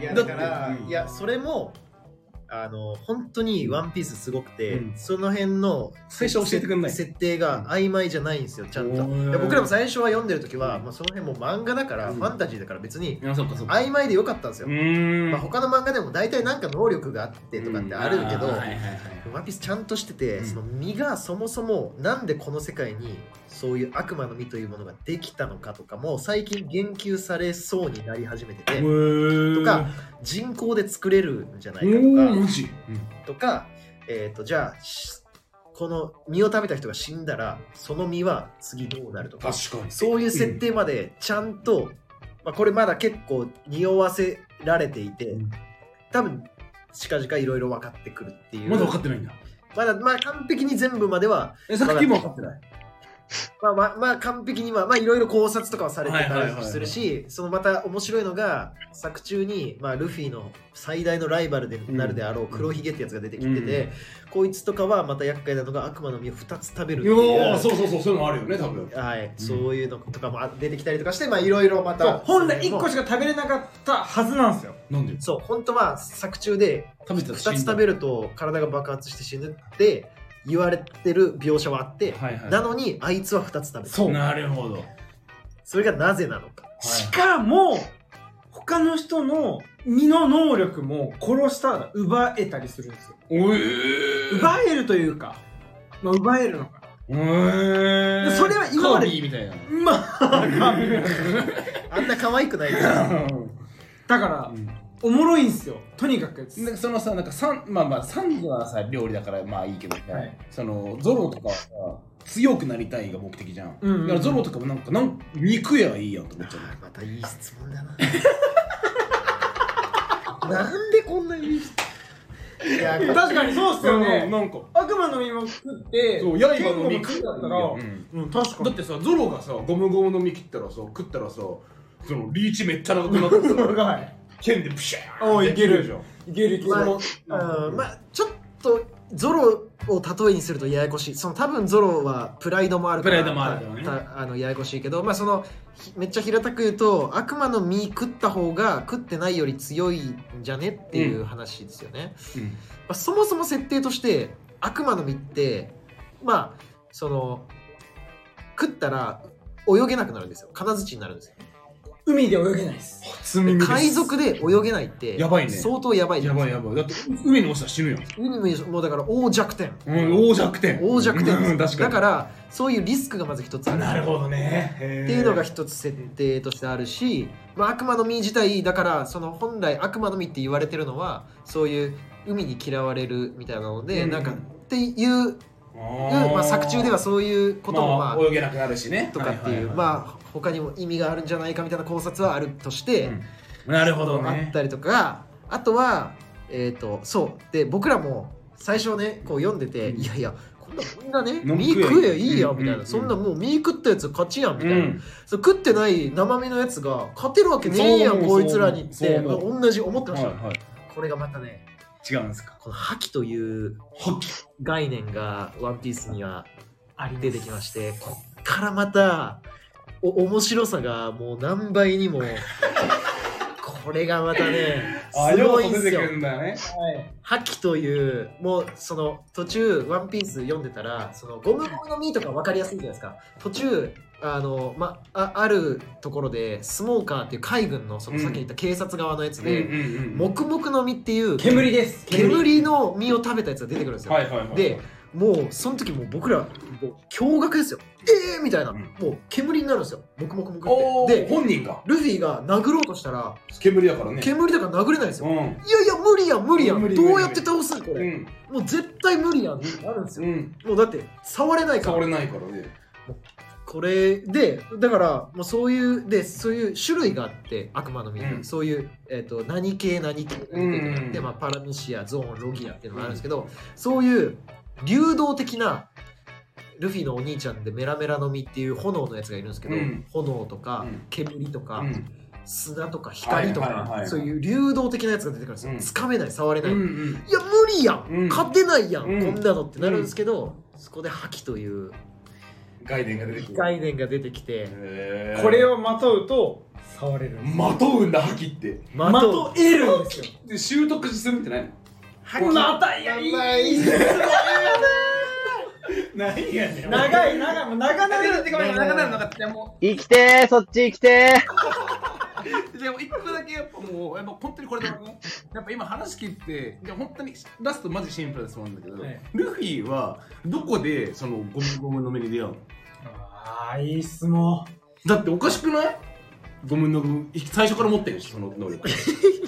A: いや
C: だ
A: だ
C: って
A: から、
C: うん
A: いやそれもあの本当に「ワンピースすごくて、
C: うん
A: その辺の
C: 最初教えてくんない
A: 設定が曖昧じゃないんですよちゃんと
C: おー
A: いや僕らも最初は読んでる時は、
C: うん
A: まあ、その辺も漫画だから、
C: うん
A: ファンタジーだから別に
C: いやそうかそうか
A: 曖昧でよかったんですよ、
C: うーん
A: まあ、他の漫画でも大体なんか能力があってとかってあるけど、
C: うんーはいはいはい
A: ワンピースちゃんとしてて、
C: うん
A: その身がそもそもなんでこの世界にそういう悪魔の実というものができたのかとかも最近言及されそうになり始めてて、とか人工で作れるんじゃないか
C: おお
A: とか
C: マジ
A: とか、えー、とじゃあしこの実を食べた人が死んだらその実は次どうなるとか
C: かに
A: そういう設定までちゃんと、まあ、これまだ結構匂わせられていて
C: うん
A: 多分近々いろいろ分かってくるっていう
C: まだ分かってないんだ
A: まだまあ完璧に全部までは
C: えさっきも分かってない
A: まあまあ、まあ、完璧にはまあいろいろ考察とかはされて
C: はい
A: た
C: はいはい
A: り
C: はい
A: するしそのまた面白いのが作中に、まあ、ルフィの最大のライバルでなるであろう黒ひげってやつが出てきてて、こいつとかはまた厄介なのが悪魔の実を2つ食べるっていう
C: おおそうそうそうそういうのあるよね多分
A: はいそういうのとかもあ出てきたりとかしてまあいろいろま
D: そう
A: た
D: 本来1個しか食べれなかったはずなんですよ
C: なんで
A: そう本当は作中で
C: 食べてた
A: 2つ食べると体が爆発して死ぬって言われてる描写はあって、
C: はいはい
A: なのにあいつは2つ食べた
D: そう
C: なるほど
A: それがなぜなのか
D: しかも他の人の身の能力も殺したら奪えたりするんですよ
C: おえ
D: 奪えるというか、まあ、奪えるのか
C: え
D: それは今ま
C: カ
D: で
C: ービィみたいな
D: まあ
A: あんな可愛くないから
D: だからおもろいんですよとにかく
C: なんかそのさなんかサンまあまあサンズはさ料理だからまあいいけどさ、
D: はい
C: そのゾロとかはさ強くなりたいが目的じゃん,、
D: うんうんうん
C: だからゾロとかもなんかなん肉やいいやんと思っちゃう
A: またいい質問だな。なんでこんなにいい質問いや、
D: 確かにそうっすよね
C: なんか
D: 悪魔の実も食って
C: そう
D: 剣
C: 刃の
D: も
C: 肉
D: 食ったから
C: う
D: うん
C: ん
D: 確か
C: だっ
D: に
C: てさゾロがさゴムゴムの実切ったらさ食ったらさそのリーチめっちゃ長くなっ てさ
D: はい
C: 剣でプシャーン
D: おいいける
C: じゃん
D: いけるいける
A: まあ、うんまあ、ちょっとゾロを例えにするとややこしい。その多分ゾロはプライドもあるから、
C: プライドもあるからね
A: たたあのややこしいけど、まあそのひめっちゃ平たく言うと悪魔の実食った方が食ってないより強いんじゃねっていう話ですよね。まあ、そもそも設定として悪魔の実ってまあその食ったら泳げなくなるんですよ金槌になるんですよ
D: 海で泳げないです
C: 初
A: で
C: 耳です
A: 海賊で泳げないって
C: やばいね
A: 相当やばい
C: やばいやばいだって海に落ちたら死ぬやん
A: 海の実もうだから大弱点
C: うん、大弱点。
A: 大弱点
C: うん、
A: で
C: 確
A: す
C: か
A: だ
C: に。
A: からそういうリスクがまず一つある
C: なるほどね。っ
A: っていうのが一つ設定としてあるし、まあ、悪魔の実自体だからその本来悪魔の実って言われてるのはそういう海に嫌われるみたいなので、
D: うん
A: なんかっていううんまあ、作中ではそういうことも、まあ
C: 泳げなくなるしね。
A: とかっていう、まあ他にも意味があるんじゃないかみたいな考察はあるとし
C: あ
A: て、
C: なるほど
A: あ
C: ね
A: っ。たりとかあとはえっ、とそうで僕らも最初ねこう読んでて、
C: うん
A: いやいやこんなみんなね
C: 飲み
A: 身
C: 食え
A: 食えいいや
C: うん
A: みたいな、
C: うん
A: そんなもう身食ったやつ勝ちやんみ
C: う
A: たいな、
C: ん、
A: そう食ってない生身のやつが勝てるわけねえやん
C: そう
A: こいつらにっ
C: そう
A: て
C: そう
A: 同じ思ってま
C: はい
A: した、
C: はい。
A: これがまたね
C: 違うんですか。
A: この覇気という
C: 覇気。
A: 概念がワンピースには
D: あ
A: 出てきましてこっからまたお面白さがもう何倍にも これがまたねすごいんですよ
C: 要素出てくるんだね。
D: はい
A: 覇気というもうその途中「ワンピース読んでたらそのゴムゴムの実とか分かりやすいじゃないですか途中あの、ま、ああるところでスモーカーっていう海軍のそのさっき言った警察側のやつ
C: うん
A: で、
C: うんうん。
A: 黙々の実っていう
D: 煙です
A: 煙の実を食べたやつが出てくるんですよ、
C: はいはいはい。
A: で、もうその時もう僕らもう驚愕ですよえーみたいな、
C: うん
A: もう煙になるんですよもくもくもく
C: お
A: っ
C: お、
A: てで
C: 本人が
A: ルフィが殴ろうとしたら
C: 煙だからね。
A: 煙だから殴れないんです
C: う
A: よ、
C: ん。
A: いやいや無理やん無理やん
C: 無理無理無
A: ど
C: 理
A: うやって倒すんこ
C: う
A: れ、
C: ん。
A: もう絶対無理やんってなるんです
C: う
A: よ、
C: ん。
A: もうだって触れないか
C: 触
A: ら
C: れないからね。
A: これでだからもうそういうでそういう種類があって悪魔の実、
C: うん
A: そういう、えー、と何系何系
C: うん
A: 何系ってあってまあ、パラミシアゾーンロギアっていうのがあるんですけど、そういう流動的なルフィのお兄ちゃんでメラメラの実っていう炎のやつがいるんですけど、
C: うん
A: 炎とか
C: うん
A: 煙とか、
C: うん。
A: 砂とか光とか、
C: はいはいはいはい
A: そういう流動的なやつが出てくるんですよ、
C: うん
A: つかめない触れな
C: う
A: い、
C: んう
A: い
C: ん。
A: や無理やん、
C: うん
A: 勝てないやん、
C: うん
A: こんなのってなるんですけど、そこで覇気という
C: 概念が出てくる
A: 概念が出てきて、
C: へー
D: これをまとうと触れる
C: まとうんだ覇気って
A: ま
D: まとえるんですよ
C: で習得するんじゃないの
D: またやいい
C: ないやね
D: 長い長いもう
C: 長
D: 長々長
C: いごめん長なるのかってもう
B: 生きてーそっち生きて
C: でも一個だけやっぱもうやっぱ本当にこれだねやっぱ今話聞いてで本当にラストマジシンプルな質問なんだけど、
D: はい
C: ルフィはどこでそのゴムゴムの目に出会うの
D: ああいい質問
C: だっておかしくないゴムの目最初から持ってるしその能力
B: ー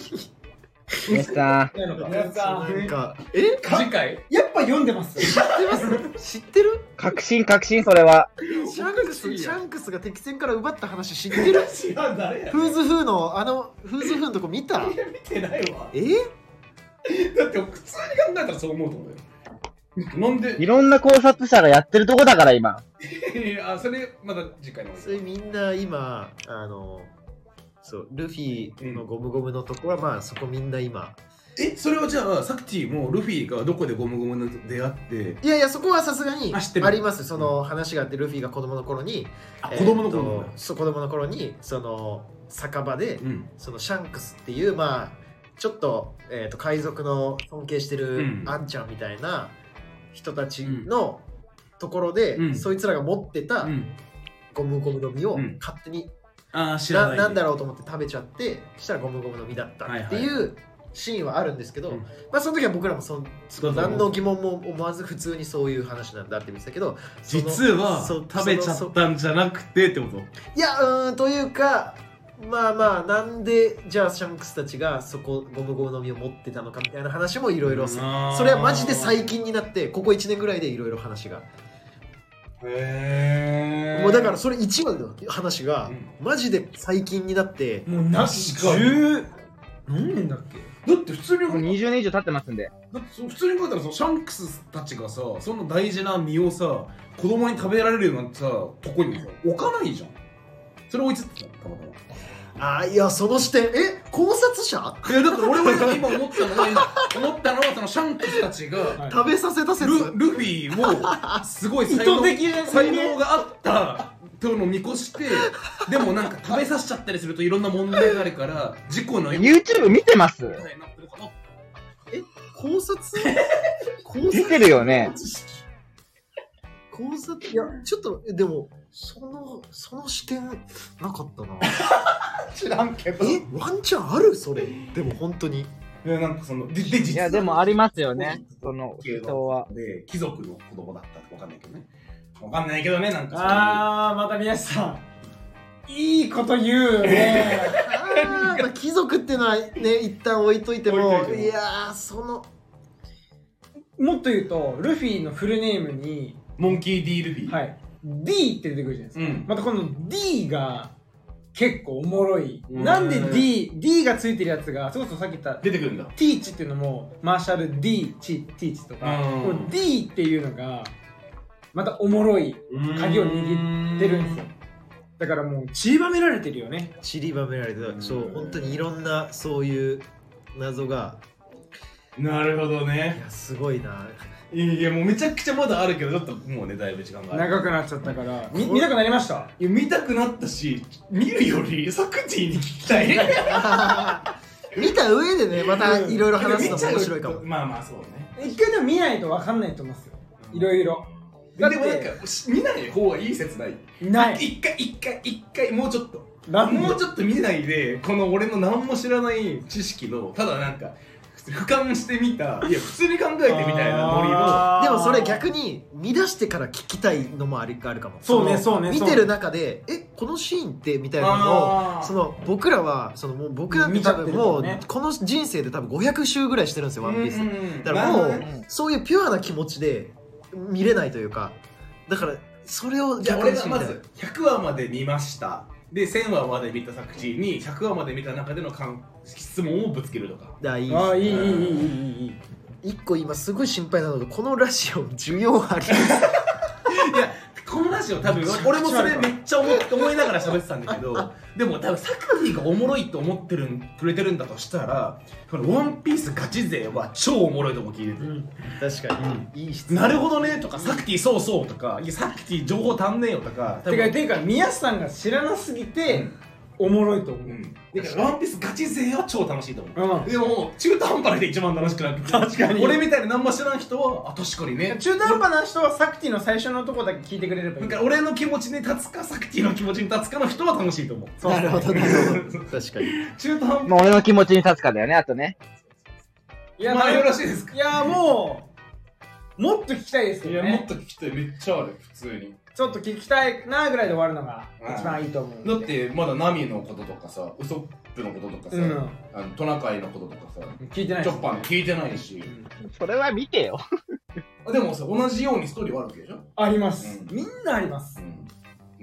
B: ミスさ
D: なのか
A: なんかえ
C: 次回
D: やっぱ読んでます
A: 知ってます知ってる
B: ん、確信確信それは。
A: シャンクス
C: い
A: シ
C: や
A: ャンクスが敵戦から奪った話知ってる
C: 違う誰や
A: フーズフーのあのフーズフーのとこ見た
C: 見てないわ
A: え
C: だって普通に考えたらそう思うと思うよなんで
B: いろんな考察者がやってるとこだから今。
C: いやあそれまだ次回の
A: それみんな今あのそうルフィのゴムゴムのとこはまあそこみんな今
C: えそれはじゃあサクティもルフィがどこでゴムゴムに出会って
A: いやいやそこはさすがに
C: あ知ってる
A: ありますその話があってルフィが子供の頃に
C: あ
A: えー
C: 子供の頃なん
A: と
C: だ
A: そう子供の頃にその酒場で
C: うん
A: そのシャンクスっていうまあちょっと,、えー、と海賊の尊敬して
C: う
A: る
C: ん
A: アンちゃんみたいな人たちのところで、
C: うん
A: そいつらが持ってた
C: うん
A: ゴムゴムの実を
C: うん
A: 勝手に、
C: ああ知ら
A: な
C: ない
A: なんだろうと思って食べちゃってしたらゴムゴムの実だったって
C: はいいう
A: シーンはあるんですけど、
C: うん
A: まあその時は僕らもそんその
C: だと思う
A: 何の疑問も思わず普通にそういう話なんだって見てたけどその
C: 実は
A: そ
C: 食べちゃ
A: そ
C: っ
A: の
C: たんじゃなくてってこと
A: いやうーんというかまあまあなんでじゃあシャンクスたちがそこゴムゴムの実を持ってたのかみたいな話もいろいろそれはマジで最近になってここ1年ぐらいでいろいろ話が
C: へ
A: もうだからそれ1話の話がマジで最近になって
D: もうな
C: 確かに
D: 10何年だっけ
C: だって普通に
B: もう20年以上経ってますんで。
C: だってそう普通に考えたらさシャンクスたちがさその大事な身をさ子供に食べられるようなさとこにさ置かないじゃんそれ置いつってたたまたま
A: ああいやその視点え考察者
C: いやだって俺は今思ったのは 思ったのはそのシャンクスたちが
A: 食べさせた説
C: ルルフィもすごい才
D: 意図
C: 能
D: 的な
C: 才能があったとのを見越してでもなんか食べさせちゃったりするといろんな問題があるから事故の
B: YouTube 見てます
C: みたいになってるかも
A: 考 察考察
B: 見てるよね。
A: 知識考察いやちょっとえでもそのその視点なかったな
C: 知らんけど
A: えワンチャンあるそれでも本当に
C: なんかそのでで
B: い
C: 実
B: や、
C: は
B: でもありますよね。その
C: 系
B: 人
C: の
B: は。
C: で貴族の子供だったとかわかんないけどねわかんないけどねなんかそういう
D: あーまた宮下さんいいこと言うね
A: あーまあ貴族ってのはね一旦置いといても
C: 置いといて
A: い
C: も
A: やーその
D: もっと言うとルフィのフルネームに、
C: モンキー・ディ・ルフィ
D: はい、D って出てくるじゃないです
C: う
D: か、
C: ん
D: またこの D が結構おもろい
C: うん
D: なんで D, D がついてるやつがそれこそさっき言った
C: 出てくるんだ
D: ティーチっていうのもマーシャル D チティーチとか、
C: うん
D: この D っていうのがまたおもろい鍵を握ってるんですよだからもう散りばめられてるよね
A: 散りばめられて
C: うん
A: そう本当にいろんなそういう謎が
C: なるほど
A: い
C: ね
A: やすごいない
C: やいやもうめちゃくちゃまだあるけどちょっともうねだいぶ時間がある
D: 長くなっちゃったからみ見たくなりました
C: いや見たくなったし見るよりサクティに聞きたい
A: 見た上でねまたいろいろ話すのも面白いかも
C: まあまあそうね
D: 一回でも見ないと分かんないと思いますよいろいろ
C: でもなんかし見ない方がいい説ない
D: ない
C: 一回一回一回もうちょっと
D: なんで
C: もうちょっと見ないでこの俺の何も知らない知識のただなんか俯瞰してみたいや普通に考えてみたいなノリの
A: でもそれ逆に見出してから聞きたいのもありあるかも
D: そうね
A: の
D: そうね
A: 見てる中でえこのシーンってみたいなのを
C: あー
A: その僕らはそのもう僕なんて多分
D: 見ちゃってるか
A: も
D: ら
A: う
D: ね
A: この人生で多分500周ぐらいしてるんですよ「ワンピース
C: うんうん
A: だからもう
C: なるほどね
A: そういうピュアな気持ちで見れないというかだからそれを
C: じゃあ
A: 逆
C: 俺
A: にし
C: が
A: てみ
C: ま
A: たい
C: ず100話まで見ましたで1000話まで見た作品に100話まで見た中での感質問をぶつけるとか
A: だいい
D: ああいいいいいいいいいい
A: 一個今すごい心配なのがこのラジオ需要あり
C: いやこのラジ話を多分 俺もそれめっちゃ思って思いながら喋ってたんだけ どでも多分サカディがおもろいと思ってるんくれてるんだとしたらこの「ワンピースガチ勢は超おもろいと思う聞いてて。
A: 確かに、いい質
C: なるほどねとか、さっきそうそうとか、いやさっき情報足んねえよとか、多
D: て
C: 分
D: かてか宮さんが知らなすぎて、おもろいと思う、
C: うん、だからワンピースガチ勢は超楽しいと思う。
D: うん
C: でも、中途半端な人一番楽しくなくて、確
D: かに
C: 俺みたいな何も知らん人は、あ、確かにね。
D: 中途半端な人はサクティの最初のとこだけ聞いてくれればい
C: ないんか俺の気持ちに立つか、さっきの気持ちに立つかの人は楽しいと思う。
A: なるほどなるほど確かに
C: 中途半
B: まあ、俺の気持ちに立つかだよね、あとね。
C: 端。
D: いや、
C: まあ、
D: な
C: よ
D: んか
C: ろしいですか
D: いやもうもっと聞きたいですよね
C: と聞きたい、めっちゃある、普通に。
D: ちょっと聞きたいなぐらいで終わるのが
C: うん
D: 一番いいと思うんで
F: だってまだナミのこととかさウソップのこととかさ、
D: うん
F: あのトナカイのこととかさ
D: 聞いてない
F: チョ
D: です
F: ッパーの聞いてないし、
B: それは見てよ。
F: あでもさ同じようにストーリーはあるわけでしょ、
D: あります、
F: う
D: みんなあります
F: うん、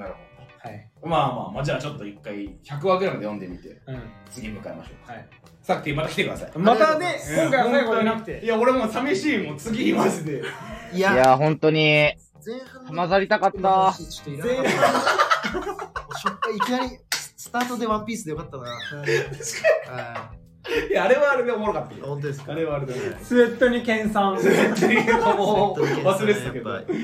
F: なるほ
D: はい、
F: どまあまあまあじゃあちょっと一回100話ぐらいまで読んでみて
D: うん
F: 次向かいましょう
D: はい、
F: さっきまた来てください
D: またね
C: うん
D: 今回は最後じゃな
C: い
D: くて
C: や、俺も寂しいもん、次言いますで。
A: い
B: い
A: や
B: や、本当に、
A: 前半の
B: 混ざりたかった。
A: ちょっといらな
D: 前
A: かっ
D: 半
A: た初っ端いきなりスタートでワンピースでよかったなはい
C: や、あれはあれでおもろかった
A: い
C: よ。
A: 本当ですか
C: あれはあれでおもろかった。
D: スウェットに研鑽
C: もう忘れてたけど
A: やっ。ぱり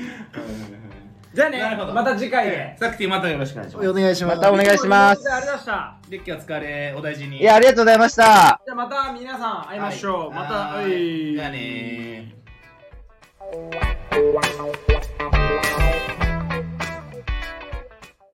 D: じゃあ
C: なる
D: ね
C: ほど
D: また次回で
C: さっきまたよろしくお願いします
A: お。願いします
B: またお願いします
D: じゃあありがとうございました
C: デッキお疲れ、お大事に。
B: いや、ありがとうございました。
D: じゃあまた皆さん会いましょう、また
C: は
D: はい
C: じゃあねー。